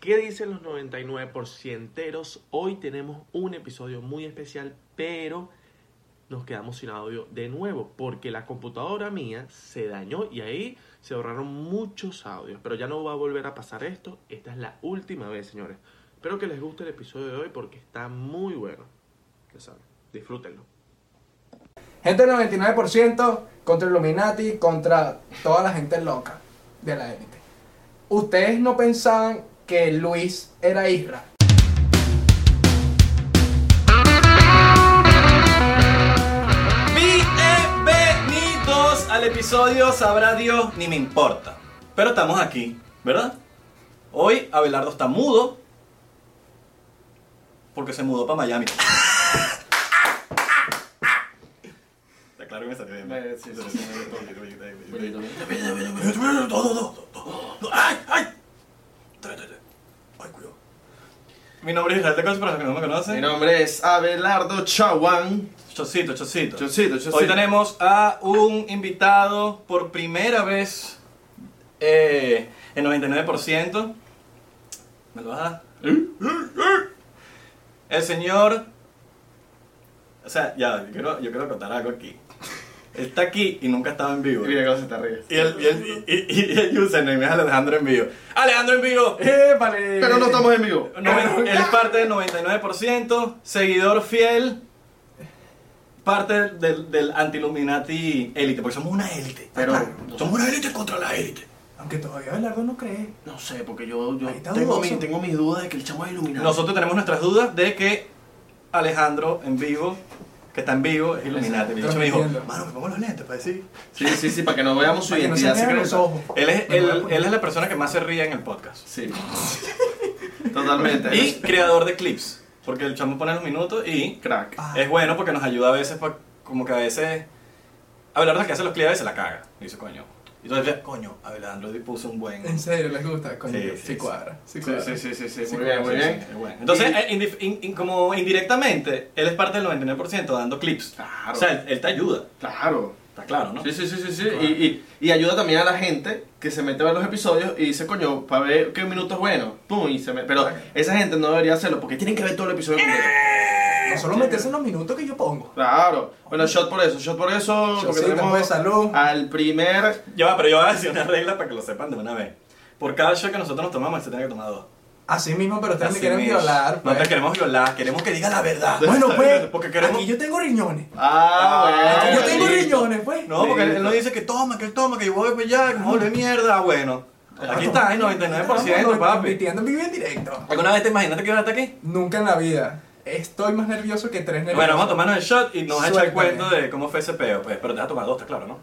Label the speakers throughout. Speaker 1: ¿Qué dicen los 99%eros? Hoy tenemos un episodio muy especial, pero nos quedamos sin audio de nuevo, porque la computadora mía se dañó y ahí se ahorraron muchos audios. Pero ya no va a volver a pasar esto. Esta es la última vez, señores. Espero que les guste el episodio de hoy porque está muy bueno. Ya saben, disfrútenlo.
Speaker 2: Gente del 99% contra Illuminati, contra toda la gente loca de la élite. Ustedes no pensaban que Luis era Isra.
Speaker 3: Bienvenidos al episodio Sabrá Dios ni me importa. Pero estamos aquí, ¿verdad? Hoy Abelardo está mudo porque se mudó para Miami. Está claro que me salió bien. ¿no? No, no, no, no, no. ¡Ay, ay! Trae, trae, trae. Ay, cuidado. Mi nombre es Israel de Coach, para los que no me
Speaker 4: Mi
Speaker 3: conocen.
Speaker 4: nombre es Abelardo Chaguán.
Speaker 3: Chocito, chocito.
Speaker 4: Chocito, chocito.
Speaker 3: Hoy tenemos a un invitado por primera vez eh, en 99%. ¿Me lo vas a dar?
Speaker 4: ¿Eh?
Speaker 3: El señor. O sea, ya, yo quiero, yo quiero contar algo aquí. Él está aquí y nunca estaba en vivo.
Speaker 4: Mira cómo se te ríe.
Speaker 3: Y el, y el, y, y- y el username es Alejandro en vivo. ¡Alejandro en vivo!
Speaker 2: ¡Épale!
Speaker 4: Pero no estamos en vivo.
Speaker 3: Noven- él es parte del 99%, seguidor fiel, parte del, del anti-Illuminati élite, porque somos una élite.
Speaker 2: Ah,
Speaker 4: Pero-
Speaker 3: somos una élite contra la élite.
Speaker 2: Aunque todavía Abelardo no cree.
Speaker 4: No sé, porque yo, yo
Speaker 2: Ahí está
Speaker 4: tengo,
Speaker 2: dudoso.
Speaker 4: mi- tengo mis dudas de que el chamo es iluminado.
Speaker 3: Nosotros tenemos nuestras dudas de que Alejandro en vivo, que está en vivo, es Illuminati. El bicho me dijo,
Speaker 2: Transmitiendo.
Speaker 3: mano, me pongo los lentes para decir.
Speaker 4: Sí, sí, sí, para que no veamos su
Speaker 2: Para que no se
Speaker 4: identidad
Speaker 2: vean
Speaker 4: secreta.
Speaker 2: los ojos.
Speaker 3: Él es,
Speaker 2: Me
Speaker 3: él-
Speaker 2: voy a poner-
Speaker 3: él es la persona que más se ríe en el podcast.
Speaker 4: Sí. Totalmente.
Speaker 3: Y creador de clips, porque el chamo pone los minutos y
Speaker 4: crack.
Speaker 2: Ah.
Speaker 3: Es bueno porque nos ayuda a veces, pa- como que a veces. Abelardo es el que hace los clips y se la caga. Y dice, coño. Y entonces, coño, Abelardo puso un buen.
Speaker 2: En serio, les gusta. Coño,
Speaker 3: Sí,
Speaker 2: sí,
Speaker 3: sí, sí.
Speaker 2: cuadra. Sí,
Speaker 4: Sí,
Speaker 2: cuadra.
Speaker 4: sí, sí, sí, sí,
Speaker 3: Sí,
Speaker 4: muy bien, muy
Speaker 3: sí,
Speaker 4: bien.
Speaker 3: sí, es bueno. Entonces,
Speaker 4: Y-
Speaker 3: eh, indif- in- in- como indirectamente, él es parte del 99% dando clips.
Speaker 4: Claro.
Speaker 3: O sea, él, él te ayuda.
Speaker 4: Claro.
Speaker 3: Está claro, ¿no?
Speaker 4: Sí, sí, sí, sí, sí. Y, y- y ayuda también a la gente que se mete a ver los episodios y dice, coño, para ver qué minuto es bueno. Pum, y se me... Pero esa gente no debería hacerlo porque tienen que ver todo el episodio completo.
Speaker 2: No solo meterse en los minutos que yo pongo.
Speaker 4: Claro. Bueno, shot por eso, shot por eso. porque
Speaker 2: Shotcito, pues, salud.
Speaker 4: al primer
Speaker 3: Ya va, pero yo voy a decir una regla para que lo sepan de una vez. Por cada show que nosotros nos tomamos, él se tiene que tomar dos.
Speaker 2: Así mismo, pero ustedes me
Speaker 3: Así
Speaker 2: quieren
Speaker 3: mismo.
Speaker 2: violar.
Speaker 3: No
Speaker 2: pues.
Speaker 3: te queremos violar, queremos que diga la verdad.
Speaker 2: Bueno, pues.
Speaker 3: Porque queremos.
Speaker 2: Aquí yo tengo riñones.
Speaker 4: Ah,
Speaker 2: Aquí
Speaker 3: Ah,
Speaker 4: bueno.
Speaker 2: yo tengo
Speaker 3: listo.
Speaker 2: riñones, pues.
Speaker 3: No, porque él, él no dice que toma, que él toma, que yo voy a pillar, que me vuelve mierda. Ah, Bueno, aquí está, el 99%, papi.
Speaker 2: Compitiendo en vivo y en directo.
Speaker 3: ¿Alguna vez te imaginaste que ibas hasta aquí?
Speaker 2: Nunca en la vida. Estoy más nervioso que tres nerviosos.
Speaker 3: Bueno, vamos a tomarnos el shot y nos vas a echar el
Speaker 2: Suéltame.
Speaker 3: cuento de cómo fue ese peo, pues. Pero te vas a tomar dos, está claro, ¿no?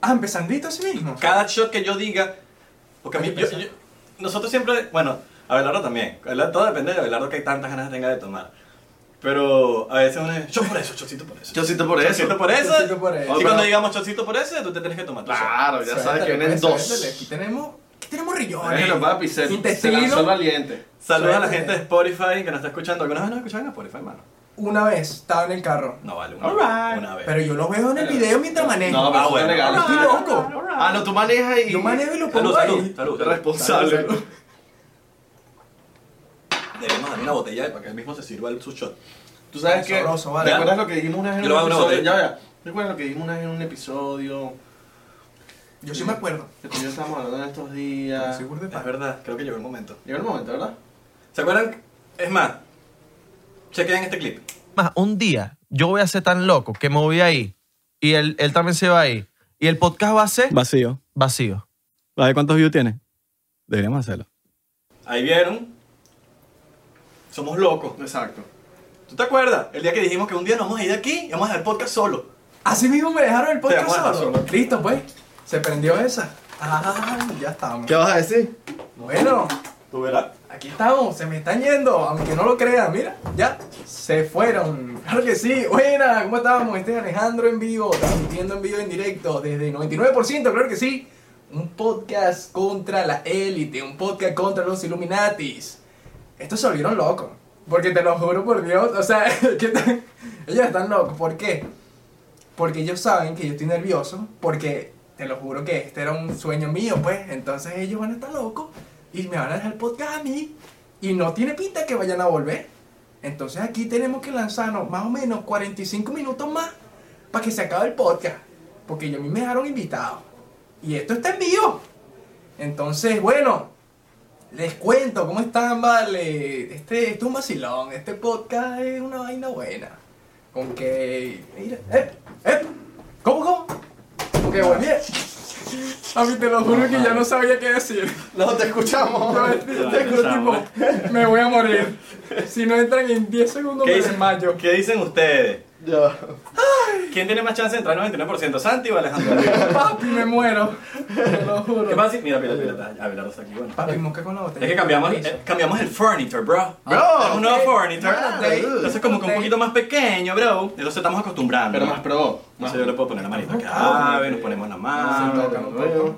Speaker 2: Ah, empezandito así mismo.
Speaker 3: Cada shot que yo diga, porque a mí, yo- yo- nosotros siempre, bueno, Abelardo también. Abelardo- Todo depende de Abelardo que hay tantas ganas que tenga de tomar. Pero a veces uno es, yo por eso, chocito por eso.
Speaker 4: Chocito por eso.
Speaker 3: Chocito por eso.
Speaker 2: Chocito por eso.
Speaker 3: Y cuando digamos chocito por eso, tú te tienes que tomar tu shot.
Speaker 4: Claro, ya sabes que vienen
Speaker 2: Suéltale, pues,
Speaker 4: dos.
Speaker 2: suéltale. Aquí tenemos, aquí tenemos riñones.
Speaker 4: Déjalo, papi, se, se
Speaker 2: Intestino.
Speaker 4: lanzó el valiente.
Speaker 3: Saludos a la
Speaker 2: Suéltale.
Speaker 3: gente de Spotify que nos está escuchando. ¿Alguna vez nos escucharon en Spotify, mano?
Speaker 2: Una vez estaba en el carro.
Speaker 3: No vale, una,
Speaker 4: Alright.
Speaker 3: una vez.
Speaker 2: Pero yo lo veo en el video mientras manejo.
Speaker 4: No, pues,
Speaker 3: Ah,
Speaker 4: pero eso
Speaker 3: bueno.
Speaker 4: te regalo.
Speaker 2: Estoy loco.
Speaker 4: Ah, no, tú manejas y...
Speaker 2: Yo manejo y lo
Speaker 3: Salud,
Speaker 2: pongo
Speaker 3: salud,
Speaker 2: ahí.
Speaker 3: salud.
Speaker 4: Responsable.
Speaker 2: Salud,
Speaker 3: Debemos darle una botella para que él mismo se sirva el su shot.
Speaker 4: Tú sabes que...
Speaker 2: Sabroso, vale.
Speaker 4: ¿Te acuerdas lo que dijimos una vez
Speaker 3: Yo
Speaker 4: en
Speaker 3: lo
Speaker 4: un
Speaker 3: hago una
Speaker 4: episodio?
Speaker 3: botella.
Speaker 4: Ya, ya. ¿Te acuerdas lo que dijimos una vez en un episodio?
Speaker 2: Yo sí me acuerdo.
Speaker 4: Que tú y yo estábamos hablando en estos días.
Speaker 2: Seguro de
Speaker 3: Es
Speaker 2: paja.
Speaker 3: verdad, creo que llegó el momento.
Speaker 4: Llegó el momento, ¿verdad?
Speaker 3: ¿Se acuerdan? Es más, chequen este clip.
Speaker 5: más, un día yo voy a ser tan loco que me voy a ir y él, él también se va a ir y el podcast va a ser
Speaker 6: Vacío.
Speaker 5: vacío.
Speaker 6: A ver cuántos views tiene. Deberíamos hacerlo.
Speaker 3: Ahí vieron. Somos locos.
Speaker 4: Exacto.
Speaker 3: ¿Tú te acuerdas? El día que dijimos que un día nos vamos a ir de aquí y vamos a dejar el podcast solo.
Speaker 2: Así mismo me dejaron el
Speaker 3: Te vamos a
Speaker 2: podcast
Speaker 3: dejar
Speaker 2: solo.
Speaker 3: solo.
Speaker 2: Listo, pues. Se prendió esa. Ah, ya estamos.
Speaker 4: vas a decir?
Speaker 2: Bueno,
Speaker 3: ¿Tú verás?
Speaker 2: aquí estamos. Se me están yendo, aunque no lo crean. Mira, ya se fueron. Claro que sí. Buena, ¿cómo estamos? Este es Alejandro en vivo, transmitiendo en vivo en directo desde 99%, claro que sí. Un podcast contra la élite, un podcast contra los Illuminatis. Estos se volvieron locos. Porque te lo juro por Dios. O sea, que están- ellos están locos. ¿Por qué? Porque ellos saben que yo estoy nervioso. Porque te lo juro que este era un sueño mío, pues. Entonces ellos van a estar locos. y me van a dejar el podcast a mí y no tiene pinta que vayan a volver. Entonces aquí tenemos que lanzarnos más o menos 45 minutos más para que se acabe el podcast. Porque ellos a mí me dejaron invitado. Y esto está en vivo. Entonces, bueno, les cuento cómo están, vale. Este, este es un vacilón, este podcast es una vaina buena. Con que. Mira, ep, ep, ¿Cómo, cómo? Con que volví. A mí te lo juro que ya no sabía qué decir.
Speaker 7: No, te escuchamos.
Speaker 2: Yo tengo
Speaker 3: chamo.
Speaker 2: tipo, me voy a morir. Si no entran en 10 segundos,
Speaker 3: ¿Qué
Speaker 2: me
Speaker 3: dicen,
Speaker 2: desmayo.
Speaker 3: ¿Qué dicen ustedes?
Speaker 7: Yo.
Speaker 3: ¿Quién tiene más chance de entrar al 99%? ¿Santi o Alejandro?
Speaker 2: Papi, me muero. Te lo
Speaker 3: ¿Qué
Speaker 2: juro.
Speaker 3: pasa? si- Mira, mira, mira, está- Abelardo está aquí, bueno.
Speaker 2: Papi, mosca con la botella.
Speaker 3: Es que cambiamos, eh, cambiamos el furniture, bro.
Speaker 7: Bro,
Speaker 3: Tenemos un nuevo
Speaker 2: ok.
Speaker 3: furniture.
Speaker 2: Ah, ok.
Speaker 3: Entonces como que un poquito más pequeño, bro. Entonces estamos acostumbrando.
Speaker 4: Pero más pro. Más
Speaker 3: Entonces yo le puedo poner la manita acá, a ver, nos ponemos la
Speaker 2: Se
Speaker 3: mano.
Speaker 2: tocan un poco.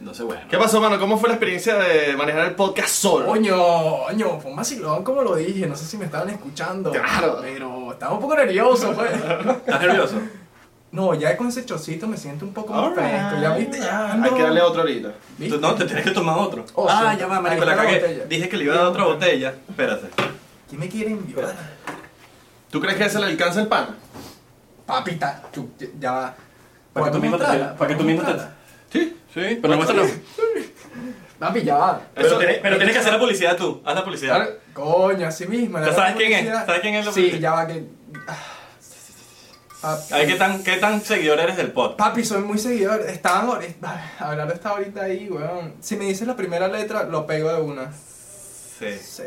Speaker 3: Entonces, bueno.
Speaker 4: ¿Qué pasó, mano? ¿Cómo fue la experiencia de manejar el podcast solo?
Speaker 2: Oño, oño, fue un vacilón como lo dije, no sé si me estaban escuchando.
Speaker 4: Claro.
Speaker 2: Pero estaba un poco nervioso, pues.
Speaker 3: ¿Estás nervioso?
Speaker 2: No, ya con ese chocito me siento un poco más
Speaker 3: Alright.
Speaker 2: fresco. Ya viste, Ah, ya.
Speaker 4: Hay
Speaker 2: ando-
Speaker 4: que darle otro ahorita.
Speaker 2: ¿Viste?
Speaker 3: Tú- No, te tienes que tomar otro.
Speaker 2: Oh,
Speaker 3: ah,
Speaker 2: sí.
Speaker 3: ya va, marico,
Speaker 2: Ahí
Speaker 3: la
Speaker 2: está la
Speaker 3: cagué.
Speaker 2: botella.
Speaker 3: Dije que le iba a dar otra botella. Espérate.
Speaker 2: ¿Quién me quiere enviar?
Speaker 4: ¿Tú crees que se le alcanza el pan?
Speaker 2: Papita, chu- ya va.
Speaker 3: Para que tú
Speaker 2: ¿Podemos
Speaker 3: mismo te...
Speaker 2: mostrarla?
Speaker 3: Para que tú mismo te...
Speaker 2: ¿Podemos
Speaker 3: Sí, sí. Pero muéstralo.
Speaker 2: mostrarla? Papi, ya va.
Speaker 3: Pero, tienes- pero tienes que hacer la publicidad tú. Haz la publicidad.
Speaker 4: Claro.
Speaker 2: Coño, así mismo.
Speaker 3: ¿Ya
Speaker 2: la
Speaker 3: sabes quién es?
Speaker 2: publicidad.
Speaker 3: ¿Sabes quién es la
Speaker 2: Sí,
Speaker 3: publicidad?
Speaker 2: ya va que. ah.
Speaker 3: A ver, ¿qué
Speaker 2: Papi,
Speaker 3: tan, qué tan seguidor eres del pod?
Speaker 2: papi, soy muy seguidor. Estaban. ahori- Abelardo ah, está ahorita ahí, weón. Si me dices la primera letra, lo pego de una.
Speaker 3: Sí.
Speaker 2: Sí.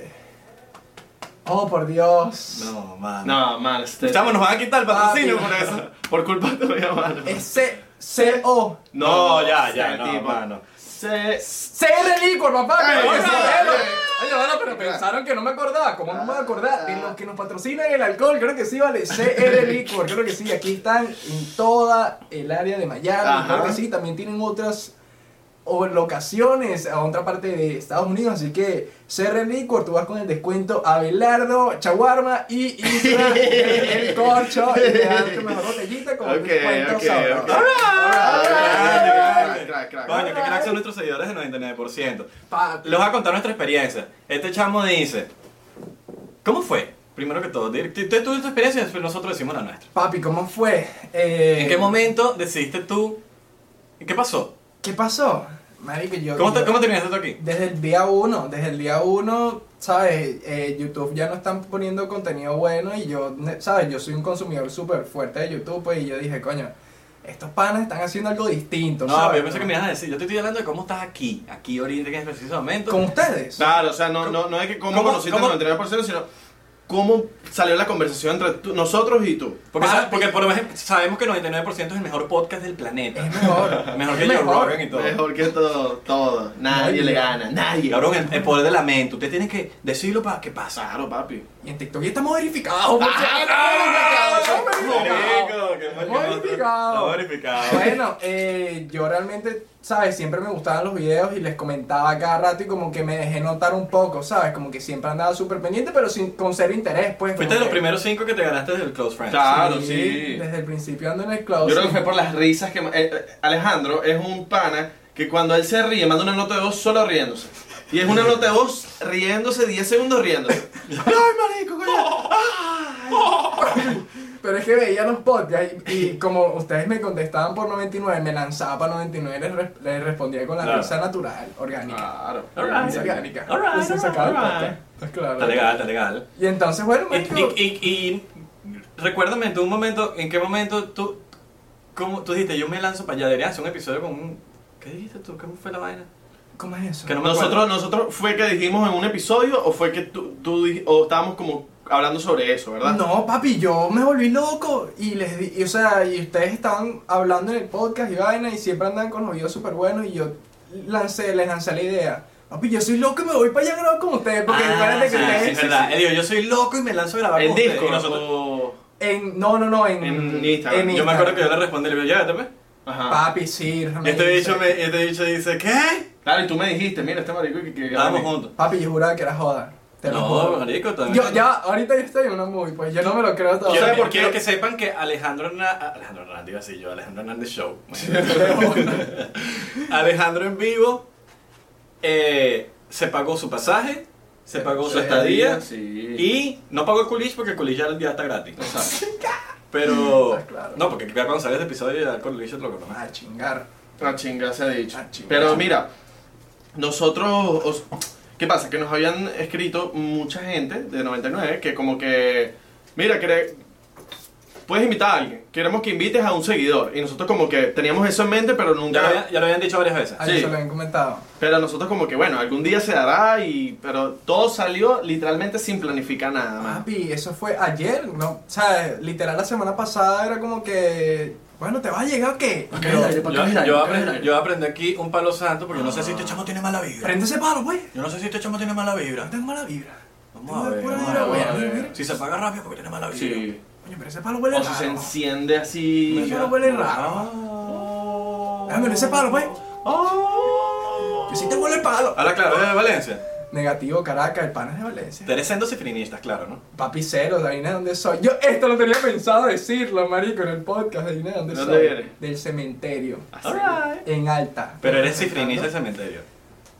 Speaker 2: Oh, por Dios.
Speaker 3: No,
Speaker 2: Ah,
Speaker 3: mano.
Speaker 4: No, man. Este...
Speaker 3: Chamo, nos van a quitar el patrocinio
Speaker 2: Papi.
Speaker 3: por eso.
Speaker 4: Por culpa tuya, mano.
Speaker 2: Es C. C-O.
Speaker 3: No, ya,
Speaker 4: este
Speaker 3: ya, no,
Speaker 4: tipo.
Speaker 3: mano.
Speaker 4: Se...
Speaker 2: C de Licor, papá.
Speaker 4: Ay,
Speaker 2: que no,
Speaker 4: ay,
Speaker 2: no,
Speaker 4: ay,
Speaker 2: no.
Speaker 4: ay.
Speaker 2: Oye, bueno, pero pensaron que no me acordaba. ¿Cómo no me voy a acordar? De los que nos patrocinan el alcohol, creo que sí, vale. CR Liquor, creo que sí. Aquí están en toda el área de Miami.
Speaker 4: Ajá.
Speaker 2: Creo que sí. También tienen otras o- locaciones a otra parte de Estados Unidos. Así que CR Liquor, tú vas con el descuento Abelardo, Chaguarma y Isla, el corcho. Y te dan tu mejor botellita con
Speaker 4: Ok,
Speaker 2: descuento
Speaker 4: ok,
Speaker 2: sabroso.
Speaker 4: ok. Alright, alright, alright, alright.
Speaker 3: Ah, Coño, qué crack son nuestros seguidores del 99%.
Speaker 2: Pa-
Speaker 3: Les voy a contar nuestra experiencia. Este chamo dice, ¿cómo fue? Primero que todo, dir- tú tú tuviste tu experiencia y después nosotros decimos la nuestra.
Speaker 2: Papi, ¿cómo fue? Eh,
Speaker 3: ¿En qué momento decidiste tú? ¿Qué pasó?
Speaker 2: ¿Qué pasó? Marico, yo.
Speaker 3: ¿Cómo, te-
Speaker 2: yo-
Speaker 3: cómo terminaste tú aquí?
Speaker 2: Desde el día uno, desde el día uno, ¿sabes? Eh, YouTube ya no están poniendo contenido bueno y yo, ne- ¿sabes? Yo soy un consumidor súper fuerte de YouTube pues, y yo dije, coño, estos panas están haciendo algo distinto,
Speaker 3: No,
Speaker 2: ¿sabes?
Speaker 3: pero yo pensé que me ibas a decir, yo te estoy hablando de cómo estás aquí, aquí ahorita este que es precisamente.
Speaker 2: Con ustedes.
Speaker 4: Claro, o sea, no, no, no es que cómo,
Speaker 3: ¿Cómo-
Speaker 4: conociste
Speaker 3: cómo-
Speaker 4: el 99%, sino cómo salió la conversación entre tú- nosotros y tú.
Speaker 3: Porque, sa-
Speaker 2: Papi.
Speaker 3: porque por lo menos sabemos que el 99% es el mejor podcast del planeta.
Speaker 2: Es mejor.
Speaker 3: Mejor que
Speaker 2: Es
Speaker 3: Joe
Speaker 2: mejor.
Speaker 3: Rogan y todo.
Speaker 4: Mejor que todo, todo. Nadie
Speaker 2: Nadie.
Speaker 4: le gana, nadie.
Speaker 3: Cabrón, el, el poder de la mente. Usted tiene que decirlo para que pasa.
Speaker 4: Claro, papi.
Speaker 2: Y en TikTok ya estamos verificados. muchachos. Estamos verificados. Modificado.
Speaker 3: Modificado.
Speaker 2: Bueno, eh, yo realmente, ¿sabes? Siempre me gustaban los videos y les comentaba cada rato y como que me dejé notar un poco, ¿sabes? Como que siempre andaba súper pendiente, pero sin, con cero interés, pues.
Speaker 3: Fuiste
Speaker 2: como
Speaker 3: de los
Speaker 2: que-
Speaker 3: primeros cinco que te ganaste del Close Friends.
Speaker 4: Claro, sí.
Speaker 2: Desde el principio ando en el
Speaker 4: Yo
Speaker 2: closet.
Speaker 4: creo que fue por las risas que. eh, eh, Alejandro es un pana que cuando él se ríe manda una nota de voz solo riéndose. Y es una nota de voz riéndose 10 segundos riéndose.
Speaker 2: Pero es que veía los podcasts y, y como ustedes me contestaban por 99, me lanzaba para 99 les, res- les respondía con la
Speaker 3: Claro.
Speaker 2: risa natural, orgánica.
Speaker 4: Claro.
Speaker 3: Alright.
Speaker 2: Risa orgánica.
Speaker 3: Alright,
Speaker 2: Eso sacaba el
Speaker 3: alright.
Speaker 2: podcast. Pues claro.
Speaker 3: Está legal, está legal.
Speaker 2: Y entonces, bueno,
Speaker 3: Y,
Speaker 2: marico,
Speaker 3: y, y- y recuérdame tú un momento, ¿en qué momento tú, cómo, tú dijiste, yo me lanzo para allá? Deberías hacer un episodio con un... ¿Qué dijiste tú? ¿Cómo fue la vaina?
Speaker 2: ¿cómo es eso?
Speaker 3: Que no me acuerdo.
Speaker 4: Nosotros, nosotros fue que dijimos en un episodio o fue que tú, tú dij- o estábamos como hablando sobre eso, ¿verdad?
Speaker 2: No, papi, yo me volví loco y les di, y, o sea, y ustedes estaban hablando en el podcast y vaina y siempre andan con los videos súper buenos y yo lancé, les lancé la idea. Papi, yo soy loco y me voy para allá a grabar con ustedes porque
Speaker 3: Ah,
Speaker 2: espérate que
Speaker 3: sí,
Speaker 2: ustedes
Speaker 3: sí, es verdad. Él dijo, yo soy loco y me lanzo a grabar
Speaker 4: En
Speaker 3: con ustedes.
Speaker 4: Discord,
Speaker 3: Y nosotros-
Speaker 4: o-
Speaker 2: en no, no, no, en
Speaker 4: En Instagram.
Speaker 2: en
Speaker 3: Yo me acuerdo que yo
Speaker 2: Instagram.
Speaker 3: le respondí, le digo, llévate, pues.
Speaker 4: Ajá.
Speaker 2: Papi, sí,
Speaker 3: Y
Speaker 2: realmente.
Speaker 3: este bicho, me, y este bicho dice, ¿qué?
Speaker 4: Claro, y tú me dijiste, mira, este marico que, que
Speaker 3: Estábamos juntos.
Speaker 2: Papi, yo juraba que era joda. Te lo
Speaker 3: No,
Speaker 2: juro.
Speaker 3: marico, también.
Speaker 2: Yo ya, ahorita yo estoy en una movie, pues yo no me lo creo todo.
Speaker 3: Quiero,
Speaker 4: ¿Sabe por qué?
Speaker 3: quiero que sepan que Alejandro Hernández, Alejandro Hernández, iba a decir yo, Alejandro Hernández Show. Alejandro en vivo eh, se pagó su pasaje, se pagó su
Speaker 4: Su
Speaker 3: estadía
Speaker 4: estadía, sí.
Speaker 3: y no pagó el culish porque el culish ya, ya está gratis. Pero,
Speaker 2: Ah, claro.
Speaker 3: no, porque ya cuando salió este episodio ya el culish te lo conoces.
Speaker 2: A Ah, chingar.
Speaker 4: La chinga se ha dicho.
Speaker 2: Ah, chinga.
Speaker 4: Pero mira, nosotros. os- ¿Qué pasa? Que nos habían escrito mucha gente de 99 que, como que. Mira, quere- puedes invitar a alguien. Queremos que invites a un seguidor. Y nosotros, como que teníamos eso en mente, pero
Speaker 3: Ya, lo
Speaker 4: nunca.
Speaker 3: habían- ya lo habían dicho varias veces.
Speaker 2: Ah,
Speaker 4: Sí.
Speaker 2: eso lo habían comentado.
Speaker 4: Pero nosotros, como que bueno, algún día se dará. y Pero todo salió literalmente sin planificar nada más.
Speaker 2: Papi, eso fue ayer, ¿no? O sea, literal la semana pasada era como que. Bueno, ¿te va a llegar qué? Pero,
Speaker 3: Yo, yo, aprendí, yo aprendí aquí un palo santo porque no sé si este
Speaker 2: Ah.
Speaker 3: chamo tiene mala vibra.
Speaker 2: Prende ese palo, pues.
Speaker 3: Yo no sé si este chamo tiene mala vibra.
Speaker 2: No tengo mala vibra.
Speaker 3: Vamos a
Speaker 2: Tengo
Speaker 3: ver,
Speaker 2: pura
Speaker 3: vamos a
Speaker 2: vibra
Speaker 3: ver,
Speaker 2: buena,
Speaker 4: vamos a
Speaker 2: mira,
Speaker 4: ver.
Speaker 2: mira.
Speaker 3: Si se apaga rápido porque tiene mala vibra.
Speaker 4: Sí.
Speaker 2: Coño, pero ese palo huele
Speaker 4: O si se
Speaker 2: raro.
Speaker 4: enciende así.
Speaker 2: Ese palo huele raro.
Speaker 3: Ah.
Speaker 2: Dámelo ese palo, pues.
Speaker 3: Oh.
Speaker 2: Que sí te huele el palo.
Speaker 3: Ahora, claro, de Valencia.
Speaker 2: Negativo, Caracas, el pan es de Valencia.
Speaker 3: Teresa en cifrinistas, claro, ¿no?
Speaker 2: Papi cero, de Aina, ¿dónde soy? Yo esto lo tenía pensado decirlo, marico, en el podcast de Aina, ¿dónde,
Speaker 4: ¿Dónde
Speaker 2: soy?
Speaker 4: viene?
Speaker 2: Del cementerio.
Speaker 3: Alright.
Speaker 2: En alta.
Speaker 3: Pero eres cifrinista del cementerio.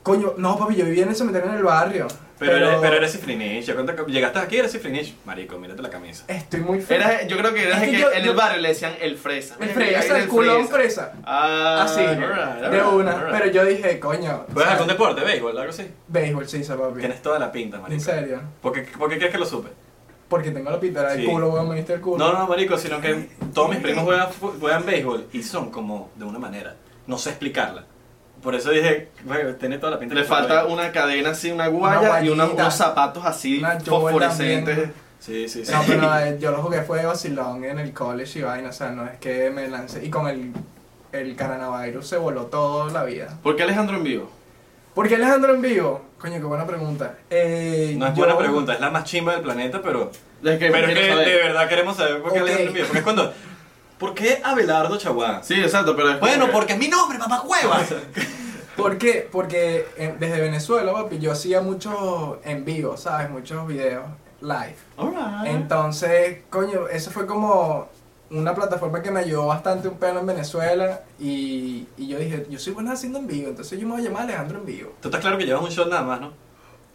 Speaker 2: Coño, no, papi, yo vivía en el cementerio en el barrio.
Speaker 3: Pero, eres, pero eres cifrinista. ¿Cuánto- Llegaste aquí, eres cifrinista. Marico, mírate la camisa.
Speaker 2: Estoy muy feliz.
Speaker 4: Era, yo creo que era
Speaker 2: Es
Speaker 4: el
Speaker 2: que
Speaker 4: que
Speaker 2: yo-
Speaker 4: en
Speaker 2: yo-
Speaker 4: el barrio le decían el fresa.
Speaker 2: El
Speaker 4: Mira, ahí
Speaker 2: fresa,
Speaker 4: era
Speaker 2: el culón fresa.
Speaker 4: Ah,
Speaker 2: Así,
Speaker 3: alright,
Speaker 2: de
Speaker 3: alright,
Speaker 2: una.
Speaker 3: alright.
Speaker 2: Pero yo dije, coño.
Speaker 3: ¿Juegas algún deporte, béisbol, algo así?
Speaker 2: Béisbol, sí, sabe, papi.
Speaker 3: Tienes toda la pinta, marico.
Speaker 2: ¿En serio?
Speaker 3: ¿Por qué, por qué crees que lo supe?
Speaker 2: Porque tengo la pintera del
Speaker 3: Sí.
Speaker 2: culo, weón, me diste el culo.
Speaker 3: No, no, marico, sino que todos mis primos juegan, fu- juegan béisbol y son como de una manera. No sé explicarla. Por eso dije, bueno, tiene toda la pinta.
Speaker 4: Le
Speaker 3: que juega
Speaker 4: falta
Speaker 3: béisbol.
Speaker 4: una cadena así, una
Speaker 2: Una
Speaker 4: guaya
Speaker 2: guayita.
Speaker 4: y una- unos zapatos así
Speaker 2: Una yola
Speaker 4: fosforescentes.
Speaker 2: también.
Speaker 3: Sí, sí, sí.
Speaker 2: No, pero eh, yo lo jugué fue de vacilón en el college y vaina, o sea, no es que me lancé. Y con el, el coronavirus se voló toda la vida.
Speaker 4: ¿Por qué Alejandro en vivo?
Speaker 2: ¿Por qué Alejandro en vivo? Coño, qué buena pregunta. Eh,
Speaker 3: No es
Speaker 2: yo-
Speaker 3: buena pregunta, es la más chimba del planeta, pero.
Speaker 4: Es que
Speaker 3: Pero es
Speaker 4: quiero
Speaker 3: que
Speaker 4: saber.
Speaker 3: de verdad queremos saber por qué
Speaker 2: Ok.
Speaker 3: Alejandro Envío. Porque es cuando. ¿Por qué Abelardo Chaguán?
Speaker 4: Sí, exacto, pero es
Speaker 3: Bueno,
Speaker 4: como que-
Speaker 3: porque es mi nombre, mamá hueva.
Speaker 2: ¿Por qué? Porque eh, desde Venezuela, papi, yo hacía muchos en vivo, ¿sabes? Muchos videos live. Entonces, coño, eso fue como una plataforma que me ayudó bastante un pelo en Venezuela y, y yo dije, yo soy buena haciendo en vivo, entonces yo me voy a llamar Alejandro en vivo.
Speaker 3: Tú estás claro que llevas un shot nada más, ¿no?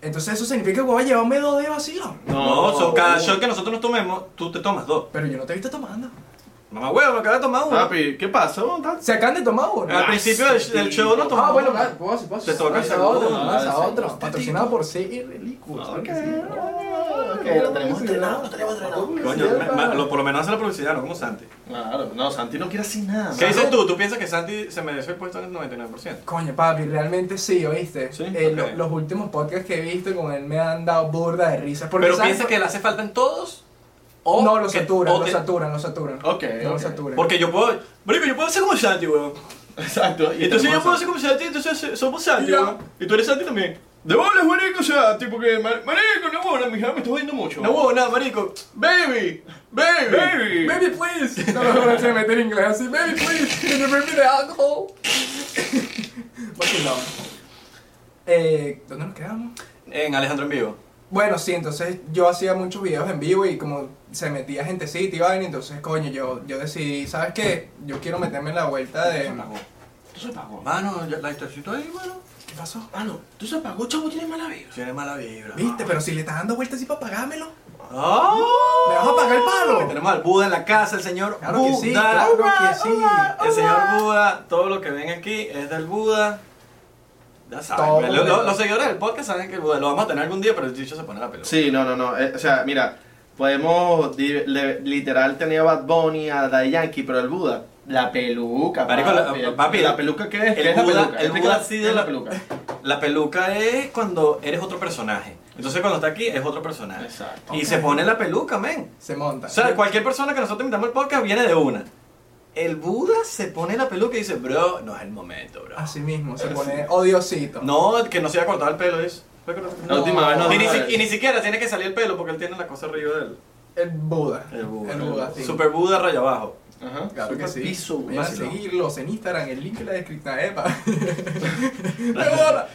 Speaker 2: Entonces eso significa que voy a llevarme dos de vacío.
Speaker 3: No,
Speaker 4: No,
Speaker 3: son cada shot que nosotros nos tomemos, tú te tomas dos.
Speaker 2: Pero yo no te he visto tomando.
Speaker 3: Mamá hueva, me acaba de tomar uno.
Speaker 4: Papi, ¿qué pasó?
Speaker 2: Se acaban de tomar uno.
Speaker 3: Al principio del, del show no Ah, tomamos.
Speaker 2: Ah, bueno, claro, puedo, sí, puedo.
Speaker 3: Te toca
Speaker 2: Lanza
Speaker 3: el
Speaker 2: otro,
Speaker 3: segundo,
Speaker 2: lanza
Speaker 4: lanza
Speaker 2: otro.
Speaker 4: este
Speaker 2: Patrocinado por CI Reliquos. claro que sí.
Speaker 4: Ok, lo tenemos entrenado, lo tenemos entrenado.
Speaker 3: Coño, me- me- lo- por lo menos hace la publicidad, no como Santi.
Speaker 4: Claro, no, Santi no quiere así nada.
Speaker 3: ¿Qué
Speaker 4: mano.
Speaker 3: dices tú? ¿Tú piensas que Santi se merece el puesto en el 99%?
Speaker 2: Coño, papi, realmente sí, ¿oíste?
Speaker 3: Sí,
Speaker 2: Eh,
Speaker 3: ok.
Speaker 2: lo- los últimos podcasts que he visto con él me han dado burda de risa. Porque,
Speaker 3: ¿Pero
Speaker 2: ¿sabes?
Speaker 3: piensas que le hace falta en todos? ¿O
Speaker 2: No, lo
Speaker 3: que-
Speaker 2: saturan,
Speaker 3: o
Speaker 2: lo
Speaker 3: te-
Speaker 2: saturan, lo saturan.
Speaker 4: Ok,
Speaker 2: No lo
Speaker 4: ok.
Speaker 2: saturan.
Speaker 3: Porque yo puedo... Marico, yo puedo ser como Santi, weón.
Speaker 4: Exacto. y
Speaker 3: Entonces yo
Speaker 4: tenemos-
Speaker 3: puedo ser como Santi, entonces eh, somos Santi,
Speaker 2: Ya.
Speaker 3: weón. Y tú eres Santi también.
Speaker 4: De bolas, marico, o sea, tipo que. mar- Marico, no bolas, mi hija me está jodiendo mucho.
Speaker 3: No hubo nada, marico.
Speaker 4: Baby, baby, baby.
Speaker 2: Baby, please. No, no, no, se meter en inglés así. Baby, please. Can you bring me the alcohol? Vacilón. Eh, ¿Dónde nos quedamos?
Speaker 3: En Alejandro en vivo.
Speaker 2: Bueno, sí, entonces yo hacía muchos videos en vivo y como se metía gentecita y vaina, entonces, coño, yo, yo decidí, ¿sabes qué? Yo quiero meterme en la vuelta de...
Speaker 4: Tú se apagó.
Speaker 3: Mano, ya- la estación ahí, mano.
Speaker 2: ¿Qué pasó?
Speaker 4: Mano, tú se apagó, chavo, tienes mala vida.
Speaker 3: Tiene mala vibra.
Speaker 2: ¿Viste? Pero si le estás dando vueltas así para pagármelo.
Speaker 3: ¡Ah!
Speaker 2: ¿Me vas a pagar el palo?
Speaker 3: Que Tenemos al Buda en la casa, el señor
Speaker 2: Claro que
Speaker 3: Buda.
Speaker 2: sí, claro que sí.
Speaker 3: El señor Buda, todo lo que ven aquí es del Buda. Ya
Speaker 2: Todo.
Speaker 3: saben, lo- lo- los seguidores del podcast saben que el Buda lo vamos a tener algún día, pero el dicho se pone la pelota.
Speaker 4: Sí, no, no, no. eh, o sea, mira, podemos di- le- literal tener a Bad Bunny, a Daddy Yankee, pero el Buda. La peluca,
Speaker 3: Marico, la-
Speaker 4: papi, el-
Speaker 3: papi,
Speaker 4: ¿La peluca qué es?
Speaker 3: el
Speaker 4: ¿Qué es la
Speaker 3: Buda-
Speaker 4: peluca?
Speaker 3: el
Speaker 4: Explica-
Speaker 3: Buda ha sido
Speaker 4: ¿qué es
Speaker 3: la-
Speaker 4: la peluca.
Speaker 3: La peluca es cuando eres otro personaje. Entonces cuando está aquí es otro personaje.
Speaker 4: Exacto.
Speaker 3: Y
Speaker 2: Ok.
Speaker 3: se pone la peluca, men.
Speaker 2: Se monta.
Speaker 3: O sea, cualquier persona que nosotros invitamos al podcast viene de una. El Buda se pone la peluca y dice, bro, no es el momento, bro.
Speaker 2: Así mismo, se pone odiosito.
Speaker 3: No, que no se haya cortado el pelo, es. Fue que no-
Speaker 4: La última vez no.
Speaker 3: Y ni, si- y ni siquiera tiene que salir el pelo porque él tiene la cosa arriba del
Speaker 2: El Buda.
Speaker 3: el Buda.
Speaker 2: El Buda, sí.
Speaker 3: Super Buda raya abajo.
Speaker 4: Ajá.
Speaker 2: Claro que sí.
Speaker 4: Piso,
Speaker 2: Vayan a
Speaker 3: vacilón.
Speaker 2: seguirlos en Instagram, el link en la descripción. ¡Epa! ¡De bola!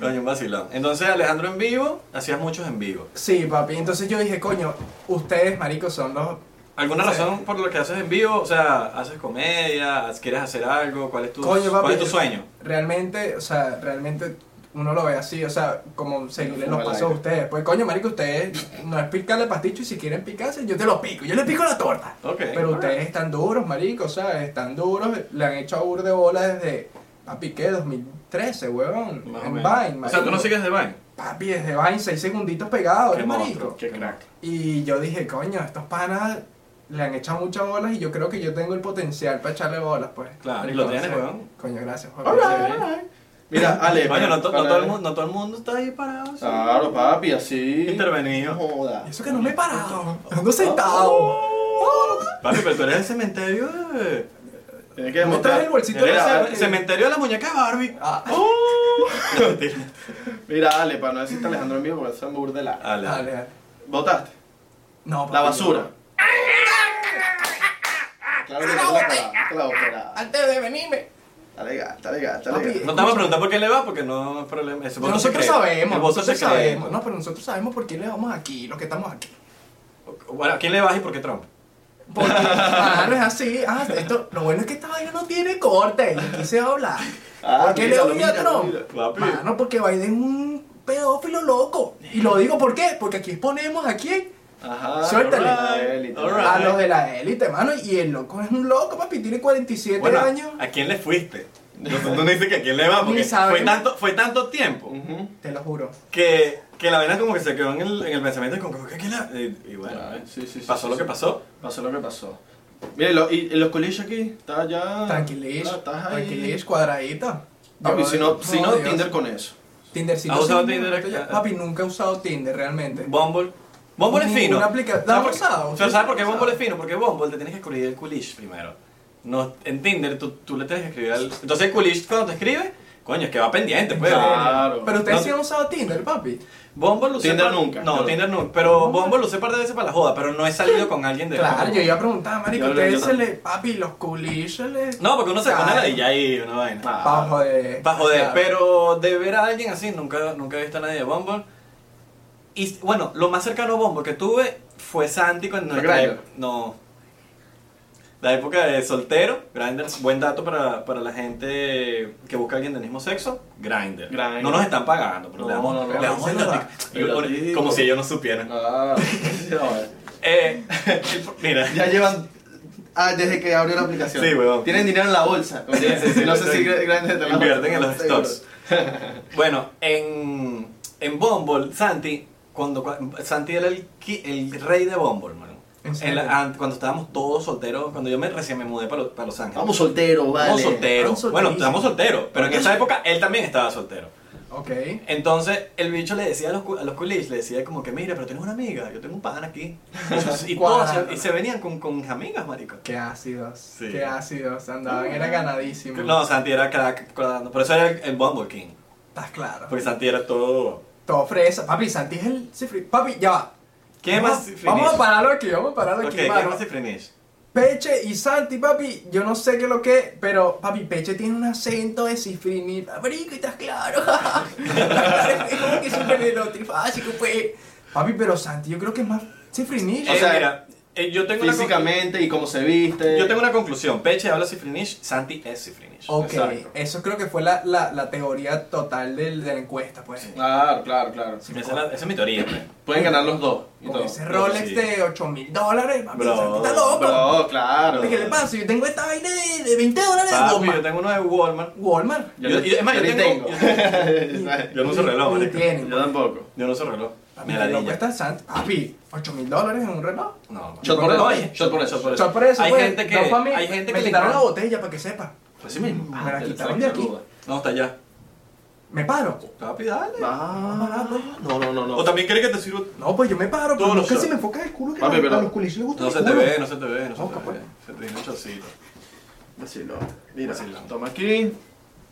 Speaker 3: Coño, un vacilón. Entonces, Alejandro en vivo, hacías muchos en vivo.
Speaker 2: Sí, papi. Entonces yo dije, coño, ustedes, maricos, son los...
Speaker 3: ¿Alguna
Speaker 2: Sí.
Speaker 3: razón por lo que haces en vivo? O sea, ¿haces comedia? ¿Quieres hacer algo? ¿Cuál es tu,
Speaker 2: Coño, papi.
Speaker 3: ¿cuál es tu sueño?
Speaker 2: Realmente, o sea, realmente uno lo ve así, o sea, como se le
Speaker 4: Fue
Speaker 2: los
Speaker 4: al
Speaker 2: pasos a
Speaker 4: aire.
Speaker 2: ustedes. Pues coño, marico, ustedes no es picarle pasticho y si quieren picarse, yo te lo pico, yo le pico la torta.
Speaker 3: Ok,
Speaker 2: Pero ustedes están duros, marico, o sea, están duros, le han hecho a Ur de bola desde, papi, ¿qué? 2013, huevón,
Speaker 3: Más o
Speaker 2: en Vine,
Speaker 3: menos.
Speaker 2: marico.
Speaker 3: O sea, tú no sigues de Vine.
Speaker 2: Papi, desde Vine, seis segunditos pegados,
Speaker 3: Qué
Speaker 2: ¿eh, marico.
Speaker 3: monstruo.
Speaker 4: Qué crack.
Speaker 2: Y yo dije, coño, estos panas le han echado muchas bolas y yo creo que yo tengo el potencial para echarle bolas, pues.
Speaker 3: Claro, y lo tienes, weón.
Speaker 2: Coño, gracias, papi.
Speaker 4: Alright, alright. Mira, Ale.
Speaker 3: Coño, no,
Speaker 4: para-
Speaker 3: to- no
Speaker 4: para-
Speaker 3: todo el mundo, no todo el mundo está ahí parado. sí.
Speaker 2: Ah.
Speaker 4: Claro, papi, así.
Speaker 3: Intervenido.
Speaker 4: No joda.
Speaker 2: Y Eso que no me he parado. Ando sentado.
Speaker 3: Oh. Papi, pero tú eres el cementerio de...
Speaker 4: Tienes que
Speaker 2: ¿No traes
Speaker 4: demostrar.
Speaker 2: el bolsito de
Speaker 3: Eres
Speaker 4: Mira,
Speaker 3: el
Speaker 2: eh.
Speaker 3: cementerio de la muñeca de Barbie. Oh.
Speaker 2: Ah,
Speaker 4: Mira, Ale, para no decirte Alejandro en vivo, porque eso es burdela.
Speaker 3: Dale,
Speaker 2: dale,
Speaker 3: dale.
Speaker 2: dale.
Speaker 4: ¿Votaste?
Speaker 2: No, papi,
Speaker 4: La basura.
Speaker 2: no.
Speaker 4: Claro que no la pelada, te la operada.
Speaker 2: Antes de venirme.
Speaker 4: Está legal, está legal, está
Speaker 2: Papi,
Speaker 4: legal.
Speaker 3: No te vamos a preguntar por qué le va, porque no es problema. Ese voto se
Speaker 2: Nosotros
Speaker 3: cree.
Speaker 2: sabemos,
Speaker 3: El voto
Speaker 2: nosotros
Speaker 3: se cree.
Speaker 2: sabemos. No, pero nosotros sabemos por qué le vamos aquí, los que estamos aquí.
Speaker 3: Bueno, ¿a quién le vas y por qué Trump?
Speaker 2: Porque, claro, es así. Ah, esto, lo bueno es que esta vaina no tiene corte. Y quise hablar.
Speaker 4: Ah,
Speaker 2: ¿Por qué
Speaker 4: mira,
Speaker 2: le doy a
Speaker 4: mira,
Speaker 2: Trump?
Speaker 4: mira,
Speaker 3: papi.
Speaker 2: Mano, porque Biden es un pedófilo loco. Y lo digo por qué. Porque aquí exponemos a quién.
Speaker 3: Ajá.
Speaker 2: Suéltale.
Speaker 3: alright, alright.
Speaker 2: A los de la élite, mano. Y el loco es un loco, papi. Tiene 47
Speaker 3: Bueno,
Speaker 2: años.
Speaker 3: ¿a quién le fuiste? No, no dices que a quién le va, porque
Speaker 2: Ni sabemos.
Speaker 3: fue tanto, fue tanto tiempo
Speaker 4: Ujú.
Speaker 2: Te lo juro.
Speaker 3: que, que la vaina como que se quedó en el, en el pensamiento como que ¿a quién le Y, y bueno, eh,
Speaker 4: Claro, sí, sí, sí,
Speaker 3: pasó
Speaker 4: sí,
Speaker 3: lo
Speaker 4: sí.
Speaker 3: que pasó.
Speaker 4: Pasó lo que pasó. Mire, lo- y, y los colillos aquí, está ya.
Speaker 2: Tranquilis.
Speaker 4: Ah, Estás ahí.
Speaker 2: Tranquilis, cuadradita.
Speaker 4: Papi,
Speaker 2: Yo-
Speaker 4: si no, si no
Speaker 2: Dios.
Speaker 4: Tinder con eso.
Speaker 2: Tinder, si
Speaker 3: ¿Has
Speaker 2: no,
Speaker 3: usado
Speaker 2: sí,
Speaker 3: Tinder?
Speaker 2: momento ya. Papi, nunca he usado Tinder realmente.
Speaker 3: Bumble. Bumble es
Speaker 2: Ninguna
Speaker 3: fino.
Speaker 2: aplica- ¿La has
Speaker 3: por-
Speaker 2: usado?
Speaker 3: pero ¿Sabes por qué
Speaker 2: ¿La has
Speaker 3: Bumble es
Speaker 2: usado?
Speaker 3: fino? Porque Bumble te tienes que escribir el coolish primero. No, en Tinder tú, tú le tienes que escribir al... Entonces el coolish cuando te escribe, coño, es que va pendiente, pues.
Speaker 4: Claro.
Speaker 2: Pero ustedes
Speaker 3: No.
Speaker 2: sí han usado Tinder, papi.
Speaker 3: Bumble lo usé
Speaker 4: Tinder
Speaker 3: par-
Speaker 4: nunca.
Speaker 3: No,
Speaker 4: Claro.
Speaker 3: Tinder nunca. Pero Bumble lo usé par de veces para la joda, pero no he salido con alguien de
Speaker 2: Claro,
Speaker 3: Bumble.
Speaker 2: yo iba a preguntar, marico,
Speaker 3: Yo-
Speaker 2: ustedes
Speaker 3: yo
Speaker 2: se
Speaker 3: también.
Speaker 2: le... Papi, los culis se le...
Speaker 3: No, porque uno se pone
Speaker 2: Claro.
Speaker 3: la DJ y una vaina.
Speaker 2: Pa' joder.
Speaker 3: Pa' joder,
Speaker 2: Claro.
Speaker 3: pero de ver a alguien así, nunca, nunca he visto a nadie de Bumble. Y bueno, lo más cercano a Bumble que tuve fue Santi cuando
Speaker 4: ¿Fue
Speaker 3: nuestra
Speaker 4: Grindr?
Speaker 3: ep- No. La época de soltero, Grindr, buen dato para, para la gente que busca a alguien del mismo sexo, Grindr.
Speaker 4: Grindr.
Speaker 3: No nos están pagando, pero le
Speaker 4: No,
Speaker 3: damos,
Speaker 4: no, no,
Speaker 3: le
Speaker 4: no,
Speaker 3: damos
Speaker 2: ese
Speaker 3: el
Speaker 2: no va.
Speaker 3: datico. Y-
Speaker 4: Relativo.
Speaker 3: Como si ellos no supieran.
Speaker 4: Ah, no,
Speaker 3: Eh, mira,
Speaker 4: ya llevan. Ah, desde que abrió la aplicación.
Speaker 3: Sí, weón.
Speaker 4: Tienen dinero en la bolsa.
Speaker 3: Sí, sí, sí,
Speaker 4: no
Speaker 3: lo
Speaker 4: sé
Speaker 3: estoy-
Speaker 4: si grandes de la
Speaker 3: invierten en los
Speaker 4: Seguro.
Speaker 3: stocks. Bueno, en, en Bumble, Santi, cuando, cua- Santi era el, qui- el rey de Bumble, mano.
Speaker 2: ¿En serio?
Speaker 3: En la- an- cuando estábamos todos solteros, cuando yo me, recién me mudé para, Lo- para Los Ángeles.
Speaker 4: Vamos soltero, vale.
Speaker 3: Estábamos solteros.
Speaker 2: Vamos
Speaker 3: Bueno,
Speaker 2: solterísimos.
Speaker 3: estábamos solteros, pero en esa época él también estaba soltero.
Speaker 2: Ok.
Speaker 3: Entonces el bicho le decía a los, cu- a los coolish, le decía como que, mira, pero tienes una amiga, yo tengo un pan aquí. Y, todas se, y se venían con, con mis amigas, marico.
Speaker 2: Qué ácidos.
Speaker 3: Sí.
Speaker 2: Qué ácidos. Andaban, era ganadísimo.
Speaker 3: No, Santi era crack, por eso era el, el Bumble King.
Speaker 2: Estás claro.
Speaker 3: Porque Santi era todo...
Speaker 2: Todo fresa. Papi, Santi es el cifri- Papi, ya va.
Speaker 3: ¿Qué
Speaker 2: Vamos-
Speaker 3: más?
Speaker 2: Vamos a
Speaker 3: Finish?
Speaker 2: pararlo aquí, vamos a pararlo
Speaker 3: Ok,
Speaker 2: aquí.
Speaker 3: ¿qué
Speaker 2: mano.
Speaker 3: más de Finish?
Speaker 2: Peche y Santi, papi, yo no sé qué es lo que, es, pero papi, Peche tiene un acento de cifrini, marico, estás claro. es como que súper erotrifásico, pues. Papi, pero Santi, yo creo que es más cifrini.
Speaker 4: O
Speaker 3: Eh,
Speaker 4: sea,
Speaker 3: mira, eh, yo tengo una
Speaker 4: Físicamente y cómo se
Speaker 3: conclu-
Speaker 4: viste.
Speaker 3: yo tengo una conclusión. Peche habla Sifrinish, Santi es Sifrinish.
Speaker 2: ok,
Speaker 4: exacto.
Speaker 2: eso creo que fue la, la, la teoría total del, de la encuesta, pues.
Speaker 4: Claro, claro, claro.
Speaker 3: Esa, es la- esa es mi teoría, pues.
Speaker 4: Pueden ganar los dos. y
Speaker 2: Con
Speaker 4: todo.
Speaker 2: ese Rolex
Speaker 3: sí.
Speaker 2: de 8 mil dólares, papi,
Speaker 3: Bro,
Speaker 2: Santi está loco.
Speaker 4: Bro, oh, claro.
Speaker 2: ¿Qué le pasa? Yo tengo esta vaina de, de 20 dólares de
Speaker 3: Papi, yo
Speaker 2: Walmart.
Speaker 3: tengo uno de Walmart.
Speaker 2: Walmart.
Speaker 4: Yo,
Speaker 3: Yo-
Speaker 4: le-
Speaker 3: yo- es más,
Speaker 4: yo
Speaker 3: yo
Speaker 4: le
Speaker 3: tengo-
Speaker 4: tengo.
Speaker 3: yo
Speaker 4: yo,
Speaker 3: Yo no uso reloj,
Speaker 2: Ni
Speaker 3: marico.
Speaker 2: tienen,
Speaker 4: tampoco.
Speaker 3: Yo no uso reloj.
Speaker 2: Papi,
Speaker 3: Me
Speaker 2: el
Speaker 3: la
Speaker 2: loco está Santi. Papi, 8 mil dólares en un reloj.
Speaker 3: No.
Speaker 4: Shot por
Speaker 3: No,
Speaker 4: eso.
Speaker 3: hay-
Speaker 4: Shot por eso. Shot por eso.
Speaker 2: Chao por eso,
Speaker 3: Hay
Speaker 2: pues.
Speaker 3: gente que-
Speaker 2: No fue a mí,
Speaker 3: hay gente
Speaker 2: me
Speaker 3: que le
Speaker 2: quitaron la
Speaker 3: encanta. Ah,
Speaker 2: botella para que sepa.
Speaker 3: Así Pues mismo.
Speaker 4: Ah,
Speaker 2: Me la quitaron de aquí.
Speaker 3: No, está allá.
Speaker 2: Me paro.
Speaker 3: Papi, dale.
Speaker 4: Ah, no, no, no, no.
Speaker 3: O también quieres que te sirva.
Speaker 2: No, pues yo me paro,
Speaker 3: Todos
Speaker 2: pero
Speaker 3: los
Speaker 2: nunca
Speaker 3: shots.
Speaker 2: se me enfoca el culo que
Speaker 4: Papi,
Speaker 2: a-
Speaker 4: pero-
Speaker 2: a los culis les gusta
Speaker 3: No
Speaker 2: el
Speaker 3: se te
Speaker 2: culo.
Speaker 3: ve, no se te ve, no se
Speaker 2: Oca,
Speaker 3: te ve.
Speaker 2: pues.
Speaker 3: Se te viene un chocito.
Speaker 4: Vacilón. Mira,
Speaker 3: Vacilón.
Speaker 4: toma aquí.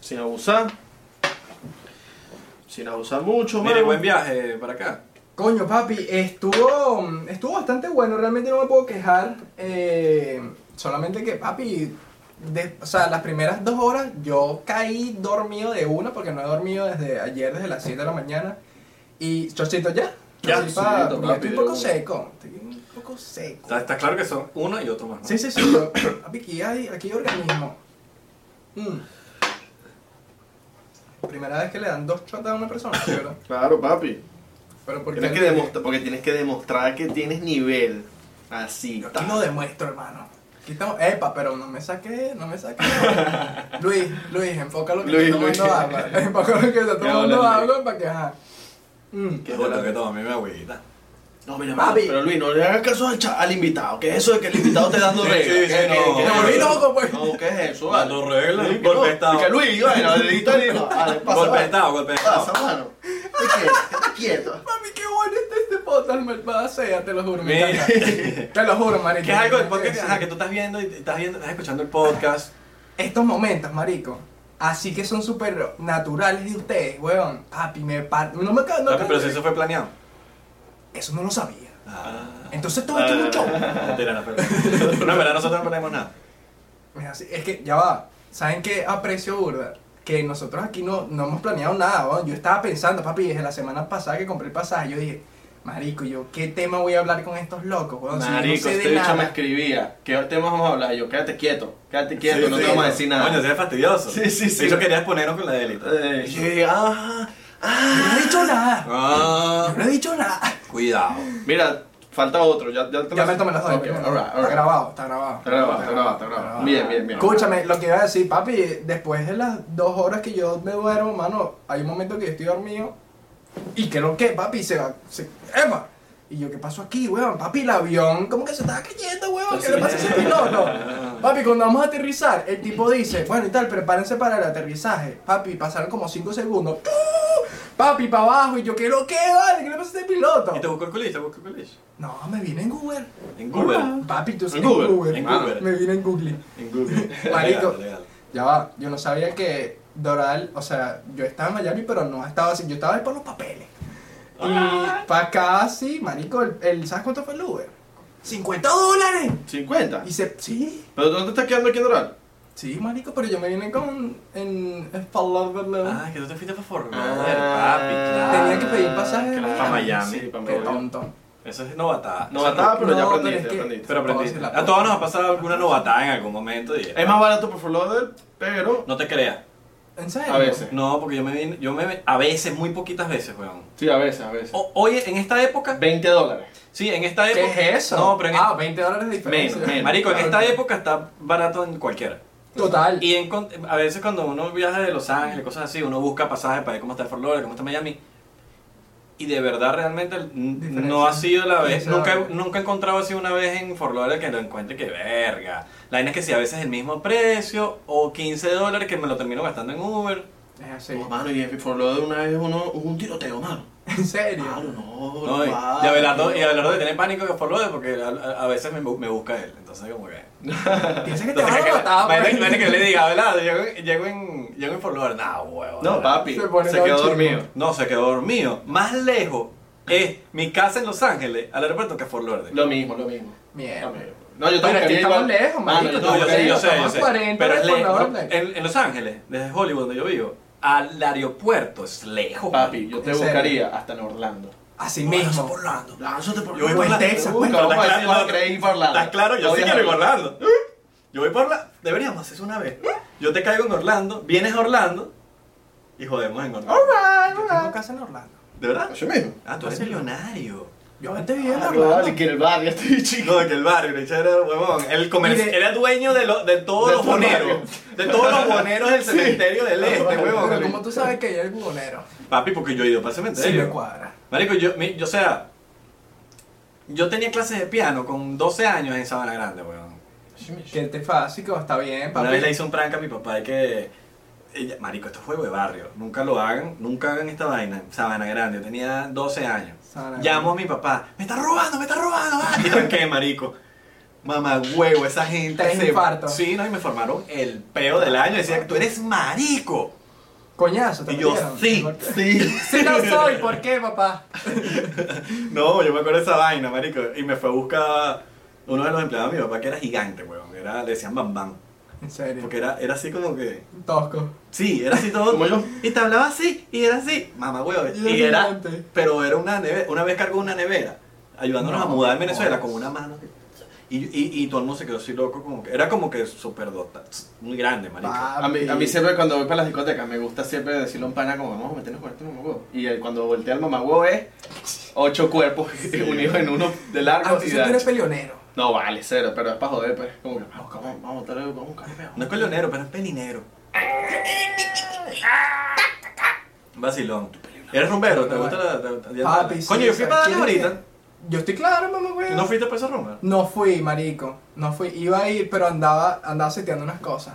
Speaker 4: Sin abusar. Sin abusar mucho,
Speaker 3: Mire,
Speaker 4: mano.
Speaker 3: buen viaje para acá.
Speaker 2: Coño, papi, estuvo, estuvo bastante bueno, realmente no me puedo quejar. Eh, solamente que, papi, de- o sea, las primeras dos horas yo caí dormido de una porque no he dormido desde ayer, desde las 7 de la mañana. Y, chocito, ya.
Speaker 4: Ya,
Speaker 2: Sí, pa,
Speaker 4: chocito,
Speaker 2: porque
Speaker 4: papi,
Speaker 2: estoy un
Speaker 4: de
Speaker 2: poco
Speaker 4: una.
Speaker 2: seco. Estoy un poco seco.
Speaker 3: Está, está claro que son uno y otro más. ¿no?
Speaker 2: Sí, sí, sí. pero, Papi, aquí hay, aquí hay organismo. Mm. Primera vez que le dan dos shots a una persona, ¿sí, ¿verdad?
Speaker 4: Claro, papi.
Speaker 2: Pero porque
Speaker 4: Tienes que demostrar, porque tienes que demostrar que tienes nivel. Así.
Speaker 2: Aquí
Speaker 4: ta.
Speaker 2: no demuestro, hermano. Aquí estamos, epa, pero no me saqué, no me saqué. Luis, Luis, enfoca lo que
Speaker 4: Luis,
Speaker 2: está tomando
Speaker 4: Luis.
Speaker 2: agua. Enfoca lo que está
Speaker 3: Ya habla,
Speaker 2: tomando
Speaker 3: Luis.
Speaker 2: agua para que, ajá. Mm.
Speaker 3: Qué bola que toma mi agüita.
Speaker 4: No, mira,
Speaker 2: Papi.
Speaker 4: Pero Luis, no le hagas caso al, cha- al invitado. ¿Qué es eso de que el invitado te dando
Speaker 3: Sí,
Speaker 4: reglas?
Speaker 3: sí, sí,
Speaker 4: ¿Qué-
Speaker 3: no.
Speaker 4: qué- qué-
Speaker 3: Me
Speaker 2: volví loco, pues.
Speaker 4: No, ¿qué es eso? vale?
Speaker 3: Cuando regla,
Speaker 4: Luis, que
Speaker 3: golpe
Speaker 4: no.
Speaker 3: de estado.
Speaker 4: Y que Luis, bueno, el dedito ahí, no, vale, pasa,
Speaker 3: Golpe de
Speaker 4: vale.
Speaker 3: estado, golpe de
Speaker 4: Pasa,
Speaker 3: estado.
Speaker 4: mano. ¿Qué quieres? Quieto.
Speaker 2: Mami, qué bueno está este podcast, malvada sea, te lo juro, me
Speaker 3: Mira.
Speaker 2: encanta. Te lo juro, marico.
Speaker 3: Que es algo del
Speaker 2: Sí,
Speaker 3: podcast
Speaker 2: sí.
Speaker 3: ajá, que tú estás viendo y estás viendo, estás escuchando el podcast.
Speaker 2: Estos momentos, marico. Así que son súper naturales de ustedes, weón. Papi, me par... No me acabo, no
Speaker 3: Papi,
Speaker 2: acabo-
Speaker 3: pero si eso fue planeado.
Speaker 2: Eso no lo sabía.
Speaker 3: Ah,
Speaker 2: Entonces todo esto es un show.
Speaker 3: mentira, no, pero- No, en verdad nosotros no planeamos nada.
Speaker 2: Es así, es que ya va. ¿Saben qué aprecio, burda? Que nosotros aquí no, no hemos planeado nada, weón. Yo estaba pensando, papi, desde la semana pasada que compré el pasaje, yo dije, marico, yo qué tema voy a hablar con estos locos, weón. Si yo
Speaker 4: Marico,
Speaker 2: no sé
Speaker 4: este
Speaker 2: de
Speaker 4: bicho me
Speaker 2: nada.
Speaker 4: escribía. ¿Qué temas vamos a hablar? Y Yo, quédate quieto. Quédate quieto,
Speaker 3: Sí,
Speaker 4: no
Speaker 3: sí.
Speaker 4: te vamos a decir nada.
Speaker 3: Coño, sería fastidioso.
Speaker 4: Sí, sí, sí.
Speaker 3: Eso querías ponernos con la delita.
Speaker 4: Eh, yo dije, ah,
Speaker 2: Yo
Speaker 4: ah.
Speaker 2: no he dicho nada. Yo
Speaker 3: Ah,
Speaker 2: no he dicho nada.
Speaker 3: cuidado.
Speaker 4: Mira, falta otro. Ya, ya, te
Speaker 2: Ya me tomé las dos.
Speaker 4: Ok,
Speaker 2: ya me-
Speaker 4: all right, all
Speaker 2: Está
Speaker 4: right.
Speaker 2: grabado, está grabado.
Speaker 4: Está grabado, está grabado, está grabado. Bien, bien, bien.
Speaker 2: Escúchame, lo que iba a decir, papi, después de las dos horas que yo me duermo, mano, hay un momento que yo estoy dormido y creo que, papi, se va, se, ¡Epa! Y yo, ¿qué pasó aquí, weón? Papi, el avión, ¿cómo que se estaba cayendo, weón? ¿Qué le pasa a ese piloto? Papi, cuando vamos a aterrizar, el tipo dice, bueno y tal, prepárense para el aterrizaje. Papi, pasaron como 5 segundos. ¡Tú! Papi, para abajo, y yo, ¿qué lo que, vale? ¿Qué le pasa a ese piloto?
Speaker 3: ¿Y te buscó el culis? ¿Te buscó el culis?
Speaker 2: No, me vine en Google.
Speaker 3: En Google.
Speaker 2: Papi, tú
Speaker 4: En Google,
Speaker 3: en
Speaker 2: mano.
Speaker 3: Google.
Speaker 2: Me vine en Google.
Speaker 3: En Google.
Speaker 2: Marico.
Speaker 3: Legal, legal.
Speaker 2: Ya va, yo no sabía que Doral, o sea, yo estaba en Miami, pero no estaba así, yo estaba ahí por los papeles. Y para acá, sí, marico, el, el- ¿sabes cuánto fue el Uber? ¡50 dólares!
Speaker 4: 50.
Speaker 2: Y se, sí,
Speaker 4: ¿Pero tú no te estás quedando aquí en Doral?
Speaker 2: sí, marico, pero yo me vine con, en, en Palabra.
Speaker 3: Ah, que tú te fuiste para formar,
Speaker 4: Ah,
Speaker 3: papi, claro.
Speaker 2: Tenía que pedir pasaje.
Speaker 4: claro.
Speaker 3: Pa' Miami.
Speaker 4: Sí, pa'
Speaker 2: Qué
Speaker 4: Miami.
Speaker 2: tonto.
Speaker 3: Eso es novatada.
Speaker 4: No mataba, pero ya
Speaker 2: No, pero es
Speaker 4: aprendiste,
Speaker 2: que-
Speaker 4: aprendiste.
Speaker 3: Pero aprendiste. Ah, A todos nos ha pasado alguna novatada en algún momento y...
Speaker 4: Es más barato por Fort Lauderdale, pero...
Speaker 3: No te creas.
Speaker 2: ¿En serio?
Speaker 4: A veces.
Speaker 3: No, porque yo me vine... Yo me... A veces, muy poquitas veces, weón.
Speaker 4: Sí, a veces, a veces.
Speaker 3: O- oye, en esta época...
Speaker 4: 20 dólares.
Speaker 3: Sí, en esta
Speaker 2: ¿Qué
Speaker 3: época...
Speaker 2: es eso?
Speaker 3: No, pero en...
Speaker 2: Ah, 20 dólares de diferencia.
Speaker 4: Menos, menos.
Speaker 3: Marico, en
Speaker 2: claro.
Speaker 3: esta época está barato en cualquiera.
Speaker 2: Total.
Speaker 3: Y en con- a veces cuando uno viaja de Los Ángeles, cosas así, uno busca pasajes para ver cómo está el Fort Lauderdale, cómo está Miami. Y de verdad, realmente, n-
Speaker 2: Diferencia.
Speaker 3: no ha sido la vez.
Speaker 2: Diferencia.
Speaker 3: Nunca, he- nunca he encontrado así una vez en Fort Lauderdale que lo encuentre que verga. La vaina es que si a veces el mismo precio o 15 dólares que me lo termino gastando en Uber.
Speaker 2: Es así.
Speaker 4: No, Oh, mano, y en Fort Lauderdale una vez uno, hubo un tiroteo, mano.
Speaker 2: ¿En serio?
Speaker 4: Claro, no.
Speaker 3: No, y, y
Speaker 4: papi.
Speaker 3: Abelardo, y Abelardo tiene pánico que Fort Lauderdale porque a, a- a veces me, bu- me busca él. Entonces, como que.
Speaker 2: Piensa que te
Speaker 3: Entonces,
Speaker 2: van a
Speaker 3: que-
Speaker 2: matar.
Speaker 3: vaina-
Speaker 2: pues.
Speaker 3: vaina que yo le diga, Abelardo, llego, en- llego en, llego en Fort Lauderdale. Nah, huevo.
Speaker 4: No,
Speaker 3: Abelardo.
Speaker 4: papi,
Speaker 2: Se pone
Speaker 4: se quedó
Speaker 2: loco.
Speaker 4: dormido.
Speaker 3: No, se quedó dormido. Más lejos es mi casa en Los Ángeles al aeropuerto que Fort Lauderdale.
Speaker 4: Lo mismo, lo mismo.
Speaker 2: Mierda.
Speaker 4: No, yo tengo
Speaker 2: Pero es que
Speaker 4: ir
Speaker 2: estamos
Speaker 4: igual.
Speaker 2: lejos,
Speaker 4: Mano,
Speaker 2: marico,
Speaker 4: yo
Speaker 3: No,
Speaker 4: tengo
Speaker 3: yo
Speaker 4: que
Speaker 3: sé,
Speaker 4: ir.
Speaker 3: yo sé, yo
Speaker 2: Estamos
Speaker 3: sé.
Speaker 2: 40
Speaker 3: Pero es
Speaker 2: de
Speaker 3: lejos.
Speaker 2: Fort Lauderdale.
Speaker 3: En, en Los Ángeles, desde Hollywood, donde yo vivo, al aeropuerto es lejos.
Speaker 4: Papi, yo te
Speaker 2: ¿En serio?
Speaker 4: buscaría hasta en Orlando.
Speaker 2: Así
Speaker 3: Bueno, eso
Speaker 2: mismo.
Speaker 3: por Orlando.
Speaker 4: Lánzate por
Speaker 3: Yo voy por
Speaker 2: en
Speaker 3: Orlando.
Speaker 2: Texas,
Speaker 3: Uh,
Speaker 2: pues,
Speaker 3: pero
Speaker 4: vamos a
Speaker 3: está
Speaker 4: decir, no creí por Orlando.
Speaker 3: Está claro, yo
Speaker 4: No
Speaker 3: sí quiero ir a
Speaker 4: viajar.
Speaker 3: Orlando. Yo voy por Orlando. Deberíamos hacer eso una vez. Yo te caigo en Orlando, vienes a Orlando y jodemos en Orlando.
Speaker 2: Yo tengo casa en Orlando.
Speaker 3: ¿De verdad?
Speaker 4: Yo mismo.
Speaker 3: Ah, tú eres millonario.
Speaker 2: Yo antes vivía en
Speaker 4: Ah, no,
Speaker 2: Orlando.
Speaker 4: vale, que el barrio estoy chico.
Speaker 3: No, de que el barrio, el era el huevón. El comer-
Speaker 2: Mire.
Speaker 3: era dueño de, lo- de todos
Speaker 4: De
Speaker 3: los
Speaker 4: todo el
Speaker 3: boneros.
Speaker 4: barrio.
Speaker 3: De todos los boneros del cementerio del este,
Speaker 4: Pero
Speaker 2: Pero
Speaker 3: huevón.
Speaker 2: como tú sabes que yo el bugonero.
Speaker 3: Papi, porque yo he ido para el
Speaker 2: Sí me
Speaker 3: cementerio.
Speaker 2: cuadra.
Speaker 3: Marico, yo, mi- yo, o sea, yo tenía clases de piano con 12 años en Sabana Grande, huevón.
Speaker 2: Que te fásico, está bien,
Speaker 3: Una vez le
Speaker 2: papi.
Speaker 3: hice un prank a mi papá de que. ella- marico, esto es juego de barrio. Nunca lo hagan, nunca hagan esta vaina. Sabana Grande, yo tenía 12 años.
Speaker 2: Sabana
Speaker 3: Llamo a mi papá, me está robando, me está robando. ah". ¿Y yo qué, marico? Mamá, huevo, esa gente.
Speaker 2: Tres infartos.
Speaker 3: Sí, no, y me formaron el peo del año. Decían, tú eres marico.
Speaker 2: Coñazo, te
Speaker 3: Y yo,
Speaker 2: metieron.
Speaker 3: sí, sí.
Speaker 2: Sí no soy, ¿por qué, papá?
Speaker 3: No, yo me acuerdo de esa vaina, marico. Y me fue a buscar uno de los empleados de mi papá que era gigante, huevón. Era, le decían bambán.
Speaker 2: En serio.
Speaker 3: Porque era, era así como que.
Speaker 2: Tosco.
Speaker 3: Sí, era así todo.
Speaker 4: Como yo.
Speaker 3: Y te hablaba así, y era así. Mamá, huevo.
Speaker 2: Y era
Speaker 3: Y era.
Speaker 2: gigante.
Speaker 3: Pero era una nevera. Una vez cargó una nevera, ayudándonos
Speaker 2: No,
Speaker 3: a mudar en
Speaker 2: no
Speaker 3: Venezuela
Speaker 2: jodas.
Speaker 3: con una mano. Y, y, y todo el mundo se quedó así loco, como que era como que superdota, muy grande, marico.
Speaker 4: A mí, a mí siempre cuando voy para las discotecas me gusta siempre decirle a un pana como vamos a meternos con este mamagüevo. Y el- cuando voltea al mamagüevo es ocho cuerpos unidos en uno de
Speaker 2: Ah,
Speaker 4: largo
Speaker 2: tú
Speaker 4: y
Speaker 2: sí
Speaker 4: de
Speaker 2: tú eres
Speaker 4: ancho.
Speaker 2: peleonero.
Speaker 4: No vale, cero, pero es para joder, pues. Como que vamos, vamos, vamos, tal vez, vamos, vamos.
Speaker 3: No es colonero, pero es pelinero. Vacilón. ¿Eres rumbero? ¿Te gusta la.? te- te-
Speaker 2: Papi, sí,
Speaker 3: Coño, yo fui
Speaker 2: o sea,
Speaker 3: para darle
Speaker 2: ¿quieres
Speaker 3: ahorita.
Speaker 2: que- Yo estoy claro, mamá, güey.
Speaker 3: ¿No fuiste para esa rumba?
Speaker 2: No fui, marico. No fui. Iba a ir, pero andaba, andaba seteando unas cosas.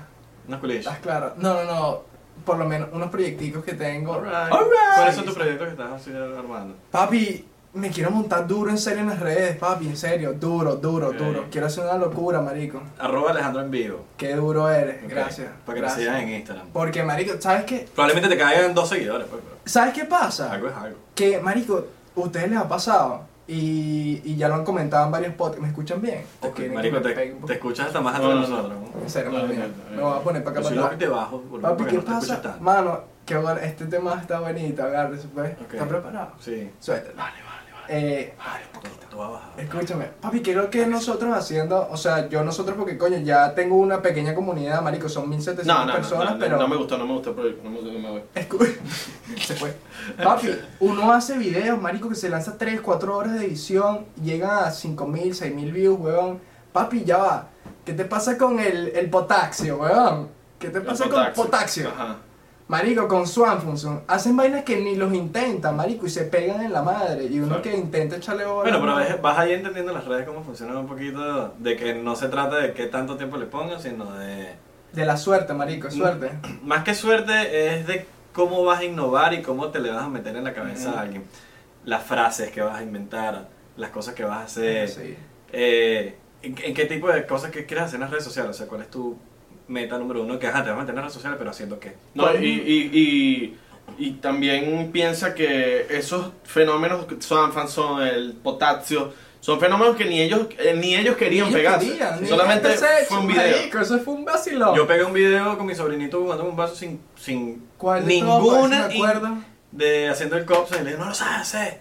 Speaker 3: Una culicha.
Speaker 2: ¿Estás Ah, claro? No, no, no. Por lo menos unos proyecticos que tengo.
Speaker 3: Alright.
Speaker 2: Alright.
Speaker 3: ¿Cuáles son tus proyectos que estás así armando?
Speaker 2: Papi, me quiero montar duro en serio en las redes, papi. En serio, duro, duro,
Speaker 3: Ok.
Speaker 2: duro. Quiero hacer una locura, marico.
Speaker 3: Arroba Alejandro en vivo.
Speaker 2: Qué duro eres.
Speaker 3: Ok.
Speaker 2: Gracias.
Speaker 3: Para que te
Speaker 2: gracias.
Speaker 3: sigas en Instagram.
Speaker 2: Porque, marico, ¿sabes qué?
Speaker 3: Probablemente te caigan dos seguidores, pues, pero
Speaker 2: ¿Sabes qué pasa?
Speaker 3: algo es algo.
Speaker 2: Que, marico, ustedes les ha pasado y, y ya lo han comentado en varios podcasts. ¿Me escuchan bien? ¿O
Speaker 3: Te-
Speaker 2: quieren que
Speaker 3: Marico,
Speaker 2: me
Speaker 3: te,
Speaker 2: pegue un
Speaker 3: te
Speaker 2: poco?
Speaker 3: escuchas hasta más atrás de
Speaker 4: No, no,
Speaker 3: nosotros.
Speaker 2: En serio,
Speaker 4: No,
Speaker 2: mano,
Speaker 4: no,
Speaker 2: mira,
Speaker 4: no,
Speaker 2: me
Speaker 4: no.
Speaker 2: voy a poner para
Speaker 3: Yo
Speaker 2: acá
Speaker 3: soy
Speaker 2: para
Speaker 3: lo que te
Speaker 2: atrás.
Speaker 3: bajo, boludo,
Speaker 2: Papi,
Speaker 3: para que
Speaker 2: ¿qué
Speaker 3: no te escuches
Speaker 2: pasa?
Speaker 3: tanto.
Speaker 2: Mano, que bueno, este tema está bonito, agárrese, pues.
Speaker 3: Ok.
Speaker 2: ¿Están preparados?
Speaker 3: Sí.
Speaker 2: Suéltalo.
Speaker 3: Vale, vale, vale.
Speaker 2: Eh,
Speaker 3: Tú- Tú vas a bajar.
Speaker 2: Escúchame, papi, creo que nosotros haciendo, o sea, yo nosotros porque coño, ya tengo una pequeña comunidad, marico, son 1700
Speaker 4: No, no, no,
Speaker 2: personas,
Speaker 4: no,
Speaker 2: pero
Speaker 4: no, no me gustó, no me gustó el proyecto, no me, no me voy.
Speaker 2: Escu- se fue. Papi, uno hace videos, marico, que se lanza 3, 4 horas de edición, llega a 5000, 6000 views, weón. Papi, ya va. ¿Qué te pasa con el, el potaxio, weón? ¿Qué te pasa con potaxio?
Speaker 4: Ajá.
Speaker 2: Marico, con Swanfunson. Hacen vainas que ni los intentan, marico, y se pegan en la madre. Y uno
Speaker 4: Claro.
Speaker 2: que intenta echarle bola.
Speaker 3: Bueno, pero vas- vas ahí entendiendo las redes cómo funcionan un poquito, de que no se trata de qué tanto tiempo le pongas, sino de...
Speaker 2: De la suerte, marico, suerte.
Speaker 3: Más que suerte es de cómo vas a innovar y cómo te le vas a meter en la cabeza a alguien. Las frases que vas a inventar, las cosas que vas a hacer,
Speaker 2: Sí.
Speaker 3: eh, en, en qué tipo de cosas que quieres hacer en las redes sociales, o sea, cuál es tu meta número uno, que ajá, te vas a meter en las redes sociales, pero haciendo qué.
Speaker 4: No, y, y, y, y también piensa que esos fenómenos, Swanfan, son el potasio, son fenómenos que ni ellos, eh, ni ellos querían
Speaker 2: Ellos
Speaker 4: pegarse.
Speaker 2: querían, ni
Speaker 4: Solamente
Speaker 2: gente se
Speaker 4: fue
Speaker 2: echa,
Speaker 4: un video.
Speaker 2: marico, eso fue un vacilón.
Speaker 3: Yo pegué un video con mi sobrinito jugando con un vaso sin, sin
Speaker 2: ¿Cuál de todos? Por
Speaker 3: ninguna
Speaker 2: eso me acuerdo.
Speaker 3: in- de haciendo el cops y le dije, no lo sabes hacer.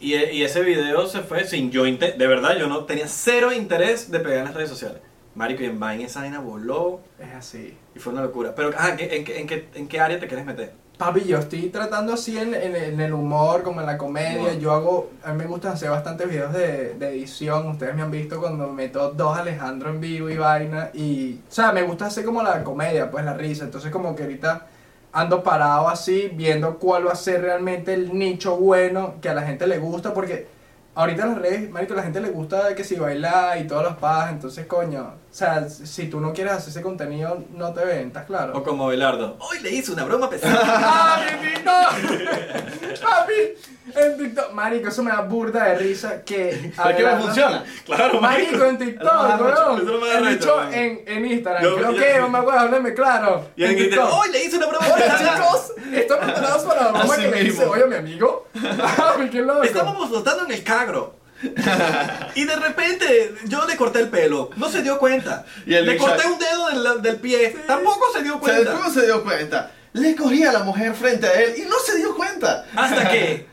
Speaker 3: Y, e- y ese video se fue sin yo inte- de verdad yo no tenía cero interés de pegar en las redes sociales. Marico y en Vine esa vaina voló
Speaker 2: Es así.
Speaker 3: y fue una locura. Pero ajá, ¿en qué- en, qué, en, qué, en qué área te quieres meter?
Speaker 2: Papi, yo estoy tratando así en, en- en el humor, como en la comedia.
Speaker 3: Bueno.
Speaker 2: Yo hago, a mí me gusta hacer bastantes videos de, de edición. Ustedes me han visto cuando meto dos Alejandro en vivo y vaina. Y, o sea, me gusta hacer como la comedia, pues la risa. Entonces, como que ahorita ando parado así, viendo cuál va a ser realmente el nicho bueno que a la gente le gusta. Porque ahorita en las redes, marico, a la gente le gusta que si baila y todas las pajas. Entonces, coño, o sea, si tú no quieres hacer ese contenido, no te ven, ¿estás claro?
Speaker 3: O como Belardo, hoy le hice una broma pesada.
Speaker 2: ¡Papi, no! ¡Papi! En TikTok. Marico, eso me da burda de risa que. a
Speaker 4: ¿Por qué me
Speaker 2: verdad-
Speaker 4: funciona?
Speaker 3: claro,
Speaker 2: Marico, en
Speaker 3: Eso
Speaker 2: TikTok,
Speaker 3: no me da recho, eso no
Speaker 2: weón.
Speaker 3: me da
Speaker 2: El
Speaker 3: recho,
Speaker 2: bicho
Speaker 3: weón.
Speaker 2: en, en Instagram.
Speaker 3: Yo-
Speaker 2: Creo
Speaker 3: yo-
Speaker 2: que, mamá, weón, háblame claro.
Speaker 3: y alguien grita,
Speaker 2: TikTok.
Speaker 3: hoy le hice una broma
Speaker 2: Hola
Speaker 3: pesada.
Speaker 2: chicos, estamos preparados para la broma
Speaker 4: Así
Speaker 2: que me
Speaker 4: mismo.
Speaker 2: dice hoy a mi amigo. Papi, qué loco.
Speaker 3: Estábamos flotando en el cagro. Y de repente yo le corté el pelo. No se dio cuenta.
Speaker 4: Y el
Speaker 3: le
Speaker 4: bicho-
Speaker 3: corté un dedo del, del pie. Tampoco se dio
Speaker 4: ¿Sabes
Speaker 3: cuenta.
Speaker 4: cómo se dio cuenta? Le cogí a la mujer frente a él y no se dio cuenta.
Speaker 3: Hasta que.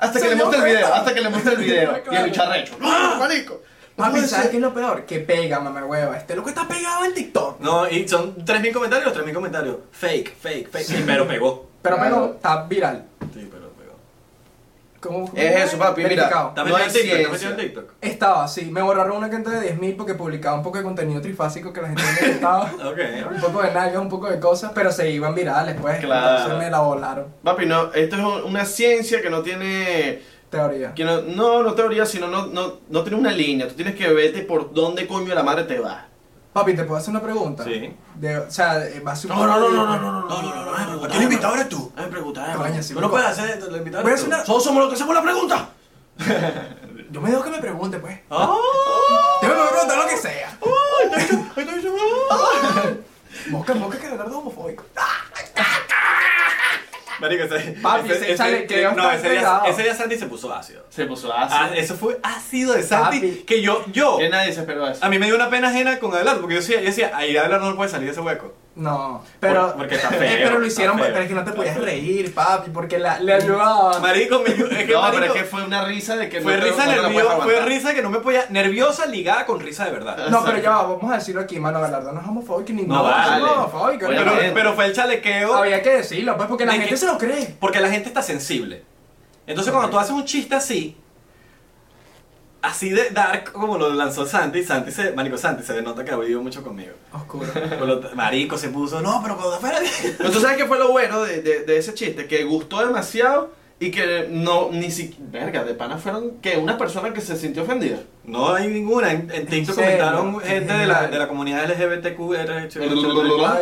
Speaker 4: Hasta
Speaker 2: ¿Se
Speaker 4: que le
Speaker 2: dio
Speaker 4: mostré el video,
Speaker 2: cuenta?
Speaker 4: hasta que le mostré el video.
Speaker 2: Claro.
Speaker 4: y el bicharrecho. ¡Ah, marico! No
Speaker 2: Papi,
Speaker 4: puede
Speaker 2: ¿sabes
Speaker 4: ser.
Speaker 2: qué es lo peor? Que pega, mamá, hueva. Este loco está pegado en TikTok.
Speaker 3: No, y son 3.000 comentarios, 3.000 comentarios. Fake, fake, fake. Pero pegó.
Speaker 2: Pero,
Speaker 4: Claro.
Speaker 2: menos está viral.
Speaker 3: Sí, pero pegó.
Speaker 2: ¿Cómo-
Speaker 4: Es eso, papi, mira.
Speaker 2: Verificado.
Speaker 3: ¿Estás metido
Speaker 4: No hay
Speaker 3: en TikTok? ¿Estás
Speaker 4: ciencia.
Speaker 3: metido en TikTok?
Speaker 2: Estaba, sí. Me borraron una cuenta de 10.000 porque publicaba un poco de contenido trifásico que la gente no le gustaba.
Speaker 3: Ok.
Speaker 2: un poco de nalgas, un poco de cosas, pero se iban virales, pues.
Speaker 4: Claro.
Speaker 2: Entonces me la volaron.
Speaker 4: Papi, no, esto es un- una ciencia que no tiene.
Speaker 2: Teoría.
Speaker 4: Que no, no, no teoría, sino no, no, no tiene una línea. Tú tienes que verte por dónde coño la madre te va.
Speaker 2: Papi, ¿te puedo hacer una pregunta?
Speaker 3: Sí.
Speaker 2: De- o sea, eh, va a ser un-
Speaker 3: No, no, no, no, no. ¿Quién invitado eres tú?
Speaker 4: Ay, pregunta,
Speaker 2: Coño, sí,
Speaker 3: Tú no puedes hacer el invitado.
Speaker 2: Voy a
Speaker 3: eres
Speaker 2: hacer
Speaker 3: tú.
Speaker 2: una-
Speaker 3: Todos somos los que hacemos la pregunta.
Speaker 2: Yo me dejo que me pregunte, pues.
Speaker 3: ¡Oh!
Speaker 2: Yo me voy a preguntar lo que sea.
Speaker 3: ¡Ay, estoy
Speaker 2: Mosca, mosca, que Leonardo es homofóbico.
Speaker 3: Marico, ese,
Speaker 2: Papi, ese- sale que ya
Speaker 3: no,
Speaker 2: está
Speaker 3: ese día,
Speaker 2: pegado.
Speaker 3: ese día Santi se puso ácido.
Speaker 4: Se puso
Speaker 3: Ah,
Speaker 4: ácido.
Speaker 3: eso fue ácido de Santi
Speaker 2: Papi.
Speaker 3: que yo, yo,
Speaker 4: Que nadie se esperó eso.
Speaker 3: Ah, a mí me dio una pena ajena con Adelardo, porque yo decía, yo decía, ahí Adelardo no puede salir de ese hueco.
Speaker 2: No, pero.
Speaker 3: Por- porque está feo,
Speaker 2: pero lo
Speaker 3: está
Speaker 2: hicieron,
Speaker 3: feo.
Speaker 2: pero es que no te podías reír, papi, porque la, le ayudaba.
Speaker 3: Marico, mi- es que marico,
Speaker 4: No, pero es que fue una risa de que
Speaker 3: fue
Speaker 4: no te-
Speaker 3: risa
Speaker 4: no te la puedes
Speaker 3: nerviosa, fue
Speaker 4: aguantar.
Speaker 3: risa que no me podía, nerviosa ligada con risa de verdad.
Speaker 2: No, pero ya va, vamos a decirlo aquí, mano, Galardo no es homofóbico ni
Speaker 3: No, vale.
Speaker 2: no es homofóbico.
Speaker 4: Oye,
Speaker 3: Pero,
Speaker 2: pero-
Speaker 4: bien.
Speaker 3: pero fue el chalequeo
Speaker 2: había que decirlo, pues, porque la
Speaker 3: De
Speaker 2: gente
Speaker 3: que-
Speaker 2: se lo cree.
Speaker 3: porque la gente está sensible. Entonces cuando tú haces un chiste así, así de dark como lo lanzó Santi, Santi se, marico, Santi se denota que ha vivido mucho conmigo.
Speaker 2: Oscuro.
Speaker 3: Con lo- Marico se puso, no, pero cuando fuera de...
Speaker 4: Pero tú sabes qué fue lo bueno de, de- de ese chiste, que gustó demasiado y que no, ni siquiera, verga, de pana fueron que una persona que se sintió ofendida.
Speaker 3: No hay ninguna. En, en TikTok
Speaker 2: serio?
Speaker 3: comentaron gente de la, de la comunidad LGBTQ.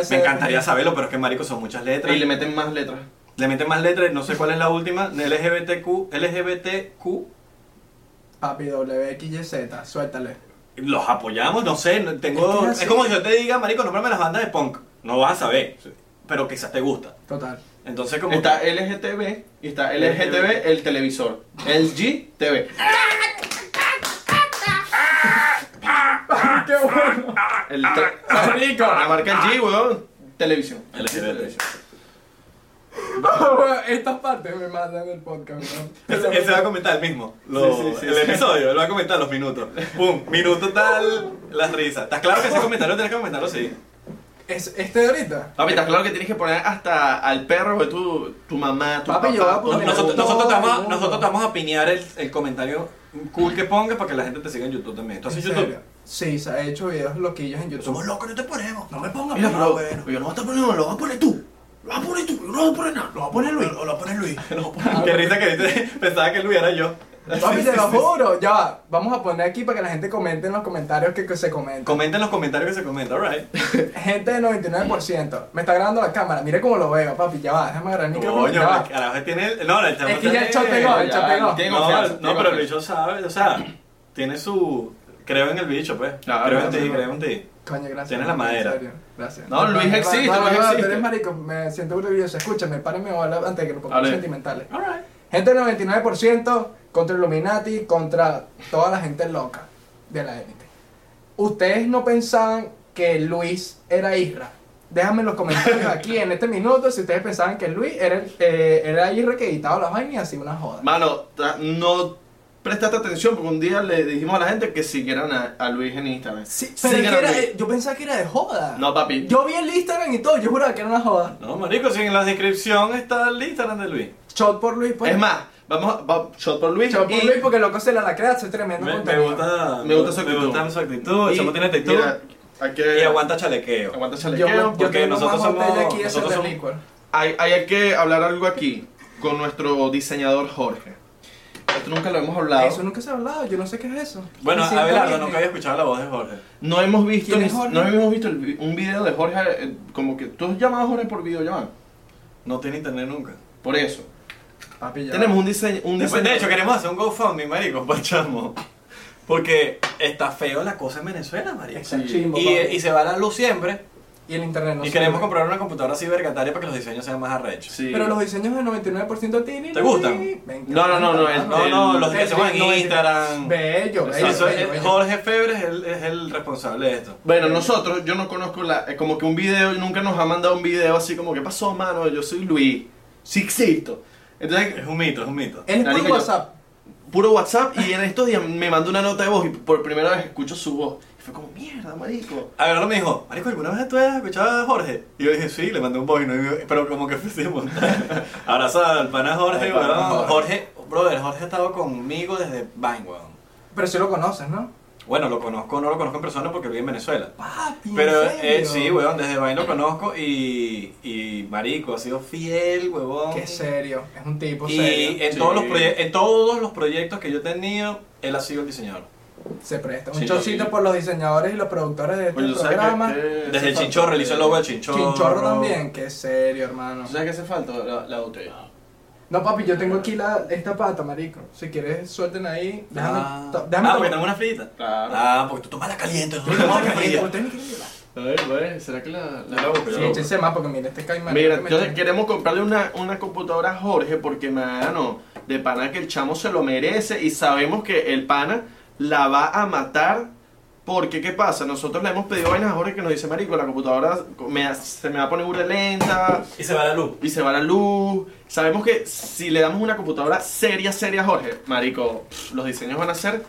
Speaker 3: Me encantaría saberlo, pero es que marico son muchas letras.
Speaker 4: Y le meten más letras.
Speaker 3: Le meten más letras, no sé cuál es la última. LGBTQ, LGBTQ.
Speaker 2: Papi, WXYZ, suéltale.
Speaker 3: Los apoyamos, no sé. no-
Speaker 2: Es
Speaker 3: Tengo,
Speaker 2: que
Speaker 3: es,
Speaker 2: es así.
Speaker 3: como si yo te diga, marico, nómbrame las bandas de punk. No vas a saber, pero quizás te gusta.
Speaker 2: Total.
Speaker 3: Entonces como
Speaker 4: Está
Speaker 3: que-
Speaker 4: LGTB y está LGTB el televisor. LG TV.
Speaker 2: Ah, ¡Qué bueno!
Speaker 4: El te- La marca G, weón. Televisión.
Speaker 3: LGBT.
Speaker 2: Estas partes me matan el podcast, ¿no?
Speaker 3: Ese, ese va a comentar el mismo. Lo- el episodio, lo va a comentar los minutos. Pum, minuto tal, las risas. ¿Estás claro que ese comentario tienes que comentarlo? Sí.
Speaker 2: Es, este de ahorita.
Speaker 4: Papi, está claro que tienes que poner hasta al perro de tu, tu mamá, tu
Speaker 2: Papi,
Speaker 4: papá.
Speaker 2: yo voy a
Speaker 4: tu-
Speaker 2: poner-
Speaker 3: Nosotros,
Speaker 2: No,
Speaker 3: nosotros, te vamos,
Speaker 2: no.
Speaker 3: a- nosotros te vamos a pinear el, el comentario cool que pongas para que la gente te siga en YouTube también.
Speaker 2: ¿En
Speaker 3: Entonces,
Speaker 2: serio?
Speaker 3: YouTube.
Speaker 2: Sí, se ha hecho videos loquillos en YouTube.
Speaker 3: Somos locos, no te ponemos.
Speaker 2: No me pongas
Speaker 4: Mira,
Speaker 2: pero
Speaker 4: pero
Speaker 2: bueno.
Speaker 4: yo no voy a estar poniendo, lo voy a poner tú. Lo vas a poner tú, yo no voy a poner nada.
Speaker 2: Lo va a poner Luis. Lo va a poner Luis.
Speaker 4: Ah,
Speaker 3: Qué risa que viste. Pensaba que Luis era yo.
Speaker 2: Papi, te lo juro. Ya va. Vamos a poner aquí para que la gente comente en los comentarios que, que se comenten.
Speaker 3: Comenta en los comentarios que se comenta, alright.
Speaker 2: Gente del 99%. Me está grabando la cámara. Mire cómo lo veo, papi. Ya va. Déjame agarrar el micrófono.
Speaker 3: Coño,
Speaker 2: ya va.
Speaker 3: a la vez tiene el. No, el chamo
Speaker 2: Es que ya el
Speaker 3: tiene-
Speaker 2: chavo pegó, el
Speaker 4: ya,
Speaker 2: chavo pegó.
Speaker 4: tiene
Speaker 3: No,
Speaker 4: confianza,
Speaker 3: no,
Speaker 4: tiene
Speaker 3: pero el
Speaker 4: confianza.
Speaker 3: bicho sabe, o sea, tiene su. Creo en el bicho, pues.
Speaker 4: Claro,
Speaker 3: creo en ti,
Speaker 2: claro.
Speaker 3: creo en ti.
Speaker 2: Coño, gracias.
Speaker 3: Tienes la
Speaker 2: papi, en
Speaker 3: madera.
Speaker 2: serio, Gracias.
Speaker 4: No, Luis
Speaker 2: Va,
Speaker 4: existe,
Speaker 2: va, va,
Speaker 4: Luis
Speaker 2: va,
Speaker 4: existe.
Speaker 2: Tú eres marico, me siento orgulloso. Escúchame, párenme bola antes de que nos pongamos
Speaker 4: Dale.
Speaker 2: sentimentales.
Speaker 3: Alright.
Speaker 2: Gente del 99% contra Illuminati, contra toda la gente loca de la élite. ¿Ustedes no pensaban que Luis era Isra? Déjame en los comentarios aquí en este minuto si ustedes pensaban que Luis era, el- eh, era Isra que editaba las vainas y hacía una joda.
Speaker 4: Mano, ta- no prestaste atención porque un día le dijimos a la gente que siguieran a, a Luis en Instagram.
Speaker 2: Sí, pero es
Speaker 4: Sigan
Speaker 2: que
Speaker 4: a
Speaker 2: era-
Speaker 4: Luis.
Speaker 2: eh, yo pensaba que era de joda.
Speaker 4: No, papi.
Speaker 2: Yo vi el Instagram y todo, yo juraba que era una joda.
Speaker 3: No, marico, si en la descripción está el Instagram de Luis.
Speaker 2: Shot por Luis, pues.
Speaker 4: es más, vamos a va- shot por Luis.
Speaker 2: Chao por
Speaker 4: y-
Speaker 2: Luis porque loco se la la crea, es tremendo
Speaker 3: Me, me
Speaker 2: contenido.
Speaker 3: gusta,
Speaker 4: Me gusta su
Speaker 3: Me
Speaker 4: actitud.
Speaker 3: gusta su actitud, el
Speaker 4: y-
Speaker 3: chamo tiene actitud
Speaker 4: mira, hay que-
Speaker 3: y aguanta chalequeo.
Speaker 4: Aguanta
Speaker 2: Yo,
Speaker 4: chalequeo.
Speaker 2: yo
Speaker 3: porque
Speaker 2: tengo
Speaker 3: nosotros
Speaker 2: más botella
Speaker 3: somos-
Speaker 2: aquí de
Speaker 3: nosotros
Speaker 2: Santa
Speaker 3: somos-
Speaker 2: Liquor.
Speaker 4: Hay, hay que hablar algo aquí con nuestro diseñador Jorge. Esto nunca lo hemos hablado.
Speaker 2: Eso nunca se ha hablado, yo no sé qué es eso.
Speaker 3: Bueno,
Speaker 2: Me siento
Speaker 3: Abelardo,
Speaker 2: bien.
Speaker 3: nunca había escuchado la voz de Jorge.
Speaker 4: No hemos visto,
Speaker 2: ¿Quién
Speaker 4: ni-
Speaker 2: es Jorge?
Speaker 4: no hemos visto el vi- un video de Jorge, eh, como que tú has llamado a Jorge por videollamada.
Speaker 3: No tiene internet nunca.
Speaker 4: Por eso.
Speaker 2: Papi, ya.
Speaker 4: Tenemos un diseño, un
Speaker 3: Después,
Speaker 4: diseño.
Speaker 3: de hecho, queremos hacer un GoFundMe, marico, para el chamo. Porque está feo la cosa en Venezuela, marico.
Speaker 2: Está chimbo,
Speaker 3: Y,
Speaker 2: papi.
Speaker 3: y se va la luz siempre.
Speaker 2: Y el internet no
Speaker 3: y
Speaker 2: sirve.
Speaker 3: queremos comprar una computadora así vergataria para que los diseños sean más arrechos.
Speaker 4: Sí.
Speaker 2: Pero los diseños del 99% tienen.
Speaker 3: ¿Te gustan?
Speaker 4: No, no, no, no, el-
Speaker 3: No, no, los
Speaker 2: el-
Speaker 3: que hacemos en
Speaker 2: no, el-
Speaker 3: Instagram.
Speaker 2: Bello, bello,
Speaker 3: Eso es-
Speaker 2: bello, bello.
Speaker 3: Jorge Febre es el, es el responsable de esto.
Speaker 4: Bueno, nosotros, yo no conozco la, eh, como que un video, nunca nos ha mandado un video así como, ¿qué pasó, mano? Yo soy Luis, sí existo. Entonces,
Speaker 3: Es un mito, es un mito.
Speaker 2: Él es por
Speaker 4: Narico, yo-
Speaker 2: WhatsApp.
Speaker 4: puro WhatsApp y en estos días me mandó una nota de voz y por primera vez escucho su voz. Y fue como, mierda, marico.
Speaker 3: A ver, me dijo, Marico, ¿alguna vez tú has escuchado a Jorge? Y yo dije, sí, le mandé un voice, ¿no? Y me- pero como que fuimos. Abrazo al pana Jorge,
Speaker 4: Al pana
Speaker 3: weón.
Speaker 4: Jorge.
Speaker 3: Jorge, brother, Jorge ha estado conmigo desde Vine, weón.
Speaker 2: Pero si lo conoces, ¿no?
Speaker 3: Bueno, lo conozco, no lo conozco en persona porque vive en Venezuela.
Speaker 2: Papi. ¿en
Speaker 3: Pero eh,
Speaker 2: serio?
Speaker 3: sí, weón, desde Vine lo conozco y, y Marico ha sido fiel, weón.
Speaker 2: Qué serio. Es un tipo
Speaker 3: Y
Speaker 2: serio.
Speaker 3: en, todos los
Speaker 4: Sí.
Speaker 3: proye- en todos los proyectos que yo he tenido, él ha sido el diseñador.
Speaker 2: Se presta. Un
Speaker 3: Sí,
Speaker 2: chocito
Speaker 3: papi.
Speaker 2: por los diseñadores y los productores de este
Speaker 4: Oye, ¿tú sabes
Speaker 2: programa.
Speaker 4: qué- qué hace
Speaker 3: Desde el
Speaker 4: falta?
Speaker 3: Chinchorro, él hizo el logo del Chinchorro.
Speaker 2: Chinchorro también. Qué serio, hermano.
Speaker 4: ¿Tú sabes qué hace falta? La, la botella.
Speaker 3: Ah,
Speaker 2: No, papi, yo tengo aquí la, esta pata, marico. Si quieres, suelten ahí. Déjame.
Speaker 3: Ah,
Speaker 2: to-
Speaker 3: ah,
Speaker 2: déjame
Speaker 3: porque
Speaker 2: tomar-
Speaker 3: tengo una frita.
Speaker 4: Claro.
Speaker 3: Ah, porque tú tomas la caliente, tú
Speaker 2: Yo
Speaker 3: no
Speaker 2: tengo
Speaker 3: tomas
Speaker 2: que
Speaker 3: la
Speaker 2: pedir,
Speaker 3: fría.
Speaker 2: ustedes me quieren llevar.
Speaker 4: A ver, güey, ¿será que la,
Speaker 3: Yo la busco,
Speaker 2: Sí,
Speaker 3: yo la busco.
Speaker 2: échense más porque mira este caimán.
Speaker 4: Mira,
Speaker 2: que me
Speaker 4: entonces
Speaker 2: está-
Speaker 4: queremos comprarle una, una computadora a Jorge porque, mano, de pana que el chamo se lo merece y sabemos que el pana la va a matar Porque, ¿qué pasa? Nosotros le hemos pedido vainas a Jorge que nos dice, marico, la computadora me ha- se me va a poner burda lenta
Speaker 7: Y se va la luz.
Speaker 4: y se va la luz. Sabemos que si le damos una computadora seria, seria a Jorge, marico, pff, los diseños van a ser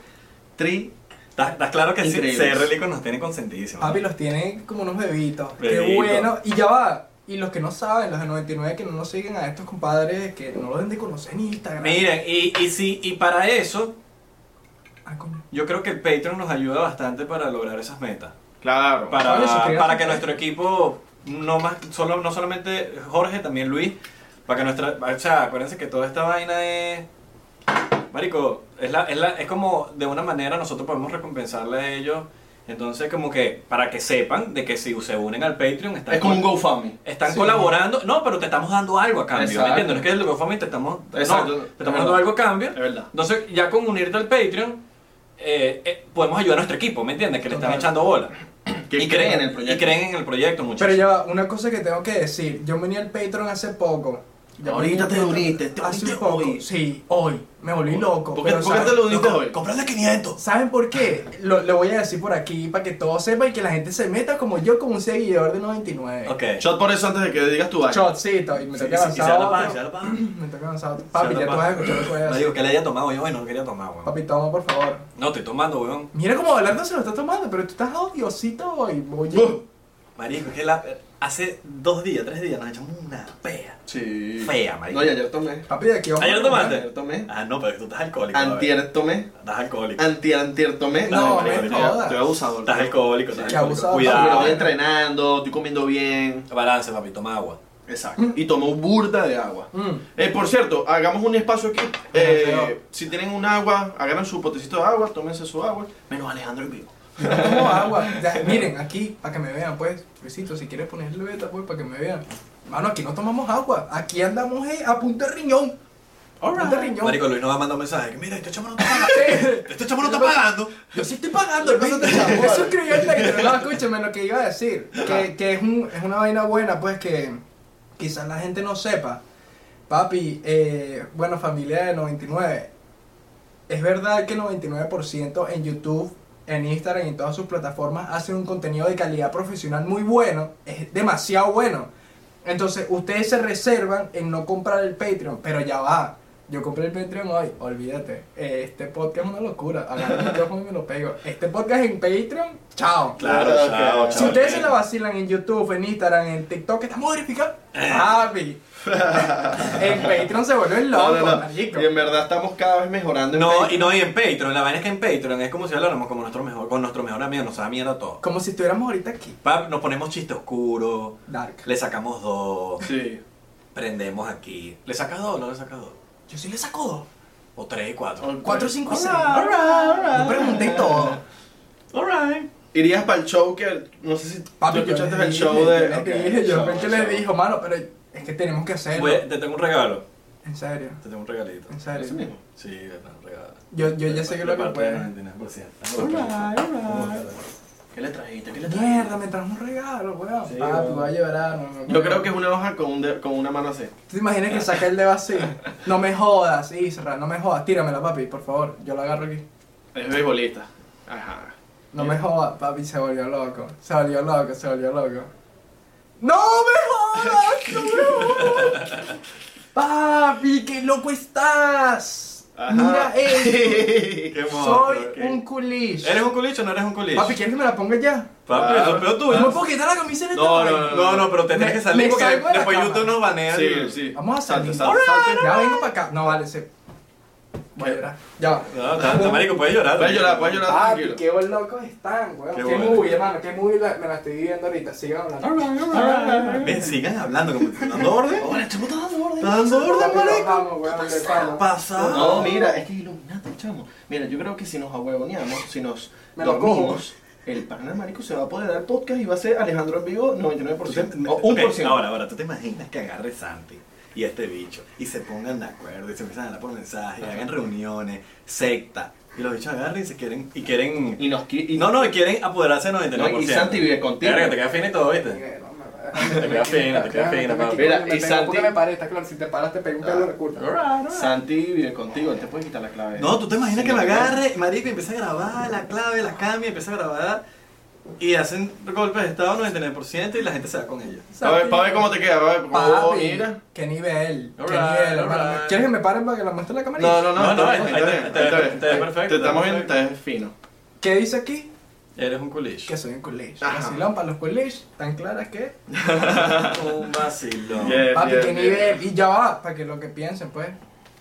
Speaker 4: tri...
Speaker 3: Estás estás claro que sí,
Speaker 4: Increíble.
Speaker 3: CR Lico nos tiene consentidísimos.
Speaker 2: Papi, los tiene como unos bebitos. Qué
Speaker 3: Bebito.
Speaker 2: bueno. Y ya va. Y los que no saben, los de 99 que no nos siguen a estos compadres que no los deben de conocer en Instagram.
Speaker 7: Miren, y, y, si, y para eso,
Speaker 2: Ah, coño.
Speaker 3: Yo creo que el Patreon nos ayuda bastante para lograr esas metas.
Speaker 4: Claro.
Speaker 3: Para,
Speaker 2: Oye, suscríbase.
Speaker 3: para que nuestro equipo, no, más, solo, no solamente Jorge, también Luis, para que nuestra... O sea, acuérdense que toda esta vaina es... Marico, es, la, es, la, es como de una manera nosotros podemos recompensarle a ellos. Entonces, como que para que sepan de que si se unen al Patreon, están,
Speaker 4: Es como un
Speaker 3: col-
Speaker 4: GoFundMe.
Speaker 3: están
Speaker 2: Sí.
Speaker 3: colaborando. No, pero te estamos dando algo a cambio. ¿Me
Speaker 4: Exacto.
Speaker 3: entiendes? No es que lo que fue a mí te estamos, no,
Speaker 4: Exacto.
Speaker 3: te estamos dando algo a cambio.
Speaker 4: Es verdad.
Speaker 3: Entonces, ya con unirte al Patreon, eh, eh, podemos ayudar a nuestro equipo, ¿me entiendes? Que le están echando bola.
Speaker 4: Que
Speaker 3: y
Speaker 4: creen en el proyecto.
Speaker 3: Y creen en el proyecto, muchachos.
Speaker 2: Pero ya va, una cosa que tengo que decir. Yo me uní al Patreon hace poco. Ya me
Speaker 4: Ahorita
Speaker 2: uní al
Speaker 4: te
Speaker 2: Patreon
Speaker 4: uniste, te
Speaker 2: hace
Speaker 4: uniste
Speaker 2: poco.
Speaker 4: hoy.
Speaker 2: Sí, hoy. Me volví loco.
Speaker 4: ¿Por qué,
Speaker 2: pero
Speaker 4: por qué
Speaker 2: ¿sabes?
Speaker 4: te lo dices hoy?
Speaker 3: ¡Comprale 500!
Speaker 2: ¿Saben por qué? Lo, lo voy a decir por aquí para que todos sepan y que la gente se meta como yo, como un seguidor de 99.
Speaker 3: Ok.
Speaker 4: Shot por eso antes de que digas tu vaina.
Speaker 2: Shotcito. Y me
Speaker 3: Sí,
Speaker 2: toca
Speaker 3: sí, sí, se da
Speaker 2: avanzar
Speaker 3: la paja,
Speaker 2: otro.
Speaker 3: se da la paja.
Speaker 2: Me toca avanzar otro. Papi,
Speaker 3: Se
Speaker 2: ya
Speaker 3: da
Speaker 2: tú
Speaker 3: la
Speaker 2: vas a
Speaker 3: paja.
Speaker 2: escuchar lo que voy a
Speaker 3: No
Speaker 2: decir.
Speaker 3: digo que le haya tomado, yo, bueno, no quería tomar, weón.
Speaker 2: Papi, toma, por favor.
Speaker 3: No, estoy tomando, weón.
Speaker 2: Mira cómo Abelardo se lo está tomando, pero tú estás odiosito hoy, oye.
Speaker 4: Uh.
Speaker 3: Marico, es que la, hace dos días, tres días nos echamos una pea.
Speaker 4: Sí.
Speaker 3: Fea, marico.
Speaker 4: No, y ayer tomé.
Speaker 2: Papi, de aquí vamos.
Speaker 3: ¿Ayer
Speaker 2: a-
Speaker 3: tomaste?
Speaker 4: Ayer tomé.
Speaker 3: Ah, no, pero tú estás alcohólico. a
Speaker 4: Antier tomé.
Speaker 3: ver. Estás alcohólico.
Speaker 4: Antier, antier tomé.
Speaker 2: No,
Speaker 4: marico,
Speaker 2: me
Speaker 4: estoy-
Speaker 2: jodas.
Speaker 4: Estoy abusador.
Speaker 3: Estás alcohólico, estás
Speaker 2: Qué
Speaker 3: alcohólico.
Speaker 2: abusado.
Speaker 4: Pero
Speaker 3: Cuidado.
Speaker 4: estoy entrenando, estoy comiendo bien.
Speaker 3: Balance, papi, toma agua.
Speaker 4: Exacto. Y tomo burda de agua.
Speaker 2: Mm.
Speaker 4: Eh, por cierto, hagamos un espacio aquí. Eh,
Speaker 2: Ajá, sí.
Speaker 4: si tienen un agua, agarran su potecito de agua, tómense su agua. Menos Alejandro en vivo.
Speaker 2: Yo no tomo agua. Ya, miren, aquí, para que me vean, pues. Luisito, si quieres ponerle beta, pues, para que me vean. Mano, aquí no tomamos agua. Aquí andamos eh, a punto de riñón. A punto de riñón.
Speaker 3: Marico, Luis nos va mandando mensajes. que, Mira, este chamo no está pagando.
Speaker 2: Sí.
Speaker 3: Este chamo no está pagando.
Speaker 2: Yo sí estoy pagando, el paso te chamo. Eso escribió el negro. No, escúchame lo que iba a decir. Que, que es, un, es una vaina buena, pues, que quizás la gente no sepa. Papi, eh, bueno, familia de 99. Es verdad que el 99% en YouTube, en Instagram y en todas sus plataformas hacen un contenido de calidad profesional muy bueno. Es demasiado bueno. Entonces, ustedes se reservan en no comprar el Patreon, pero ya va. Yo compré el Patreon hoy, olvídate. Eh, Este podcast es una locura. Agarro el micrófono y me lo pego. Este podcast en Patreon, chao.
Speaker 3: Claro,
Speaker 4: Claro,
Speaker 3: chao,
Speaker 4: que-
Speaker 3: chao.
Speaker 2: Si ustedes
Speaker 3: chao.
Speaker 2: se la vacilan en YouTube, en Instagram, en TikTok, que estamos verificados, papi. en Patreon se vuelven
Speaker 4: No,
Speaker 2: locos,
Speaker 4: no, no.
Speaker 2: marico.
Speaker 4: Y en verdad estamos cada vez mejorando. en
Speaker 3: No,
Speaker 4: Facebook.
Speaker 3: y no, y en Patreon, la vaina es que en Patreon es como si habláramos como nuestro mejor, con nuestro mejor amigo, nos da mierda todo.
Speaker 2: Como si estuviéramos ahorita aquí.
Speaker 3: Pap, nos ponemos chiste oscuro,
Speaker 2: Dark.
Speaker 3: le sacamos dos,
Speaker 4: Sí.
Speaker 3: prendemos aquí. ¿Le sacas dos o no le sacas dos?
Speaker 2: Yo sí le saco dos.
Speaker 3: O tres y cuatro.
Speaker 2: 4, 5, 6.
Speaker 4: Alright,
Speaker 2: No pregunté todo.
Speaker 3: Alright.
Speaker 4: Irías para el show que. No sé si
Speaker 2: Papi,
Speaker 4: tú escuchaste
Speaker 2: yo les
Speaker 4: el
Speaker 2: dije,
Speaker 4: show de.
Speaker 2: Yo les
Speaker 4: Ok,
Speaker 2: dije, yo
Speaker 4: show,
Speaker 2: fue que
Speaker 4: show.
Speaker 2: les dijo, mano, pero es que tenemos que hacerlo.
Speaker 3: Voy- te tengo un regalo.
Speaker 2: En serio,
Speaker 3: Te tengo un regalito.
Speaker 2: en serio.
Speaker 4: Ese mismo.
Speaker 3: Sí, un regalo.
Speaker 2: Yo, yo ya sé que lo que puedo.
Speaker 4: ¿Qué le trajiste? ¿Qué le trajiste?
Speaker 2: Mierda, me trajo un regalo, weón.
Speaker 3: Sí,
Speaker 2: Papi,
Speaker 3: weón.
Speaker 2: voy a llorar. no, no,
Speaker 4: Yo creo que es una hoja con, un de- con una mano así.
Speaker 2: ¿Tú te imaginas que saca el dedo así? No me jodas, Isra, no me jodas. Tíramela, papi, por favor. Yo la agarro aquí.
Speaker 4: Es beisbolista. Ajá.
Speaker 2: No me jodas, papi, se volvió loco. Se volvió loco, se volvió loco. ¡No me jodas! ¡No me jodas! Papi, qué loco estás.
Speaker 4: Ajá.
Speaker 2: Mira esto.
Speaker 3: Qué
Speaker 2: Soy
Speaker 3: monstruo, ok.
Speaker 2: un culish.
Speaker 3: ¿Eres un culicho o no eres un culicho?
Speaker 2: Papi, ¿quieres que me la ponga ya?
Speaker 3: Papi, eso es peor tuyo.
Speaker 2: No me puedo quitar la camisa en esta
Speaker 4: No, no,
Speaker 2: vaina.
Speaker 3: ¿eh? No, no, pero te
Speaker 2: Me-
Speaker 3: tienes que salir
Speaker 2: me
Speaker 3: porque
Speaker 2: salgo de la
Speaker 3: después
Speaker 2: cama.
Speaker 3: YouTube nos banea.
Speaker 4: Sí,
Speaker 3: el-
Speaker 4: sí.
Speaker 2: Vamos a
Speaker 4: Salte,
Speaker 2: salir.
Speaker 4: salte, salte.
Speaker 2: Ya vengo para acá. No, vale, se... Voy a llorar. Ya va.
Speaker 3: No, está- está, marico, puedes llorar.
Speaker 4: Puedes llorar, puedes llorar
Speaker 2: Papi,
Speaker 4: tranquilo.
Speaker 2: Ah, qué buen locos están, weón.
Speaker 3: Qué
Speaker 2: Qué,
Speaker 3: bueno.
Speaker 2: movie, hermano. Qué movie la- me la estoy viviendo ahorita. Sigan hablando.
Speaker 3: Ven, sigan hablando como dando orden. Ahora, chamo, estás dando orden. Estás dando orden,
Speaker 2: Papi, nos
Speaker 3: marico.
Speaker 2: vamos, weón. de pana.
Speaker 3: Pasado.
Speaker 4: No, mira, es que es iluminante, chamo. Mira, yo creo que si nos ahuevoneamos, si nos
Speaker 2: Me lo
Speaker 4: dormimos, el pana marico se va a poder dar podcast y va a ser Alejandro en vivo 99%. O eh, un
Speaker 3: Ok,
Speaker 4: por ciento.
Speaker 3: Ahora, ahora, ¿tú te imaginas que agarre Santi y este bicho y se pongan de acuerdo y se empiezan a hablar por mensaje, y hagan reuniones, secta? Y los bichos agarran y se quieren. Y quieren
Speaker 4: Y nos qui- y
Speaker 3: no, no, y quieren apoderarse del 99%.
Speaker 4: No, y Santi vive contigo.
Speaker 3: Verga, te queda fino y todo, ¿viste?
Speaker 2: Miguel, hombre,
Speaker 3: Te queda fina, te queda fina, papi.
Speaker 4: Mira,
Speaker 8: Mira,
Speaker 4: y
Speaker 8: y
Speaker 4: Santi-
Speaker 8: Porque me paré, está claro, si te paras te pego un pelo de recurso.
Speaker 4: Santi vive contigo, él te puede quitar la clave.
Speaker 3: No, tú te imaginas que me
Speaker 4: Sí,
Speaker 3: agarre, marico, y empieza a grabar la clave, la cambia, empieza a grabar y hacen golpes de estado 99% y la gente se va con ella.
Speaker 4: A ver, para ver cómo te queda, para ver cómo
Speaker 2: Papi,
Speaker 4: mira.
Speaker 2: qué nivel, qué
Speaker 3: Alright,
Speaker 2: nivel, hermano.
Speaker 3: alright.
Speaker 2: ¿Quieres que me paren para que la muestre la camarita?
Speaker 4: No, no,
Speaker 3: No,
Speaker 4: no,
Speaker 3: no,
Speaker 4: está bien,
Speaker 3: ahí te-
Speaker 4: está bien,
Speaker 3: te-
Speaker 4: está
Speaker 3: te-
Speaker 4: bien.
Speaker 3: te- perfecto,
Speaker 4: Te estamos viendo,
Speaker 3: perfecto.
Speaker 4: te ves fino.
Speaker 2: ¿Qué dice aquí?
Speaker 3: Eres un culish.
Speaker 2: Que soy un college.
Speaker 4: Ajá.
Speaker 2: Así para los college, tan claras que...
Speaker 3: Un vacilón.
Speaker 4: Bien,
Speaker 2: Papi,
Speaker 4: bien,
Speaker 2: qué
Speaker 4: bien.
Speaker 2: nivel. Y ya va, para que lo que piensen, pues,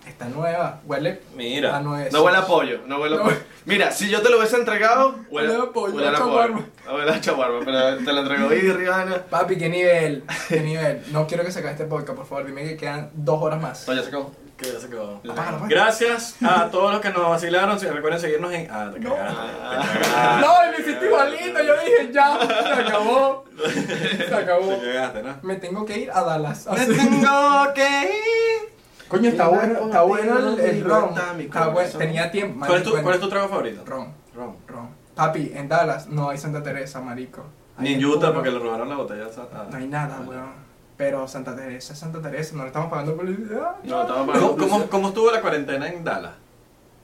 Speaker 2: está nueva, huele
Speaker 3: Mira,
Speaker 2: a nueve.
Speaker 4: No huele a pollo, no huele a
Speaker 2: No.
Speaker 4: pollo. Mira, si yo te lo hubiese entregado, huele,
Speaker 2: Huele a pollo,
Speaker 4: huele
Speaker 2: a
Speaker 4: a
Speaker 2: chaguarma.
Speaker 4: pollo. Huele a chaguarma, pero te lo entregó y Rihanna.
Speaker 2: Papi, qué nivel, qué nivel. No quiero que se acabe este podcast, por favor, dime que quedan dos horas más.
Speaker 4: No, ya se acabó.
Speaker 3: que ya se acabó.
Speaker 2: Apágalo, pues.
Speaker 3: Gracias a todos los que nos vacilaron. Se- Recuerden seguirnos en. Ah, te
Speaker 2: No.
Speaker 3: cagaste, te cagaste.
Speaker 2: No, me hiciste igualito, yo dije ya, se acabó, se acabó. Ah,
Speaker 3: Te cagaste, ¿no?
Speaker 2: Me tengo que ir a Dallas.
Speaker 3: Me
Speaker 2: Así.
Speaker 3: tengo que ir.
Speaker 2: Coño, está bueno, está bueno el, el ron.
Speaker 4: libertad, mi
Speaker 2: Está bueno,
Speaker 4: corazón.
Speaker 2: tenía tiempo.
Speaker 3: ¿Cuál es, tu,
Speaker 2: marico,
Speaker 3: ¿Cuál es tu trago favorito?
Speaker 2: Ron,
Speaker 3: Ron.
Speaker 2: ron. Papi, en Dallas no hay Santa Teresa, marico. Ahí
Speaker 3: Ni en
Speaker 2: es
Speaker 3: Utah
Speaker 2: puro-
Speaker 3: porque le robaron la botella. a- a-
Speaker 2: No hay nada, weón. Pero Santa Teresa, Santa Teresa, no le estamos pagando publicidad.
Speaker 4: No, estamos para
Speaker 3: ¿Cómo, cómo, cómo estuvo la cuarentena en Dallas?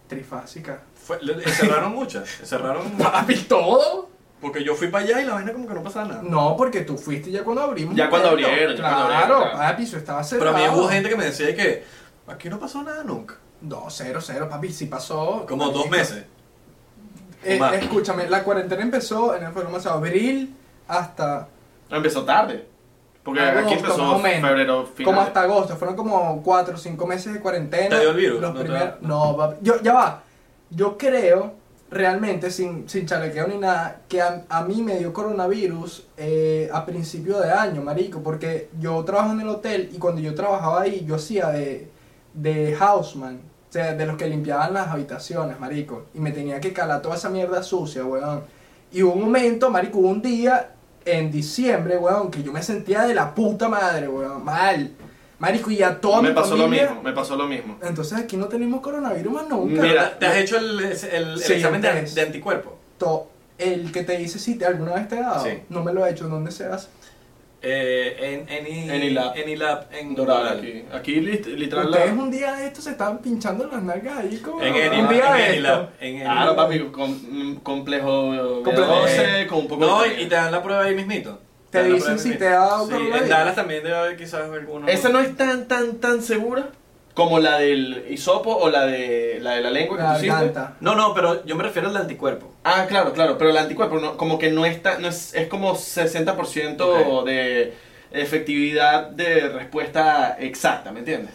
Speaker 2: Trifásica.
Speaker 3: Fue, le- le- cerraron muchas. Cerraron.
Speaker 2: ¿Papi, todo?
Speaker 3: Porque yo fui para allá y la vaina como que no pasaba nada.
Speaker 2: No, porque tú fuiste ya cuando abrimos.
Speaker 4: Ya cuando
Speaker 2: Bueno,
Speaker 4: abrieron, ya cuando
Speaker 2: Claro,
Speaker 4: abrieron, claro.
Speaker 2: papi, eso estaba
Speaker 3: Pero
Speaker 2: cerrado.
Speaker 3: a mí hubo gente que me decía que aquí no pasó nada nunca.
Speaker 2: No, cero, cero, papi, sí pasó.
Speaker 3: Como dos
Speaker 2: Marico.
Speaker 3: meses.
Speaker 2: Eh,
Speaker 3: Más.
Speaker 2: escúchame, la cuarentena empezó en el fue más abril hasta
Speaker 4: Empezó tarde. Porque
Speaker 2: Agosto,
Speaker 4: aquí
Speaker 2: más o
Speaker 4: empezó
Speaker 2: menos.
Speaker 4: febrero, final.
Speaker 2: Como hasta agosto, fueron como 4 o 5 meses de cuarentena.
Speaker 3: ¿Te dio el virus?
Speaker 2: Los
Speaker 3: No te
Speaker 2: primer-
Speaker 3: da-
Speaker 2: No, papi. Yo, ya va. Yo creo, realmente, sin, sin chalequeo ni nada, que a, a mí me dio coronavirus eh, a principio de año, marico, porque yo trabajo en el hotel y cuando yo trabajaba ahí, yo hacía de, de houseman, o sea, de los que limpiaban las habitaciones, marico, y me tenía que calar toda esa mierda sucia, weón. Y hubo un momento, marico, hubo un día en diciembre, weón, que yo me sentía de la puta madre, weón, mal. Marico, y a toda
Speaker 4: Me
Speaker 2: mi
Speaker 4: pasó lo
Speaker 2: familia-
Speaker 4: mismo, me pasó lo mismo.
Speaker 2: Entonces aquí no tenemos coronavirus más nunca.
Speaker 4: Mira,
Speaker 3: ¿Te has hecho el, el- el
Speaker 2: Sí,
Speaker 3: examen de,
Speaker 2: antes.
Speaker 3: de anticuerpo?
Speaker 2: To- el que te dice si te, alguna vez te ha dado,
Speaker 3: Sí.
Speaker 2: no me lo he hecho, ¿dónde se hace?
Speaker 3: Eh, en, en, I-
Speaker 4: En ILAB.
Speaker 3: En ILAB, en
Speaker 4: Dorada
Speaker 3: Doral.
Speaker 4: aquí. Aquí lit- literal.
Speaker 2: Ustedes
Speaker 4: la-
Speaker 2: un día de estos se estaban pinchando las nalgas ahí como...
Speaker 3: En
Speaker 2: un
Speaker 3: Enilab.
Speaker 2: día
Speaker 3: En
Speaker 2: de
Speaker 3: Enilab.
Speaker 2: estos.
Speaker 3: En
Speaker 4: Claro,
Speaker 3: Enilab.
Speaker 4: Ah, papi, con, mm, complejo.
Speaker 2: Complejo. eh.
Speaker 4: B12, con un poco
Speaker 3: No,
Speaker 4: de.
Speaker 3: y, y te dan la prueba ahí mismito.
Speaker 2: Te
Speaker 3: dan la
Speaker 2: dicen
Speaker 3: prueba
Speaker 2: si
Speaker 3: ahí
Speaker 2: te ha dado
Speaker 3: mismito. Sí,
Speaker 2: coronavirus.
Speaker 3: en Dallas también debe haber quizás alguno.
Speaker 4: Esa no es tan, tan, tan segura como la del hisopo o la de la, de la lengua que
Speaker 2: La
Speaker 4: pusiste.
Speaker 2: garganta.
Speaker 3: No, no, pero yo me refiero al de anticuerpo.
Speaker 4: Ah, claro, claro, pero el anticuerpo no- como que no está, no es, es como 60%
Speaker 3: Ok.
Speaker 4: de efectividad de respuesta exacta, ¿me entiendes?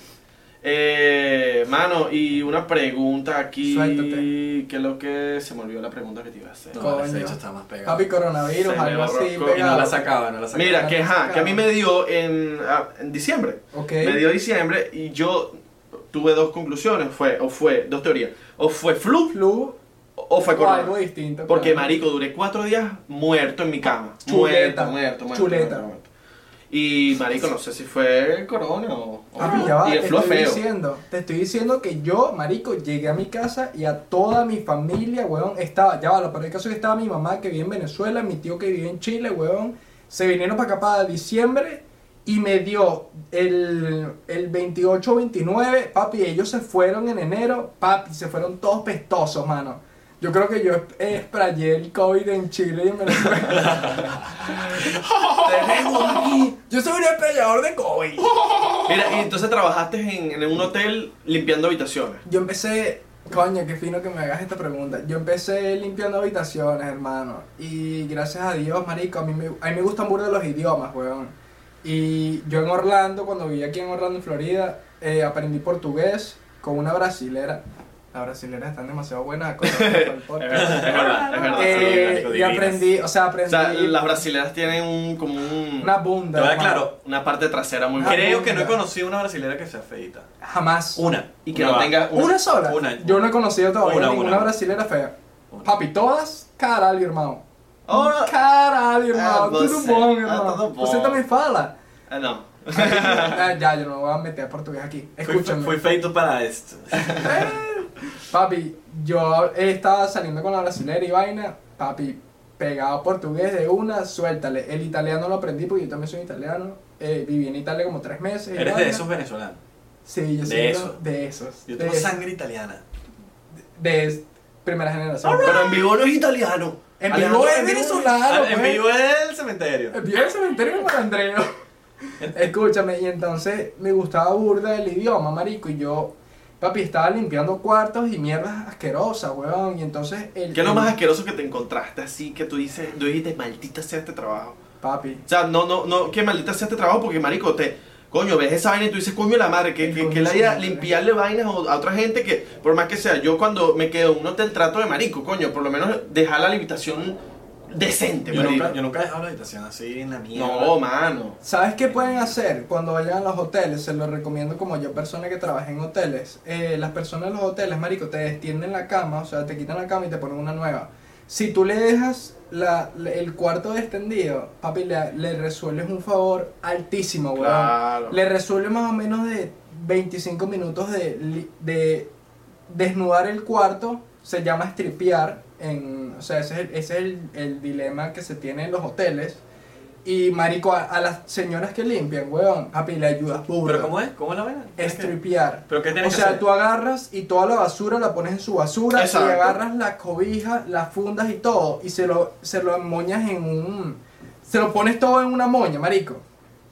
Speaker 4: Eh, mano, y una pregunta aquí.
Speaker 2: Suéltate.
Speaker 4: Que lo que se me olvidó la pregunta que te iba a hacer.
Speaker 2: Coño.
Speaker 3: ese bicho está más pegado.
Speaker 2: Papi, coronavirus,
Speaker 4: Se me
Speaker 2: algo así,
Speaker 4: borró,
Speaker 2: pegado.
Speaker 3: y no la sacaba, no la sacaba.
Speaker 4: Mira, que, ajá,
Speaker 2: Sacado.
Speaker 4: que a mí me dio en, ah, en diciembre.
Speaker 2: Ok.
Speaker 4: Me dio diciembre y yo tuve dos conclusiones, fue, o fue, dos teorías. O fue flu
Speaker 2: Flu
Speaker 4: o fue
Speaker 2: o
Speaker 4: corona.
Speaker 2: algo distinto.
Speaker 4: Porque,
Speaker 2: claro.
Speaker 4: marico, duré cuatro días muerto en mi cama.
Speaker 2: Chuleta.
Speaker 4: Muerto, muerto, muerto.
Speaker 2: Chuleta.
Speaker 4: muerto, muerto. Y, marico, no sé si fue corona o... o
Speaker 2: Papi, Ah,
Speaker 4: flu.
Speaker 2: pues, ya va,
Speaker 4: y el
Speaker 2: te
Speaker 4: flu es
Speaker 2: estoy
Speaker 4: feo.
Speaker 2: diciendo, te estoy diciendo que yo, marico, llegué a mi casa y a toda mi familia, weón, estaba, ya va, lo peor del caso es que estaba mi mamá que vive en Venezuela, mi tío que vive en Chile, weón, se vinieron para acá para diciembre y me dio el, el 28 29, papi, ellos se fueron en enero, papi, se fueron todos pestosos, mano. Yo creo que yo eh, sprayé el COVID en Chile y en Venezuela.
Speaker 4: Tenemos aquí.
Speaker 2: yo soy un esprayador de COVID.
Speaker 4: Mira, y entonces trabajaste en, en un hotel limpiando habitaciones.
Speaker 2: Yo empecé, coño, qué fino que me hagas esta pregunta. Yo empecé limpiando habitaciones, hermano. Y gracias a Dios, marico, a mí me, a mí me gustan burda los idiomas, weón. Y yo en Orlando, cuando viví aquí en Orlando, en Florida, eh, aprendí portugués con una brasilera. Las brasileras están demasiado buenas. con- con el
Speaker 4: Es
Speaker 2: podcast.
Speaker 4: verdad, es verdad, es verdad.
Speaker 2: Eh,
Speaker 3: marico,
Speaker 2: y
Speaker 3: divinas.
Speaker 2: aprendí, o sea,
Speaker 4: O
Speaker 2: aprendí
Speaker 4: sea, las brasileras tienen un, como un...
Speaker 2: una
Speaker 3: Te
Speaker 2: bunda.
Speaker 3: voy a dar
Speaker 2: hermano.
Speaker 3: claro.
Speaker 4: una parte trasera muy...
Speaker 2: Ah,
Speaker 3: Creo que
Speaker 2: mira.
Speaker 3: no he conocido una brasilera que sea feita.
Speaker 2: Jamás.
Speaker 3: Una.
Speaker 4: y que
Speaker 3: Una
Speaker 4: no
Speaker 3: va.
Speaker 4: tenga...
Speaker 2: ¿Una, sola?
Speaker 3: una.
Speaker 2: Yo no he conocido todavía
Speaker 3: Una,
Speaker 2: ninguna
Speaker 3: una.
Speaker 2: brasilera fea.
Speaker 3: Una.
Speaker 2: Papi, todas caralho, irmão.
Speaker 4: Ora-
Speaker 2: Oh, Caralho, irmão.
Speaker 4: Oh, Ah,
Speaker 2: tudo
Speaker 4: você.
Speaker 2: bom,
Speaker 4: Ah,
Speaker 2: irmão.
Speaker 4: tudo bom.
Speaker 2: Você também fala?
Speaker 4: Ah, no.
Speaker 2: Ah, ya, yo no me voy a meter a portugués aquí.
Speaker 3: Fui,
Speaker 2: Escúchame.
Speaker 3: fui feito para esto.
Speaker 2: eh, Papi, yo estaba saliendo con la brasilera y vaina. Papi, pegado portugués de una, suéltale. El italiano lo aprendí porque yo también soy italiano. Eh, viví en Italia como tres meses. y
Speaker 3: Eres de
Speaker 2: vaina.
Speaker 3: esos venezolanos.
Speaker 2: Sí, yo
Speaker 3: de
Speaker 2: soy de
Speaker 3: esos.
Speaker 2: De esos.
Speaker 3: Yo
Speaker 2: de
Speaker 3: tengo
Speaker 2: esos.
Speaker 3: sangre italiana.
Speaker 2: De es- primera generación.
Speaker 4: Pero en vivo no es italiano.
Speaker 2: En
Speaker 4: Alejandro
Speaker 2: vivo es
Speaker 4: en vivo-
Speaker 2: venezolano,
Speaker 4: Ah, En
Speaker 2: pues.
Speaker 4: vivo es el cementerio.
Speaker 2: Vio el cementerio con Andreo. Escúchame, y entonces me gustaba burda el idioma, marico, y yo, papi, estaba limpiando cuartos y mierdas asquerosas, weón, y entonces... El,
Speaker 4: ¿Qué es lo
Speaker 2: el-
Speaker 4: más asqueroso que te encontraste así que tú dices, tú dijiste, maldita sea este trabajo?
Speaker 2: Papi,
Speaker 4: O sea, no, no, no, que maldita sea este trabajo porque, marico, te, coño, ves esa vaina y tú dices, coño, la madre, que,
Speaker 2: El
Speaker 4: que,
Speaker 2: coño
Speaker 4: que la
Speaker 2: de su
Speaker 4: idea,
Speaker 2: madre.
Speaker 4: limpiarle vainas o- a otra gente que, por más que sea, yo cuando me quedo en un hotel trato de marico, coño, por lo menos dejar la limitación decente,
Speaker 3: Yo
Speaker 4: marico.
Speaker 3: nunca, yo nunca he dejado la habitación así en la mierda.
Speaker 4: no, mano.
Speaker 2: ¿sabes qué pueden hacer cuando vayan a los hoteles? Se lo recomiendo como yo, persona que trabaja en hoteles. Eh, las personas en los hoteles, marico, te destienden la cama, o sea, te quitan la cama y te ponen una nueva. Si tú le dejas la, le- el cuarto extendido, papi, le, le resuelves un favor altísimo, weón.
Speaker 4: Claro.
Speaker 2: Le resuelve más o menos de 25 minutos de, li- de desnudar el cuarto. Se llama estripear. En, o sea, ese es, el, ese es el- el dilema que se tiene en los hoteles. Y marico, a, a las señoras que limpian, weón, papi, le ayudas burda.
Speaker 3: ¿Pero cómo es? ¿Cómo es la vaina?
Speaker 2: Estripear.
Speaker 3: ¿Pero qué
Speaker 2: O
Speaker 3: tienes que
Speaker 2: sea,
Speaker 3: hacer?
Speaker 2: tú agarras y toda la basura la pones en su basura
Speaker 4: Exacto.
Speaker 2: y agarras la cobija, las fundas y todo y se lo, se lo moñas en un... Se lo pones todo en una moña, marico. O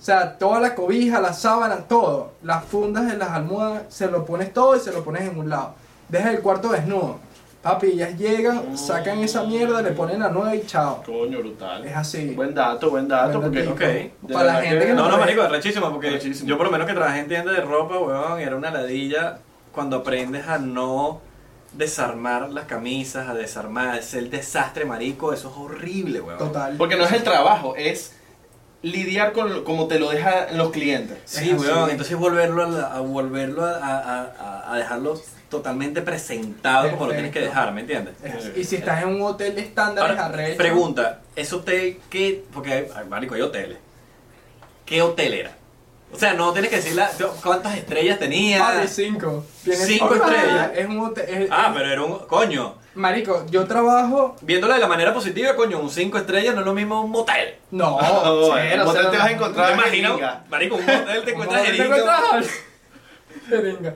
Speaker 2: sea, toda la cobija, las sábanas, todo. Las fundas de las almohadas, se lo pones todo y se lo pones en un lado. Deja el cuarto desnudo. Papi, ellas llegan, sacan esa mierda, le ponen la nueva y chao.
Speaker 4: Coño, brutal.
Speaker 2: Es así.
Speaker 4: Buen dato, buen dato,
Speaker 2: Buen
Speaker 4: porque...
Speaker 2: datico.
Speaker 4: ok, de
Speaker 2: Para la
Speaker 4: verdad
Speaker 2: gente que
Speaker 3: No, no,
Speaker 2: ve.
Speaker 3: marico, es rechísimo porque
Speaker 4: Rechísimo.
Speaker 3: yo por lo menos que trabajé en tienda de ropa, weón, era una ladilla cuando aprendes a no desarmar las camisas, a desarmar, es el desastre, marico, eso es horrible, weón.
Speaker 2: Total.
Speaker 4: Porque no es el trabajo, es lidiar con lo- como te lo dejan los clientes.
Speaker 3: Sí,
Speaker 2: Es así.
Speaker 3: weón, entonces volverlo a, la- a volverlo a, a- a- a dejarlo totalmente presentado como lo tienes que
Speaker 2: Perfecto.
Speaker 3: dejar, ¿me entiendes?
Speaker 2: Es así. Y si estás en un hotel estándar, es
Speaker 3: Ahora,
Speaker 2: arrecho.
Speaker 3: pregunta, ¿ese hotel qué? Porque, hay- ay, marico, hay hoteles. ¿Qué hotel era? O sea, no tienes que decir la- cuántas estrellas tenía.
Speaker 2: Vale, cinco. Tiene
Speaker 3: Ah, Cinco estrellas.
Speaker 2: Es un hotel. es-
Speaker 3: Ah, pero era un. Coño.
Speaker 2: Marico, yo trabajo.
Speaker 3: Viéndolo de la manera positiva, coño, un 5 estrellas no es lo mismo un motel.
Speaker 2: No,
Speaker 3: Ah,
Speaker 4: Oh,
Speaker 2: cero,
Speaker 4: en el hotel
Speaker 2: cero,
Speaker 4: te vas a
Speaker 2: no.
Speaker 4: encontrar
Speaker 3: ¿Te
Speaker 4: en
Speaker 3: imaginas?
Speaker 4: jeringa.
Speaker 3: Marico, un motel te
Speaker 2: ¿Cómo
Speaker 3: encuentras
Speaker 2: te
Speaker 3: erizo.
Speaker 2: encuentras? Jeringa.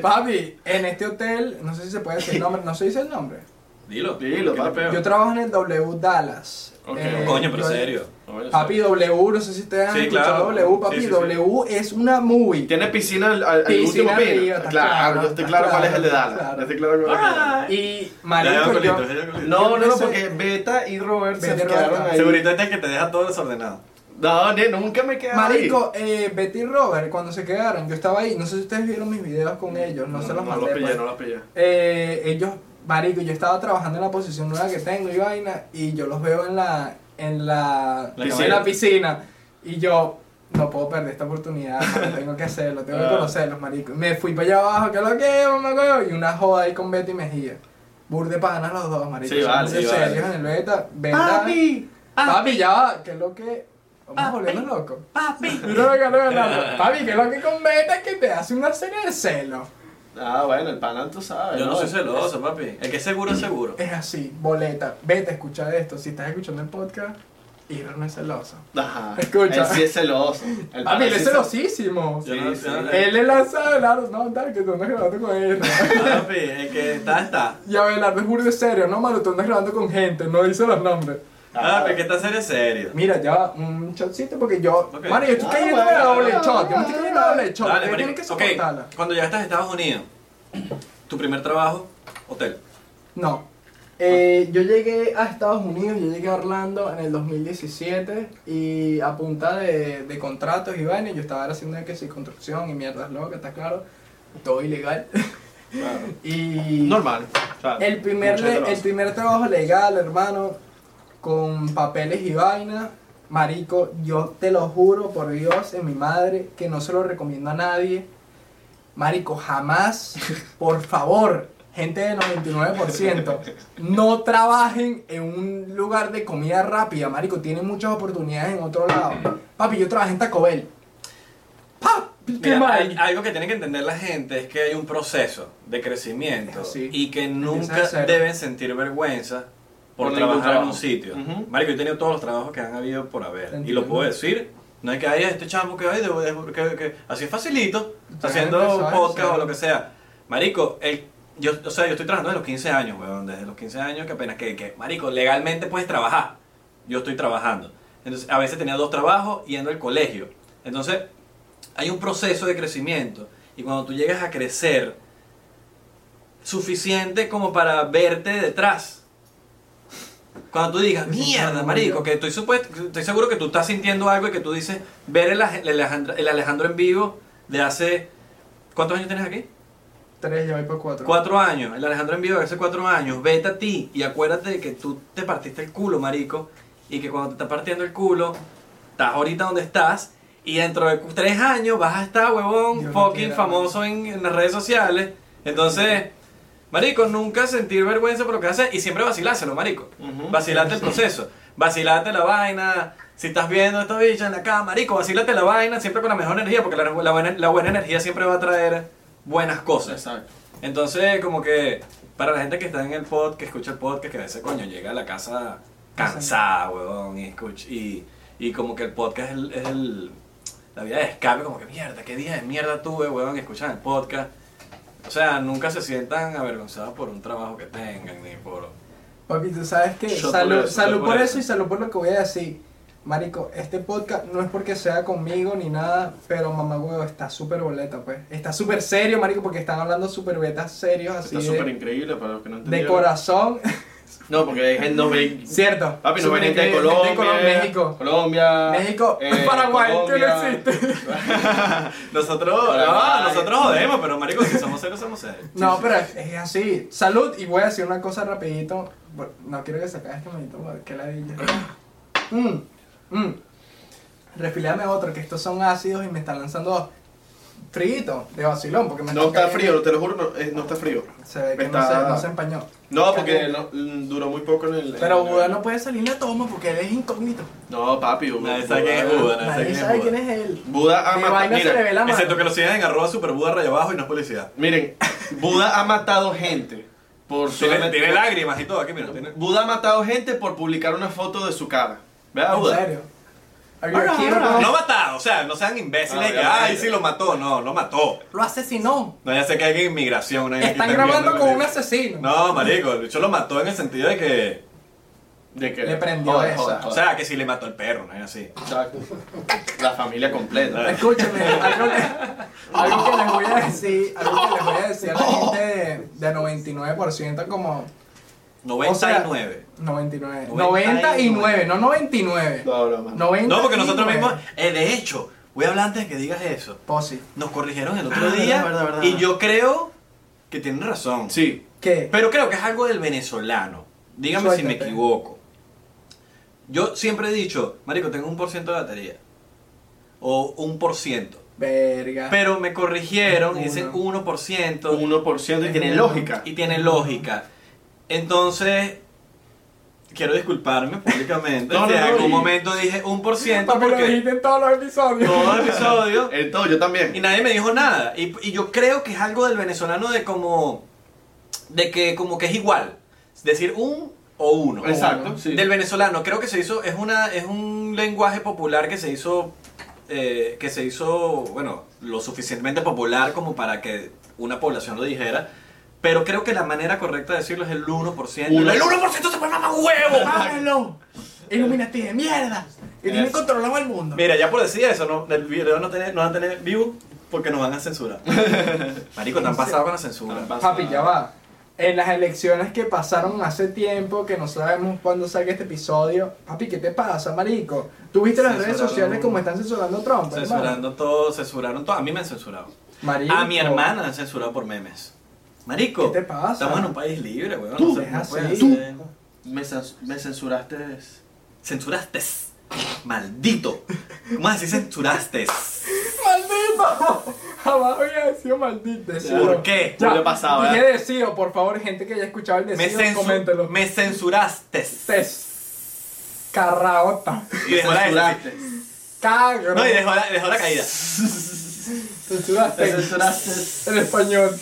Speaker 2: Papi, en este hotel, no sé si se puede decir el nombre, no se dice el nombre.
Speaker 3: Dilo.
Speaker 4: Dilo,
Speaker 3: ¿Qué te
Speaker 4: papi.
Speaker 3: peo?
Speaker 2: Yo trabajo en el W Dallas.
Speaker 4: Ok.
Speaker 2: Eh,
Speaker 3: Coño, pero
Speaker 2: yo-
Speaker 3: serio.
Speaker 2: Papi, W, no sé si ustedes han
Speaker 3: Sí,
Speaker 2: escuchado
Speaker 3: claro.
Speaker 2: W, papi,
Speaker 3: Sí, sí, sí.
Speaker 2: W es una movie.
Speaker 4: Tiene piscina al, al- al
Speaker 2: Piscina
Speaker 4: último pino.
Speaker 2: arriba, está
Speaker 4: claro,
Speaker 2: claro,
Speaker 4: yo estoy
Speaker 2: está
Speaker 4: claro, cuál es
Speaker 2: claro,
Speaker 4: el de
Speaker 2: está
Speaker 4: Dallas.
Speaker 2: claro.
Speaker 4: Yo estoy claro cuál es el de Dallas.
Speaker 2: Y,
Speaker 3: Ya, ya,
Speaker 2: marico, yo-
Speaker 3: colito, ya, colito.
Speaker 4: No, no,
Speaker 2: Yo
Speaker 4: no,
Speaker 2: pensé-
Speaker 4: porque Beta y Robert se
Speaker 2: Beta y
Speaker 4: quedaron
Speaker 2: Robert.
Speaker 4: ahí.
Speaker 3: Segurito este es el que te deja todo desordenado.
Speaker 4: No, ne, nunca me quedé
Speaker 2: Marico, eh, Betty y Robert, cuando se quedaron, yo estaba ahí, no sé si ustedes vieron mis videos con ellos, no,
Speaker 4: ahí.
Speaker 2: se los
Speaker 4: No
Speaker 2: mandé.
Speaker 4: los pillé,
Speaker 2: pues.
Speaker 4: no los pillé.
Speaker 2: Eh, ellos, marico, yo estaba trabajando en la posición nueva que tengo y vaina, y yo los veo en la, en la,
Speaker 3: La
Speaker 2: en
Speaker 3: piscina.
Speaker 2: la piscina, y yo, no puedo perder esta oportunidad, mano, tengo que hacerlo, tengo que
Speaker 4: Ah.
Speaker 2: conocerlos, marico. Y Me fui para allá abajo, que lo que, mamá, coño, y una joda ahí con Betty Mejía. Burde panas los dos, marico.
Speaker 4: Sí,
Speaker 2: Son
Speaker 4: vale,
Speaker 2: muy
Speaker 4: sí, vale.
Speaker 2: serios en el beta, ¿verdad? Papi, ya va, que es lo que. Vamos volviendo loco. Papi. No, no, no, no. Papi, que es lo que con Beta es que te hace una serie de celos.
Speaker 4: Ah, bueno, el panal tú sabes.
Speaker 3: Yo no soy celoso, papi. El que es seguro es seguro.
Speaker 2: Es así, boleta. Beta, escucha esto. Si estás escuchando el podcast, Ira no es celoso.
Speaker 4: Ajá.
Speaker 2: Escucha.
Speaker 4: Él sí es celoso. El
Speaker 2: Papi, él
Speaker 4: sí
Speaker 2: es celosísimo.
Speaker 3: Yo no-
Speaker 4: Sí,
Speaker 3: yo no-
Speaker 2: Él le lanza a Abelardo. No, tal, que tú andas grabando con él.
Speaker 3: Ah, Papi, el que está, está.
Speaker 2: y Abelardo es burde serio. No, mano, tú andas grabando con gente. No dice los nombres.
Speaker 3: Ah, pero el que está serio es serio.
Speaker 2: Mira, ya va, un shotcito porque yo.
Speaker 3: Ok.
Speaker 2: Mano, yo estoy
Speaker 4: Ah,
Speaker 2: cayendo de
Speaker 4: bueno.
Speaker 2: doble shot. Yo me estoy cayendo de doble shot.
Speaker 3: Dale,
Speaker 2: Ustedes tienen eh, que
Speaker 3: marico. Ok,
Speaker 2: soportarla.
Speaker 3: cuando llegaste a Estados Unidos, tu primer trabajo, hotel.
Speaker 2: No. Eh, yo llegué a Estados Unidos, yo llegué a Orlando en el 2017 y a punta de, de contratos y vaina, yo estaba haciendo que si construcción y mierdas locas, está claro, todo ilegal. y
Speaker 4: Normal. claro.
Speaker 2: el primer,
Speaker 4: Mucho
Speaker 2: le- el
Speaker 4: celoso.
Speaker 2: primer trabajo legal, hermano, con papeles y vaina, marico, yo te lo juro por Dios, en mi madre, que no se lo recomiendo a nadie. Marico, jamás, por favor, gente del 99%, no trabajen en un lugar de comida rápida, marico, tienen muchas oportunidades en otro lado. Papi, yo trabajé en Taco Bell. Papi, qué
Speaker 3: Mira,
Speaker 2: mal.
Speaker 3: hay- algo que tiene que entender la gente es que hay un proceso de crecimiento
Speaker 2: Es así.
Speaker 3: y que
Speaker 2: Empieza
Speaker 3: nunca
Speaker 2: de cero.
Speaker 3: deben sentir vergüenza por
Speaker 4: Por ningún
Speaker 3: trabajar en
Speaker 4: trabajo.
Speaker 3: un sitio.
Speaker 4: Ujú.
Speaker 3: Marico, yo he tenido todos los trabajos que han habido por haber. Y
Speaker 2: Entiendo.
Speaker 3: lo puedo decir. No es que haya este chamo que, ay, debo- debo- que, que- así es facilito,
Speaker 2: Ya
Speaker 3: haciendo
Speaker 2: empezó,
Speaker 3: un podcast
Speaker 2: sí.
Speaker 3: o lo que sea. Marico, el, yo, o sea, yo estoy trabajando desde los 15 años, weón. Desde los 15 años que apenas que, que, marico, legalmente puedes trabajar. Yo estoy trabajando. Entonces, a veces tenía dos trabajos yendo al colegio. Entonces, hay un proceso de crecimiento. Y cuando tú llegas a crecer, suficiente como para verte detrás. Cuando tú digas, mierda, marico, que estoy, supuesto, estoy seguro que tú estás sintiendo algo y que tú dices, ver el, Aj- el Alejandro, el Alejandro en vivo de hace... ¿Cuántos años tienes aquí?
Speaker 2: Tres, ya voy por cuatro.
Speaker 3: Cuatro años. El Alejandro en vivo de hace cuatro años. Vete a ti y acuérdate de que tú te partiste el culo, marico. Y que cuando te estás partiendo el culo, estás ahorita donde estás. Y dentro de tres años vas a estar, huevón,
Speaker 2: Dios no
Speaker 3: fucking
Speaker 2: quiera.
Speaker 3: famoso en, en las redes sociales. Entonces, marico, nunca sentir vergüenza por lo que haces. Y siempre vacilárselo, marico.
Speaker 4: Ujú.
Speaker 3: Vacilate el proceso. Vacilate la vaina. Si estás viendo a esta bicha en la cama, marico, vacilate la vaina siempre con la mejor energía. Porque la, la buena, la buena energía siempre va a traer buenas cosas.
Speaker 4: Exacto.
Speaker 3: Entonces, como que para la gente que está en el pod, que escucha el podcast, que a veces coño llega a la casa cansada, huevón, y escucha, y, y como que el podcast es el, es el- la vida de escape, como que mierda, qué día de mierda tuve, huevón, y escuchan el podcast. O sea, nunca se sientan avergonzados por un trabajo que tengan, ni por...
Speaker 2: Papi, tú sabes que
Speaker 4: Shot
Speaker 2: salud,
Speaker 4: por eso,
Speaker 2: salud
Speaker 4: shot
Speaker 2: por eso y salud por lo que voy a decir. Marico, este podcast no es porque sea conmigo ni nada, pero mamá huevo está súper boleta, pues. Está súper serio, marico, porque están hablando súper betas serios, así
Speaker 4: Está súper
Speaker 2: de,
Speaker 4: increíble para los que no
Speaker 2: de
Speaker 4: entendieron.
Speaker 2: corazón.
Speaker 4: No, porque hay gente, nos ve-
Speaker 2: Cierto.
Speaker 4: Papi, nos
Speaker 2: Súper
Speaker 4: ven gente de
Speaker 2: increíble,
Speaker 4: Colombia,
Speaker 2: gente de Colombia, México.
Speaker 4: Colombia, eh,
Speaker 2: México, Paraguay, que no existe.
Speaker 3: Nosotros,
Speaker 4: Ay.
Speaker 3: no, nosotros jodemos, pero marico, si somos serios, somos serios.
Speaker 2: No, pero es así. Salud, y voy a decir una cosa rapidito. Bueno, No quiero que se acabe este maldito que la dilla. Mm, mm. Refilame otro, que estos son ácidos y me están lanzando frito de vacilón. Porque me
Speaker 4: No
Speaker 2: están
Speaker 4: está
Speaker 2: cayendo.
Speaker 4: frío, te lo juro, no, eh, no está frío.
Speaker 2: Se ve que
Speaker 4: Está-
Speaker 2: no, se, no se empañó.
Speaker 4: No, porque no- mm, duró muy poco en el.
Speaker 2: Pero
Speaker 4: en el-
Speaker 2: Buda no puede salir la toma porque él es incógnito.
Speaker 4: No, papi, Buda.
Speaker 3: Nadie sabe quién es Buda, nadie sabe
Speaker 2: Nadie
Speaker 3: quién es
Speaker 2: sabe
Speaker 3: Buda.
Speaker 2: quién es él.
Speaker 4: Buda ha
Speaker 2: De vaina
Speaker 4: matado.
Speaker 2: se le ve la mano.
Speaker 3: Excepto que lo sigan en arroba superbuda raya abajo y no es publicidad.
Speaker 4: Miren, Buda ha matado gente. Por
Speaker 3: Tiene,
Speaker 4: solamente-
Speaker 3: tiene lágrimas y todo aquí, mira. Tiene...
Speaker 4: Buda ha matado gente por publicar una foto de su cara. ¿Verdad,
Speaker 2: En
Speaker 4: Buda?
Speaker 2: serio. Are you kidding me?
Speaker 3: No matado, o sea, no sean imbéciles
Speaker 4: Ah,
Speaker 3: de que,
Speaker 4: ya,
Speaker 3: ay,
Speaker 4: ya.
Speaker 3: sí lo mató, no, lo mató.
Speaker 2: Lo asesinó.
Speaker 3: No, ya sé que hay inmigración. hay-
Speaker 2: Están
Speaker 3: que
Speaker 2: grabando
Speaker 3: Eh, viendo,
Speaker 2: con un
Speaker 3: marico.
Speaker 2: asesino.
Speaker 3: No, marico, el bicho lo mató en el sentido de que,
Speaker 4: De que
Speaker 2: Le prendió
Speaker 4: Joder,
Speaker 2: esa.
Speaker 4: joder,
Speaker 3: o
Speaker 4: joder.
Speaker 3: sea, que sí le mató el perro, no es así.
Speaker 4: Exacto. La familia completa.
Speaker 2: Escúchame, algo que, algo que les voy a decir, algo que les voy a decir a la gente de, de 99% como
Speaker 3: 99.
Speaker 2: 99, 99,
Speaker 3: 99,
Speaker 2: no 99.
Speaker 4: No, no, no.
Speaker 2: 99.
Speaker 3: No, porque nosotros mismos, eh, de hecho, voy a hablar antes de que digas eso.
Speaker 2: Posi.
Speaker 3: Nos corrigieron el
Speaker 4: Ah,
Speaker 3: otro
Speaker 4: verdad,
Speaker 3: día
Speaker 4: verdad, verdad.
Speaker 3: y yo creo que tienen razón.
Speaker 4: Sí.
Speaker 2: ¿Qué?
Speaker 3: Pero creo que es algo del venezolano. Dígame si me
Speaker 2: Suéltate.
Speaker 3: equivoco. Yo siempre he dicho, Marico, tengo un por ciento de batería. O un por ciento.
Speaker 2: Verga.
Speaker 3: Pero me corrigieron y dicen
Speaker 2: Uno.
Speaker 3: 1%.
Speaker 4: 1% y tiene lógica.
Speaker 3: Y tiene lógica. Entonces, quiero disculparme públicamente.
Speaker 4: No, no,
Speaker 3: que en
Speaker 4: no,
Speaker 3: algún
Speaker 4: y-
Speaker 3: momento dije un por ciento
Speaker 2: Papi, lo
Speaker 3: porque
Speaker 2: dijiste en todos los episodios.
Speaker 3: todo el episodio.
Speaker 4: El todo, yo también.
Speaker 3: Y nadie me dijo nada. Y, y yo creo que es algo del venezolano de como. de que como que es igual. Es decir, un o uno.
Speaker 4: Exacto, sí.
Speaker 3: Del venezolano, creo que se hizo, es una, es un lenguaje popular que se hizo, eh, que se hizo, bueno, lo suficientemente popular como para que una población lo dijera, pero creo que la manera correcta de decirlo es el 1%.
Speaker 4: Uno.
Speaker 3: ¡El 1% se fue mamá huevo!
Speaker 2: ¡Háblalo! Illuminati de mierda. Que tiene
Speaker 4: Eso.
Speaker 2: controlado el mundo.
Speaker 3: Mira, ya por decir eso, no, el video no, tiene- no va a tener view porque nos van a censurar. Marico, te han pasado con la censura.
Speaker 2: Papi, ya va. En las elecciones que pasaron hace tiempo, que no sabemos cuándo salga este episodio. Papi, ¿qué te pasa, marico? ¿Tú viste las redes
Speaker 4: Censuraron.
Speaker 2: sociales como están censurando a Trump? hermano?
Speaker 3: Censurando todo, censuraron todo. A mí me han censurado.
Speaker 2: Marico.
Speaker 3: A mi hermana la han censurado por memes. Marico,
Speaker 2: ¿Qué te pasa?
Speaker 3: estamos en un país libre, weón.
Speaker 2: Tú,
Speaker 3: no sé,
Speaker 2: es
Speaker 3: no puede
Speaker 2: así.
Speaker 3: ser.
Speaker 4: Me, cens- me censuraste.
Speaker 3: Censuraste. Maldito. ¿Cómo así censuraste?
Speaker 2: ¡Maldito! Jamás había sido maldito. decido.
Speaker 3: ¿Por qué?
Speaker 2: Ya,
Speaker 4: Julio pasado,
Speaker 2: dije
Speaker 4: ¿verdad?
Speaker 2: decido, por favor, gente que haya escuchado el
Speaker 3: Me,
Speaker 2: decido,
Speaker 3: censu-
Speaker 2: coméntelo.
Speaker 3: me censuraste.
Speaker 2: Tes. Carraota.
Speaker 3: Y dejó la-
Speaker 4: Censuraste.
Speaker 2: Cagro.
Speaker 3: No, y dejó la, dejó la caída.
Speaker 2: Censuraste.
Speaker 4: Me censuraste.
Speaker 2: En español.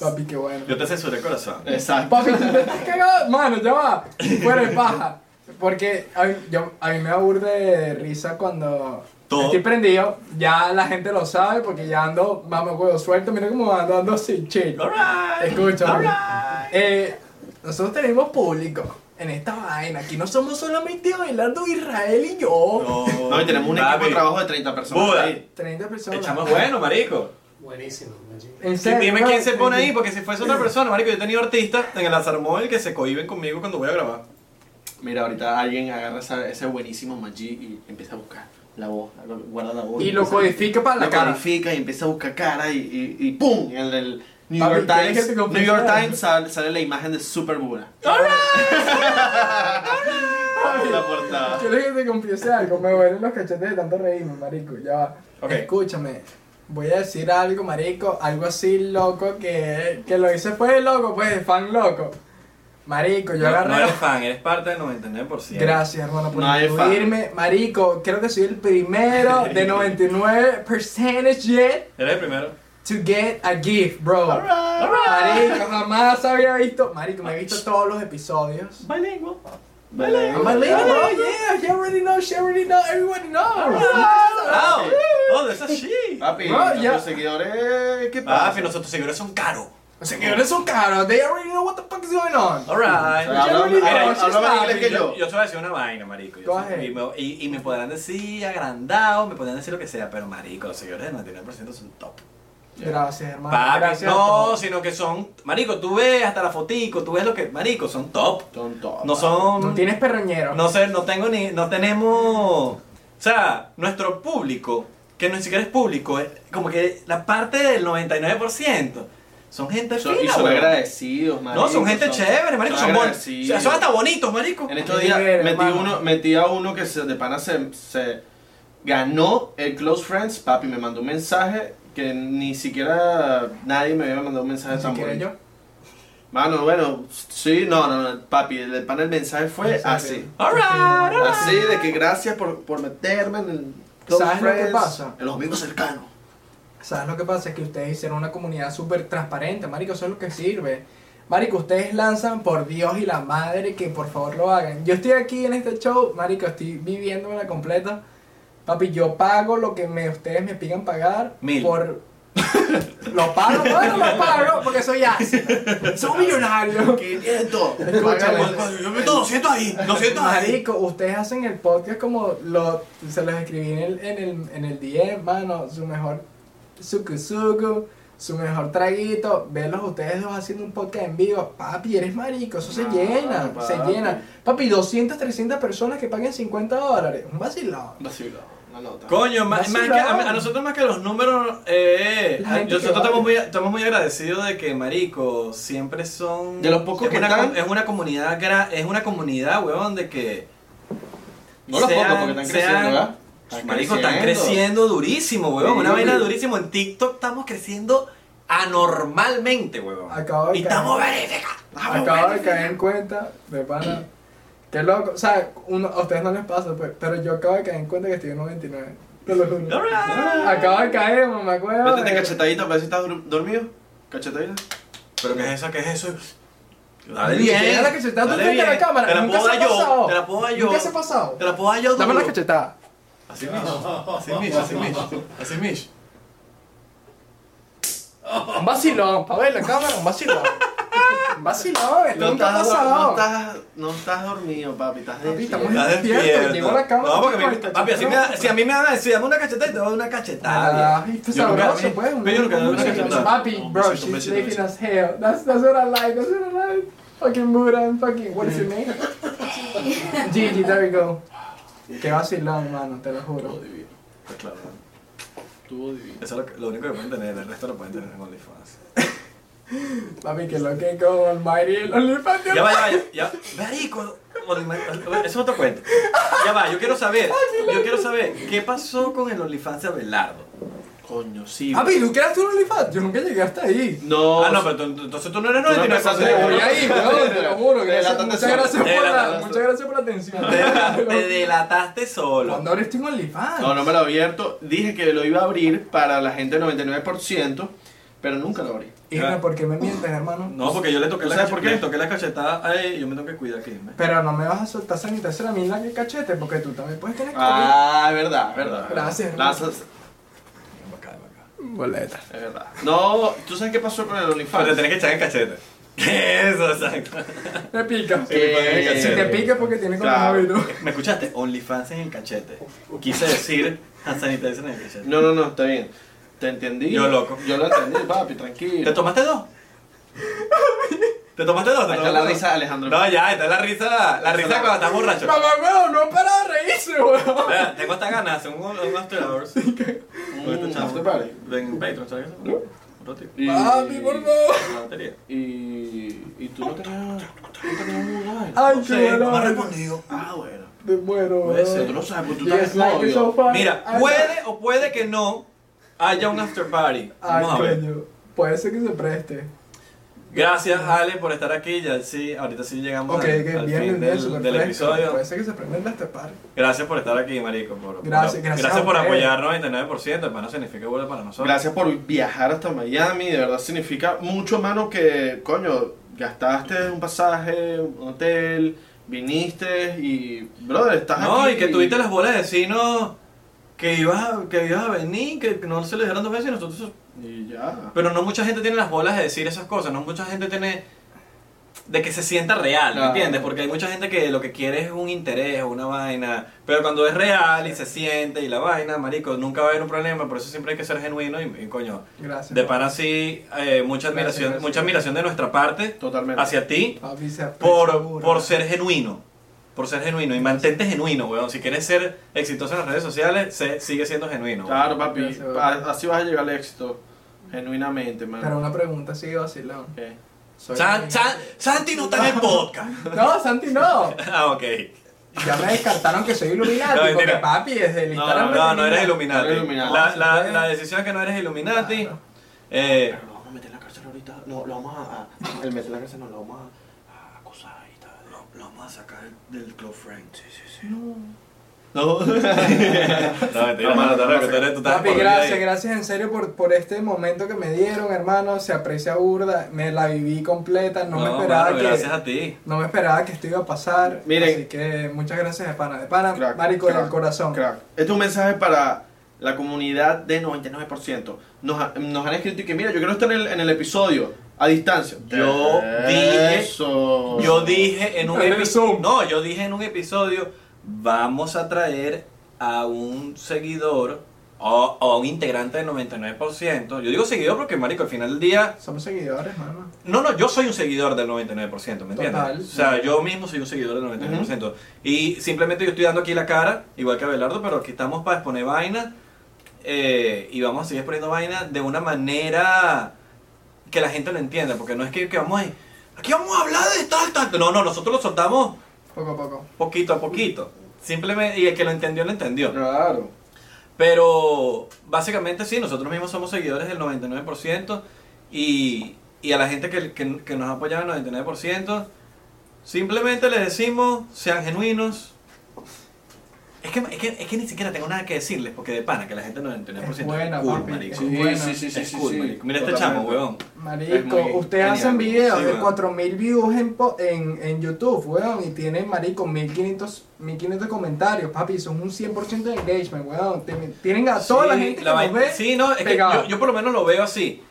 Speaker 2: Papi, qué bueno.
Speaker 3: Yo te censuré el corazón.
Speaker 4: Exacto.
Speaker 2: Papi, tú te estás cagado. Mano, ya va. Fuera de paja. Porque a mí, yo- a mí me aburre de risa cuando
Speaker 3: Todo.
Speaker 2: estoy prendido. Ya la gente lo sabe porque ya ando, vamos, huevo suelto. Mira cómo ando, ando así, chill.
Speaker 3: Alright.
Speaker 2: Escucha.
Speaker 3: Alright.
Speaker 2: eh, nosotros tenemos público en esta vaina. Aquí no somos solamente Abelardo, Israel y yo.
Speaker 4: No, y tenemos un
Speaker 3: papi.
Speaker 4: equipo de trabajo de 30 personas.
Speaker 3: Buda.
Speaker 4: ahí.
Speaker 2: 30 personas.
Speaker 3: Echamos bueno, marico.
Speaker 7: Buenísimo. buenísimo.
Speaker 2: En
Speaker 3: Sí,
Speaker 2: serio,
Speaker 3: dime
Speaker 2: ¿no?
Speaker 3: quién se pone ahí, porque si fuese otra persona, marico, yo he tenido artistas en el Azarmóvil que se cohiben conmigo cuando voy a grabar.
Speaker 4: Mira, ahorita alguien agarra esa- ese buenísimo Maggi y empieza a buscar la voz, guarda la voz.
Speaker 2: Y lo
Speaker 4: empieza-
Speaker 2: codifica para la
Speaker 4: lo
Speaker 2: cara.
Speaker 4: codifica y empieza a buscar cara y, y, y ¡pum! En el, el New
Speaker 2: Papi,
Speaker 4: York
Speaker 2: ¿quieres
Speaker 4: Times,
Speaker 2: que te confesara?
Speaker 4: New York Times sale, sale la imagen de Super Buda. La portada.
Speaker 2: Quiero que te confiese algo, me duelen los cachetes de tanto reírme, marico, ya va.
Speaker 3: Ok.
Speaker 2: Escúchame, voy a decir algo, marico, algo así loco que, que lo hice fue de loco, pues de fan loco. Marico, yo
Speaker 3: No,
Speaker 2: agarré...
Speaker 3: no eres fan, eres parte del 99%.
Speaker 2: Gracias, hermano, por
Speaker 4: No hay fan.
Speaker 2: incluirme. Marico, creo que soy el primero de 99% yet
Speaker 3: Eres el primero.
Speaker 2: to get a gift, bro. Marico, jamás había visto... Marico, me he visto todos los episodios. I'm a leader, bro. Yeah, she already know. She already know. Everybody knows.
Speaker 3: ¡Wow! ¡Oh, that's a shit!
Speaker 4: Papi,
Speaker 2: Bro, ya.
Speaker 4: los seguidores, ¿qué pasa?
Speaker 3: Papi, nosotros seguidores son caros.
Speaker 2: Los seguidores son caros. They already know what the fuck is going on.
Speaker 3: Alright.
Speaker 4: Habla- habla-
Speaker 2: Yo no
Speaker 4: habla-
Speaker 2: digo,
Speaker 4: habla
Speaker 2: she's
Speaker 4: más
Speaker 2: happy.
Speaker 4: inglés que yo.
Speaker 3: Yo te voy a decir una vaina, marico. Yo
Speaker 2: Go
Speaker 3: soy-
Speaker 2: ahead.
Speaker 3: y, me, y- y me podrán decir agrandado, me podrán decir lo que sea, pero marico, los seguidores del 99% son top.
Speaker 2: Gracias, hermano.
Speaker 3: Papi,
Speaker 2: Gracias.
Speaker 3: no, sino que son. Marico, tú ves hasta la fotico, tú ves lo que. Marico, son top.
Speaker 4: Tonto.
Speaker 3: No son.
Speaker 2: No tienes perroñero.
Speaker 3: No sé, no tengo ni. No tenemos. O sea, nuestro público, que ni siquiera es público, es como que la parte del 99%. Son gente
Speaker 4: Son- y
Speaker 3: fina,
Speaker 4: son
Speaker 3: weón.
Speaker 4: agradecidos, marico.
Speaker 3: No, son gente chévere, marico. Son, bonitos.
Speaker 4: agradecidos.
Speaker 3: son hasta bonitos, marico.
Speaker 4: En estos
Speaker 2: Qué
Speaker 4: días
Speaker 2: nivel,
Speaker 4: metí,
Speaker 2: hermano.
Speaker 4: uno, metí a uno que se, de pana se, se ganó el Close Friends. Papi, me mandó un mensaje que ni siquiera nadie me había mandado un mensaje
Speaker 2: Ni
Speaker 4: tan
Speaker 2: siquiera
Speaker 4: bonito.
Speaker 2: yo.
Speaker 4: Mano, bueno, sí, no, no, no, papi, el, pana el mensaje fue
Speaker 2: Mensaje.
Speaker 4: así.
Speaker 3: Pues, Alright, alright.
Speaker 4: Así de que gracias por, por meterme en el Close
Speaker 2: ¿Sabes lo que
Speaker 4: Friends.
Speaker 2: pasa?
Speaker 4: En los amigos cercanos.
Speaker 2: ¿Sabes lo que pasa? Es que ustedes hicieron una comunidad súper transparente, marico, eso es lo que sirve. Marico, ustedes lanzan por Dios y la madre que por favor lo hagan. Yo estoy aquí en este show, marico, estoy viviendo la completa. Papi, yo pago lo que me, ustedes me pidan pagar.
Speaker 3: Mil.
Speaker 2: Por... lo pago, bueno, lo pago, porque soy así. Soy millonario.
Speaker 4: 500.
Speaker 2: Escúchame.
Speaker 4: Pagamos-
Speaker 3: Yo meto 200 ahí, 200 ahí.
Speaker 2: Marico, ustedes hacen el podcast como lo, se los escribí en el, en el, en el DM, mano, su mejor suku suku, su mejor traguito, verlos ustedes dos haciendo un podcast en vivo, papi, eres marico, eso
Speaker 4: No,
Speaker 2: se llena,
Speaker 4: papi.
Speaker 2: se llena. Papi, 200, 300 personas que paguen 50 dólares, un vacilado.
Speaker 4: Vacilo, una nota.
Speaker 3: Coño, más, más que, a,
Speaker 2: Vacilón.
Speaker 3: a nosotros más que los números, eh,
Speaker 2: La
Speaker 3: a-
Speaker 2: gente que
Speaker 3: nosotros
Speaker 2: vale.
Speaker 3: estamos muy, estamos muy agradecidos de que, marico, siempre son...
Speaker 4: De los pocos
Speaker 3: es
Speaker 4: que
Speaker 3: una,
Speaker 4: están-
Speaker 3: com- Es una comunidad, gra- es una comunidad, weón, de que...
Speaker 4: No los
Speaker 3: sean-
Speaker 4: pongo porque están creciendo,
Speaker 3: sean-
Speaker 4: ¿verdad?
Speaker 3: Marico, están creciendo durísimo, weón,
Speaker 4: Sí.
Speaker 3: una vaina durísimo. En TikTok estamos creciendo anormalmente, weón.
Speaker 2: Acabo de
Speaker 3: y
Speaker 2: caer.
Speaker 3: estamos verificados.
Speaker 2: Acabo de caer en cuenta, de pana. Qué loco, o sea, uno, a ustedes no les pasa, pues, pero yo acabo de caer en cuenta que estoy en 99. Te lo juro. Acabo de caer, mamá, acuerdo.
Speaker 4: Métete cachetadita para ver si estás dur- dormido. Cachetadita.
Speaker 3: ¿Pero qué es eso? ¿Qué es eso?
Speaker 2: Ni siquiera la cachetada, tú
Speaker 3: dale
Speaker 2: frente a la
Speaker 3: bien.
Speaker 2: cámara,
Speaker 3: Te la
Speaker 2: nunca
Speaker 3: puedo
Speaker 2: se
Speaker 3: dar
Speaker 2: ha
Speaker 3: yo.
Speaker 2: pasado.
Speaker 3: Te la puedo dar yo.
Speaker 2: Nunca se ha pasado.
Speaker 3: Te la puedo dar yo.
Speaker 2: Dame la
Speaker 3: duro.
Speaker 2: cachetada.
Speaker 3: Así mismo. Así mismo, así mismo. Así mismo.
Speaker 2: Un vacilón, pa' ver la cámara, un vacilón. Un vacilón, esto
Speaker 4: No
Speaker 2: nunca ha
Speaker 4: estás, no,
Speaker 2: pasado.
Speaker 4: estás, no estás dormido, papi. Estás
Speaker 2: Papi,
Speaker 4: despierto.
Speaker 2: estamos-
Speaker 3: Estás
Speaker 2: despierto,
Speaker 3: despierto.
Speaker 2: llego a la cama,
Speaker 3: No, porque
Speaker 2: chico,
Speaker 3: mi-
Speaker 2: y te
Speaker 3: papi, así me da- si a mí me van a decir, dame una cachetada y te voy a dar una cachetada.
Speaker 2: Ah,
Speaker 3: bien.
Speaker 2: pues,
Speaker 3: Yo nunca-
Speaker 2: sabroso, pues, un-
Speaker 3: Pero yo nunca le doy una
Speaker 2: un-
Speaker 3: cachetada.
Speaker 2: Papi,
Speaker 4: Un
Speaker 2: bro,
Speaker 4: besito, un
Speaker 2: she's
Speaker 4: besito,
Speaker 2: living
Speaker 4: besito.
Speaker 2: as hell. That's, that's what I like, that's what I like. Fucking Buddha and fucking, what is your name? Gigi, there we go. Qué vacilón, mano, te lo juro.
Speaker 3: Pues claro,
Speaker 4: Estuvo divino.
Speaker 3: Eso es lo, lo único que pueden tener, el resto lo pueden tener en OnlyFans.
Speaker 2: Papi, que lo que con Almighty el OnlyFans.
Speaker 3: Ya va, ya va, ya. Marico, eso es otro cuento. Ya va, yo quiero saber, yo quiero saber, ¿qué pasó con el OnlyFans de Abelardo?
Speaker 4: Coño, sí.
Speaker 2: Papi, ¿tú creas tú un OnlyFans? Yo nunca llegué hasta ahí.
Speaker 4: No.
Speaker 3: Ah, no, pero tú- tú- entonces tú no eres
Speaker 4: Tú no empezaste de
Speaker 2: Voy
Speaker 3: 99%.
Speaker 4: una.
Speaker 2: ahí, weón, te lo juro.
Speaker 4: Te
Speaker 2: gracias-
Speaker 4: delataste
Speaker 2: Muchas
Speaker 4: solo.
Speaker 2: gracias
Speaker 3: Te
Speaker 2: por la-
Speaker 3: delataste
Speaker 2: muchas gracias por la atención.
Speaker 3: Te dela- Te delataste solo.
Speaker 2: Cuando ahora estoy en OnlyFans.
Speaker 4: No, no me lo he abierto. Dije que lo iba a abrir para la gente del 99%, pero nunca lo abrí.
Speaker 2: Isra, ¿por qué me mientes, hermano?
Speaker 3: No, porque yo le toqué,
Speaker 4: ¿Tú
Speaker 3: la,
Speaker 4: sabes
Speaker 3: cach-
Speaker 4: por qué?
Speaker 3: le toqué la cachetada a él y yo me tengo que cuidar aquí. ¿me?
Speaker 2: Pero no me vas a soltar sanitación a mí en la que cachete, porque tú también puedes tener COVID.
Speaker 4: Ah, es verdad, es verdad.
Speaker 2: Gracias, hermano.
Speaker 4: Gracias.
Speaker 2: Boleta.
Speaker 4: Es verdad. No, ¿tú sabes qué pasó con el
Speaker 3: Pero te
Speaker 4: OnlyFans?
Speaker 3: tenés que echar en cachete. Eso, exacto.
Speaker 2: Me pica.
Speaker 4: Eh,
Speaker 2: si te pica es porque tiene coronavirus.
Speaker 3: ¿Me escuchaste? OnlyFans en el cachete. Quise decir hand sanitizer en el cachete.
Speaker 4: No, no, no, está bien. Te entendí.
Speaker 3: Yo loco.
Speaker 4: Yo lo entendí, papi, tranquilo.
Speaker 3: ¿Te tomaste dos? ¿Te tomaste dos? ¿Te
Speaker 4: Ahí está
Speaker 3: tomaste
Speaker 4: la
Speaker 3: dos?
Speaker 4: risa de Alejandro.
Speaker 3: No, ya, está la risa, la, risa cuando estás borracho.
Speaker 2: Mamá, weón, no para de reírse, weón.
Speaker 3: Mira, Tengo esta ganas, un, un after hours. pues, este
Speaker 4: Un after party.
Speaker 3: Ven, Patreon, ¿sabes eso? Un ratito.
Speaker 4: Y-
Speaker 2: Papi, por favor.
Speaker 3: La batería.
Speaker 4: Y, y tú no tenías. No tenías muy mal.
Speaker 2: Ay,
Speaker 4: No
Speaker 2: qué
Speaker 4: sé,
Speaker 2: bueno.
Speaker 4: me has respondido. Ah, bueno.
Speaker 2: Me muero,
Speaker 4: Puede ser, tú
Speaker 2: weón.
Speaker 4: no sabes, porque tú
Speaker 2: Yes,
Speaker 4: estás
Speaker 2: like
Speaker 4: novio.
Speaker 2: it's so funny.
Speaker 3: Mira,
Speaker 2: Ay,
Speaker 3: puede o puede que no haya un after party.
Speaker 2: Ay,
Speaker 3: Vamos a ver.
Speaker 2: coño. Puede ser que se preste.
Speaker 3: Gracias, Ale, por estar aquí. Ya sí, ahorita sí llegamos
Speaker 2: Ok,
Speaker 3: al-
Speaker 2: que
Speaker 3: al
Speaker 2: viene
Speaker 3: fin
Speaker 2: el día
Speaker 3: del,
Speaker 2: super
Speaker 3: del episodio.
Speaker 2: Puede ser que se prenda el afterparty.
Speaker 3: Gracias por estar aquí, marico. Por,
Speaker 2: Gracias,
Speaker 3: por-
Speaker 2: gracias a
Speaker 3: por
Speaker 2: ustedes.
Speaker 3: apoyar 99%. Hermano, significa vuelo para nosotros.
Speaker 4: Gracias por viajar hasta Miami, de verdad significa mucho, mano, que, coño, gastaste un pasaje, un hotel, viniste y, brother, estás
Speaker 3: No,
Speaker 4: aquí.
Speaker 3: y que tuviste las bolas de vecinos que ibas a, que ibas a venir, que no se le dieron dos veces y nosotros...
Speaker 4: Y ya.
Speaker 3: Pero no mucha gente tiene las bolas de decir esas cosas, no mucha gente tiene... De que se sienta real, ¿me
Speaker 4: Claro.
Speaker 3: entiendes? Porque hay mucha gente que lo que quiere es un interés o una vaina, pero cuando es real y se siente y la vaina, marico, nunca va a haber un problema, por eso siempre hay que ser genuino y, y coño,
Speaker 2: Gracias.
Speaker 3: de pana sí, eh, mucha admiración,
Speaker 2: gracias.
Speaker 3: mucha admiración de nuestra parte
Speaker 4: Totalmente.
Speaker 3: hacia ti,
Speaker 2: Papi, se aprecia
Speaker 3: por,
Speaker 2: seguro.
Speaker 3: por ser genuino. Por ser genuino. Y mantente genuino, weón. Si quieres ser exitoso en las redes sociales, sé- sigue siendo genuino. weón.
Speaker 4: Claro, papi,
Speaker 2: Gracias,
Speaker 4: pa-
Speaker 2: bro.
Speaker 4: así vas a llegar al éxito, genuinamente, mano.
Speaker 2: Pero una pregunta sigue vacilón.
Speaker 4: Ok.
Speaker 2: Soy-
Speaker 3: San- San- Santi no está en el podcast.
Speaker 2: No, Santi, no.
Speaker 3: ah, ok.
Speaker 2: Ya me descartaron que soy Illuminati,
Speaker 3: No, mentira.
Speaker 2: porque papi, desde el
Speaker 3: No, no,
Speaker 2: Instagram...
Speaker 3: no, no
Speaker 2: me
Speaker 3: eres
Speaker 2: tenía-
Speaker 3: Illuminati.
Speaker 4: No eres Illuminati.
Speaker 3: La, la, la decisión es que no eres Illuminati.
Speaker 2: Claro.
Speaker 3: Eh,
Speaker 4: Pero lo vamos a meter en la cárcel ahorita. No, lo vamos a. a- El meter en la cárcel no, lo vamos a, a acusar y tal. Lo, lo vamos a sacar del Club Friend. Sí, sí, sí. No. No.
Speaker 3: no, mentira, mano, te recuerdo, tú eres- tú estás
Speaker 2: Papi,
Speaker 3: por vida
Speaker 2: gracias,
Speaker 3: ahí.
Speaker 2: gracias en serio por, por este momento que me dieron, hermano. Se aprecia burda, me la viví completa, no, me esperaba
Speaker 3: mano,
Speaker 2: que...
Speaker 3: Gracias a ti.
Speaker 2: No me esperaba que esto iba a pasar.
Speaker 4: Miren.
Speaker 2: Así que muchas gracias de pana. De pana,
Speaker 4: Crack,
Speaker 2: marico
Speaker 4: crack,
Speaker 2: del corazón.
Speaker 4: Crack. Este es un mensaje para la comunidad de 99%. Nos, ha- nos han escrito y que, mira, yo quiero estar en el, en el episodio a distancia.
Speaker 3: Yo dije-
Speaker 4: Eso.
Speaker 3: Yo dije en un
Speaker 2: En el
Speaker 3: episodio.
Speaker 2: Zoom.
Speaker 3: No, yo dije en un episodio. Vamos a traer a un seguidor o a un integrante del 99%. Yo digo seguidor porque, marico, al final del día.
Speaker 2: Somos seguidores, mano.
Speaker 3: No, no, yo soy un seguidor del 99%, ¿me entiendes?
Speaker 2: Total.
Speaker 3: O sea, yo mismo soy un seguidor del 99%. Y simplemente yo estoy dando aquí la cara, igual que Abelardo, pero aquí estamos para exponer vainas. eh, y vamos a seguir exponiendo vainas de una manera que la gente lo entienda. Porque no es que, que vamos a... Aquí vamos a hablar de tal, tal. No, no, nosotros lo soltamos
Speaker 2: Poco a poco.
Speaker 3: poquito a poquito. Simplemente, y el que lo entendió, lo entendió.
Speaker 4: Claro.
Speaker 3: Pero básicamente sí, nosotros mismos somos seguidores del 99% y, y a la gente que, que, que nos ha apoyado el 99%, simplemente les decimos, sean genuinos. Es que, es, que, es que ni siquiera tengo nada que decirles, porque de pana que la gente del 99%
Speaker 2: Es buena,
Speaker 3: cool,
Speaker 2: papi,
Speaker 3: marico.
Speaker 2: es
Speaker 4: Sí,
Speaker 2: buena.
Speaker 4: sí, sí, sí,
Speaker 3: Es
Speaker 4: sí,
Speaker 3: cool,
Speaker 4: sí.
Speaker 3: marico. Mira este
Speaker 4: Totalmente.
Speaker 3: chamo, weón.
Speaker 4: Es
Speaker 2: Marico,
Speaker 4: muy
Speaker 2: ustedes hacen
Speaker 4: genial.
Speaker 2: videos
Speaker 3: Sí,
Speaker 2: de
Speaker 3: weón.
Speaker 2: 4000 views en, po- en, en YouTube, weón, y tienen, marico, 1500, 1500 comentarios, papi, son un 100% de engagement, weón. Te- Tienen a toda la
Speaker 3: Sí,
Speaker 2: gente que
Speaker 3: vaina-
Speaker 2: nos ve.
Speaker 3: Sí, no, es que
Speaker 2: pegada.
Speaker 3: yo, yo por lo menos lo veo así.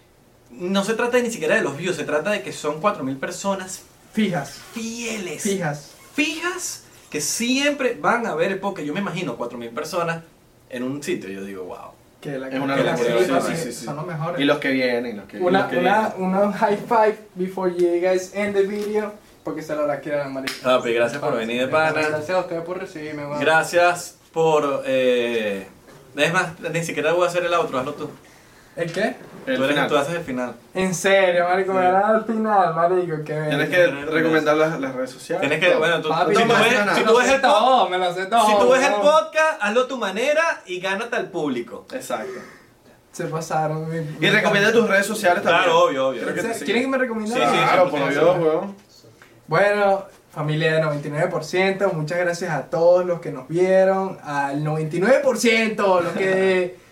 Speaker 3: No se trata ni siquiera de los views, se trata de que son 4.000 personas
Speaker 2: Fijas,
Speaker 3: fieles.
Speaker 2: fijas.
Speaker 3: fijas que siempre van a ver el podcast. Yo me imagino 4.000 personas en un sitio. Yo digo, wow.
Speaker 2: Que la
Speaker 4: Es una
Speaker 2: que la-
Speaker 4: locura,
Speaker 2: sí,
Speaker 4: sí,
Speaker 2: papi,
Speaker 4: sí, sí,
Speaker 2: Son
Speaker 4: sí.
Speaker 2: los mejores.
Speaker 4: Y los que vienen, los que, y
Speaker 2: Una,
Speaker 4: los que
Speaker 2: una, una high five before you guys end the video, porque se lo la quieran, marico.
Speaker 3: Papi, gracias por venir de pana.
Speaker 8: Gracias a ustedes por recibirme, weón.
Speaker 3: Gracias por... eh, Es más, ni siquiera voy a hacer el outro, hazlo tú.
Speaker 2: ¿El qué?
Speaker 4: vienen.
Speaker 3: tú,
Speaker 4: El
Speaker 3: eres-
Speaker 4: final.
Speaker 3: tú haces el final.
Speaker 2: En serio, marico, me era al final, marico, que
Speaker 4: Tienes que recomendar las, las redes sociales.
Speaker 3: Tienes que...
Speaker 4: todo.
Speaker 3: Bueno, tú,
Speaker 2: Papi,
Speaker 3: tú-
Speaker 4: no
Speaker 3: tú
Speaker 4: me
Speaker 3: ves-
Speaker 4: hace nada.
Speaker 3: si
Speaker 2: me
Speaker 3: tú
Speaker 2: lo
Speaker 3: ves
Speaker 2: sé
Speaker 3: el podcast...
Speaker 2: todo, me lo sé todo.
Speaker 3: Si tú ves el
Speaker 2: weón.
Speaker 3: podcast, hazlo a tu manera y gánate al público.
Speaker 4: Exacto.
Speaker 2: Se pasaron. mi-
Speaker 4: Y
Speaker 2: mi-
Speaker 4: recomienda tus redes sociales también.
Speaker 3: Claro, obvio, obvio.
Speaker 4: Creo que
Speaker 2: O sea,
Speaker 4: te sigue.
Speaker 2: ¿Quieren que me recomienden?
Speaker 3: Sí, sí,
Speaker 4: Claro,
Speaker 3: siempre
Speaker 4: por
Speaker 3: tienes
Speaker 4: Dios,
Speaker 3: que-
Speaker 4: weón.
Speaker 2: Bueno, familia del 99%, muchas gracias a todos los que nos vieron, al 99%, los que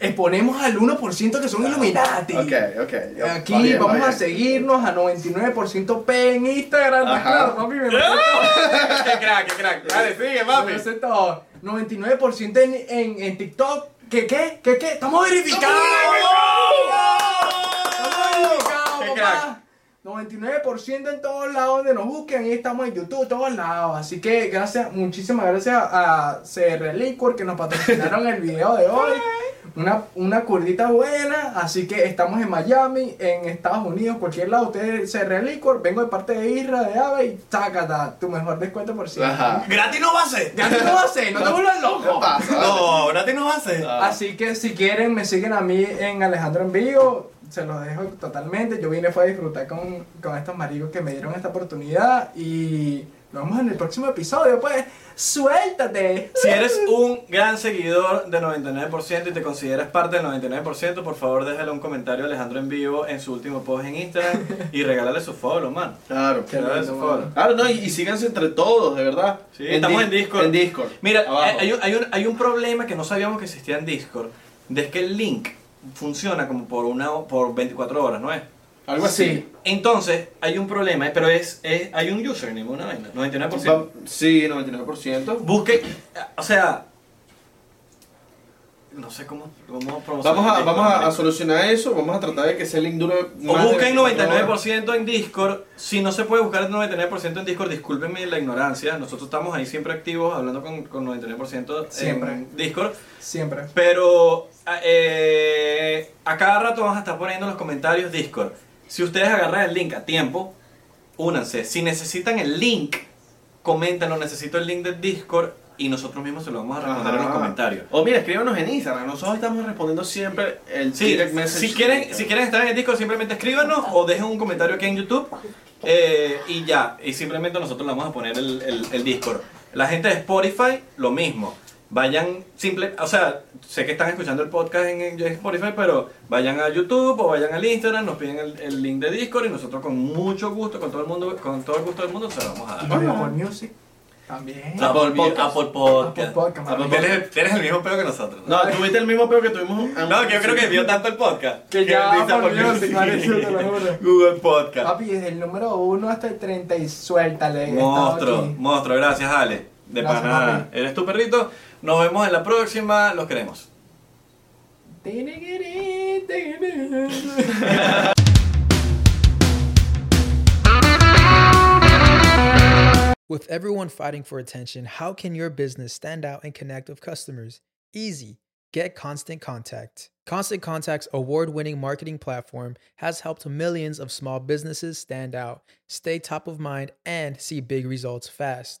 Speaker 2: exponemos al 1% que son Illuminati.
Speaker 9: Ok, ok. Yo-
Speaker 2: Aquí
Speaker 9: va bien, va
Speaker 2: vamos a
Speaker 9: bien.
Speaker 2: seguirnos a 99% P en Instagram. ¿no?
Speaker 9: Ajá.
Speaker 2: Claro, papi, me lo sé todo.
Speaker 3: ¡Qué crack, qué crack! Dale,
Speaker 2: Me
Speaker 3: sigue, papi.
Speaker 2: lo sé todo. 99% en, en, en TikTok. ¿Qué, qué? ¿Qué, qué? ¡Estamos verificados! ¡Estamos
Speaker 3: ¡Qué
Speaker 2: verificados, papá! 99% en todos lados donde nos busquen. Ahí estamos en YouTube, todos lados. Así que gracias, muchísimas gracias a CR Liquor que nos patrocinaron el video de hoy. Una, una curdita buena. Así que estamos en Miami, en Estados Unidos, cualquier lado. Ustedes, CR Liquor, vengo de parte de Isra, de Ave y tácata, tu mejor descuento por ciento.
Speaker 9: Ajá.
Speaker 7: Gratis no va a ser.
Speaker 2: Ya no lo haces, no te vuelvas
Speaker 9: ¿Qué
Speaker 2: loco.
Speaker 4: Ah,
Speaker 9: pasa?
Speaker 7: No, gratis no va a ser.
Speaker 2: Así que si quieren, me siguen a mí en Alejandro en Vivo. Se los dejo totalmente. Yo vine fue a disfrutar con, con estos maricos que me dieron esta oportunidad. Y nos vemos en el próximo episodio, pues. ¡Suéltate!
Speaker 3: Si eres un gran seguidor del 99% y te consideras parte del 99%, por favor déjale un comentario a Alejandro en vivo en su último post en Instagram y regálale su follow, man.
Speaker 4: Claro.
Speaker 2: Qué
Speaker 3: Regálale
Speaker 2: lindo,
Speaker 3: su
Speaker 2: man.
Speaker 3: follow.
Speaker 4: Claro, no, y, y síganse entre todos, de verdad.
Speaker 3: Sí, estamos
Speaker 4: Di-
Speaker 3: en Discord.
Speaker 4: En Discord.
Speaker 3: Mira, eh,
Speaker 4: Abajo.
Speaker 3: hay, hay un, hay un- hay un problema que no sabíamos que existía en Discord, de es que el link funciona como por una por 24 horas, ¿no es?
Speaker 4: Algo así.
Speaker 2: Sí.
Speaker 3: Entonces, hay un problema, pero es, es- hay un username, una vaina, 99%.
Speaker 4: Va- Sí, 99%.
Speaker 3: Busque, eh, o sea, no sé cómo, cómo promocionar
Speaker 4: Vamos a,
Speaker 3: Discord,
Speaker 4: vamos a,
Speaker 3: marico.
Speaker 4: a solucionar eso, vamos a tratar de que ese link dure
Speaker 3: O
Speaker 4: más de
Speaker 3: busquen
Speaker 4: 24 horas.
Speaker 3: 99% en Discord. Si no se puede buscar el 99% en Discord, discúlpenme la ignorancia. Nosotros estamos ahí siempre activos hablando con, con 99%
Speaker 2: Siempre.
Speaker 3: en Discord.
Speaker 2: Siempre.
Speaker 3: Pero a- eh, a cada rato vamos a estar poniendo en los comentarios Discord. Si ustedes agarran el link a tiempo, únanse. Si necesitan el link, coméntenlo. Necesito el link de Discord y nosotros mismos se lo vamos a responder en los
Speaker 4: Ajá.
Speaker 3: comentarios.
Speaker 4: O mira, escríbanos en Instagram. Nosotros estamos respondiendo siempre el
Speaker 3: Sí,
Speaker 4: direct message.
Speaker 3: si quieren, si quieren estar en el disco, simplemente escríbanos o dejen un comentario aquí en YouTube eh, y ya. Y simplemente nosotros le vamos a poner el, el, el Discord. La gente de Spotify, lo mismo. Vayan simple, o sea, sé que están escuchando el podcast en, en Spotify, pero vayan a YouTube o vayan al Instagram, nos piden el, el link de Discord y nosotros con mucho gusto, con todo el mundo, con todo el gusto del mundo, se lo vamos a
Speaker 2: Y
Speaker 3: dar.
Speaker 2: de Apple Music. También.
Speaker 4: Apple Podcast.
Speaker 7: Apple
Speaker 2: Apple
Speaker 7: Podcast.
Speaker 2: Podcast.
Speaker 4: Apple
Speaker 2: marico.
Speaker 7: Tienes, tienes el mismo pelo que nosotros. No,
Speaker 4: No, tuviste el mismo peo que tuvimos.
Speaker 7: que yo creo que vio tanto el podcast.
Speaker 2: Que ya
Speaker 7: dice
Speaker 2: Apple
Speaker 7: Apple
Speaker 2: Music,
Speaker 7: Music.
Speaker 2: marico, te lo juro.
Speaker 7: Google Podcast.
Speaker 2: Papi, desde el número 1 hasta el 30 y suéltale. he estado
Speaker 3: Monstruo,
Speaker 2: pues, aquí.
Speaker 3: monstruo, gracias Ale. De
Speaker 2: Gracias,
Speaker 3: pana,
Speaker 2: papi.
Speaker 3: eres tu perrito. Nos vemos en la próxima, los queremos.
Speaker 2: Tinigiri, tinigiri.
Speaker 10: With everyone fighting for attention, how can your business stand out and connect with customers? Easy. Get Constant Contact. Constant Contact's award winning marketing platform has helped millions of small businesses stand out, stay top of mind, and see big results fast.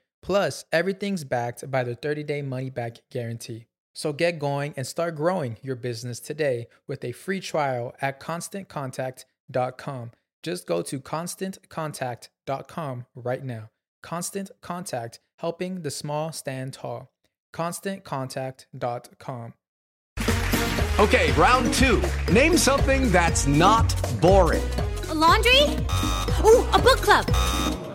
Speaker 10: Plus, everything's backed by their 30 day money back guarantee. So get going and start growing your business today with a free trial at constantcontact.com. Just go to constantcontact.com right now. Constant Contact, helping the small stand tall. ConstantContact.com.
Speaker 11: Okay, round two. Name something that's not boring.
Speaker 12: laundry? Ooh, a book club.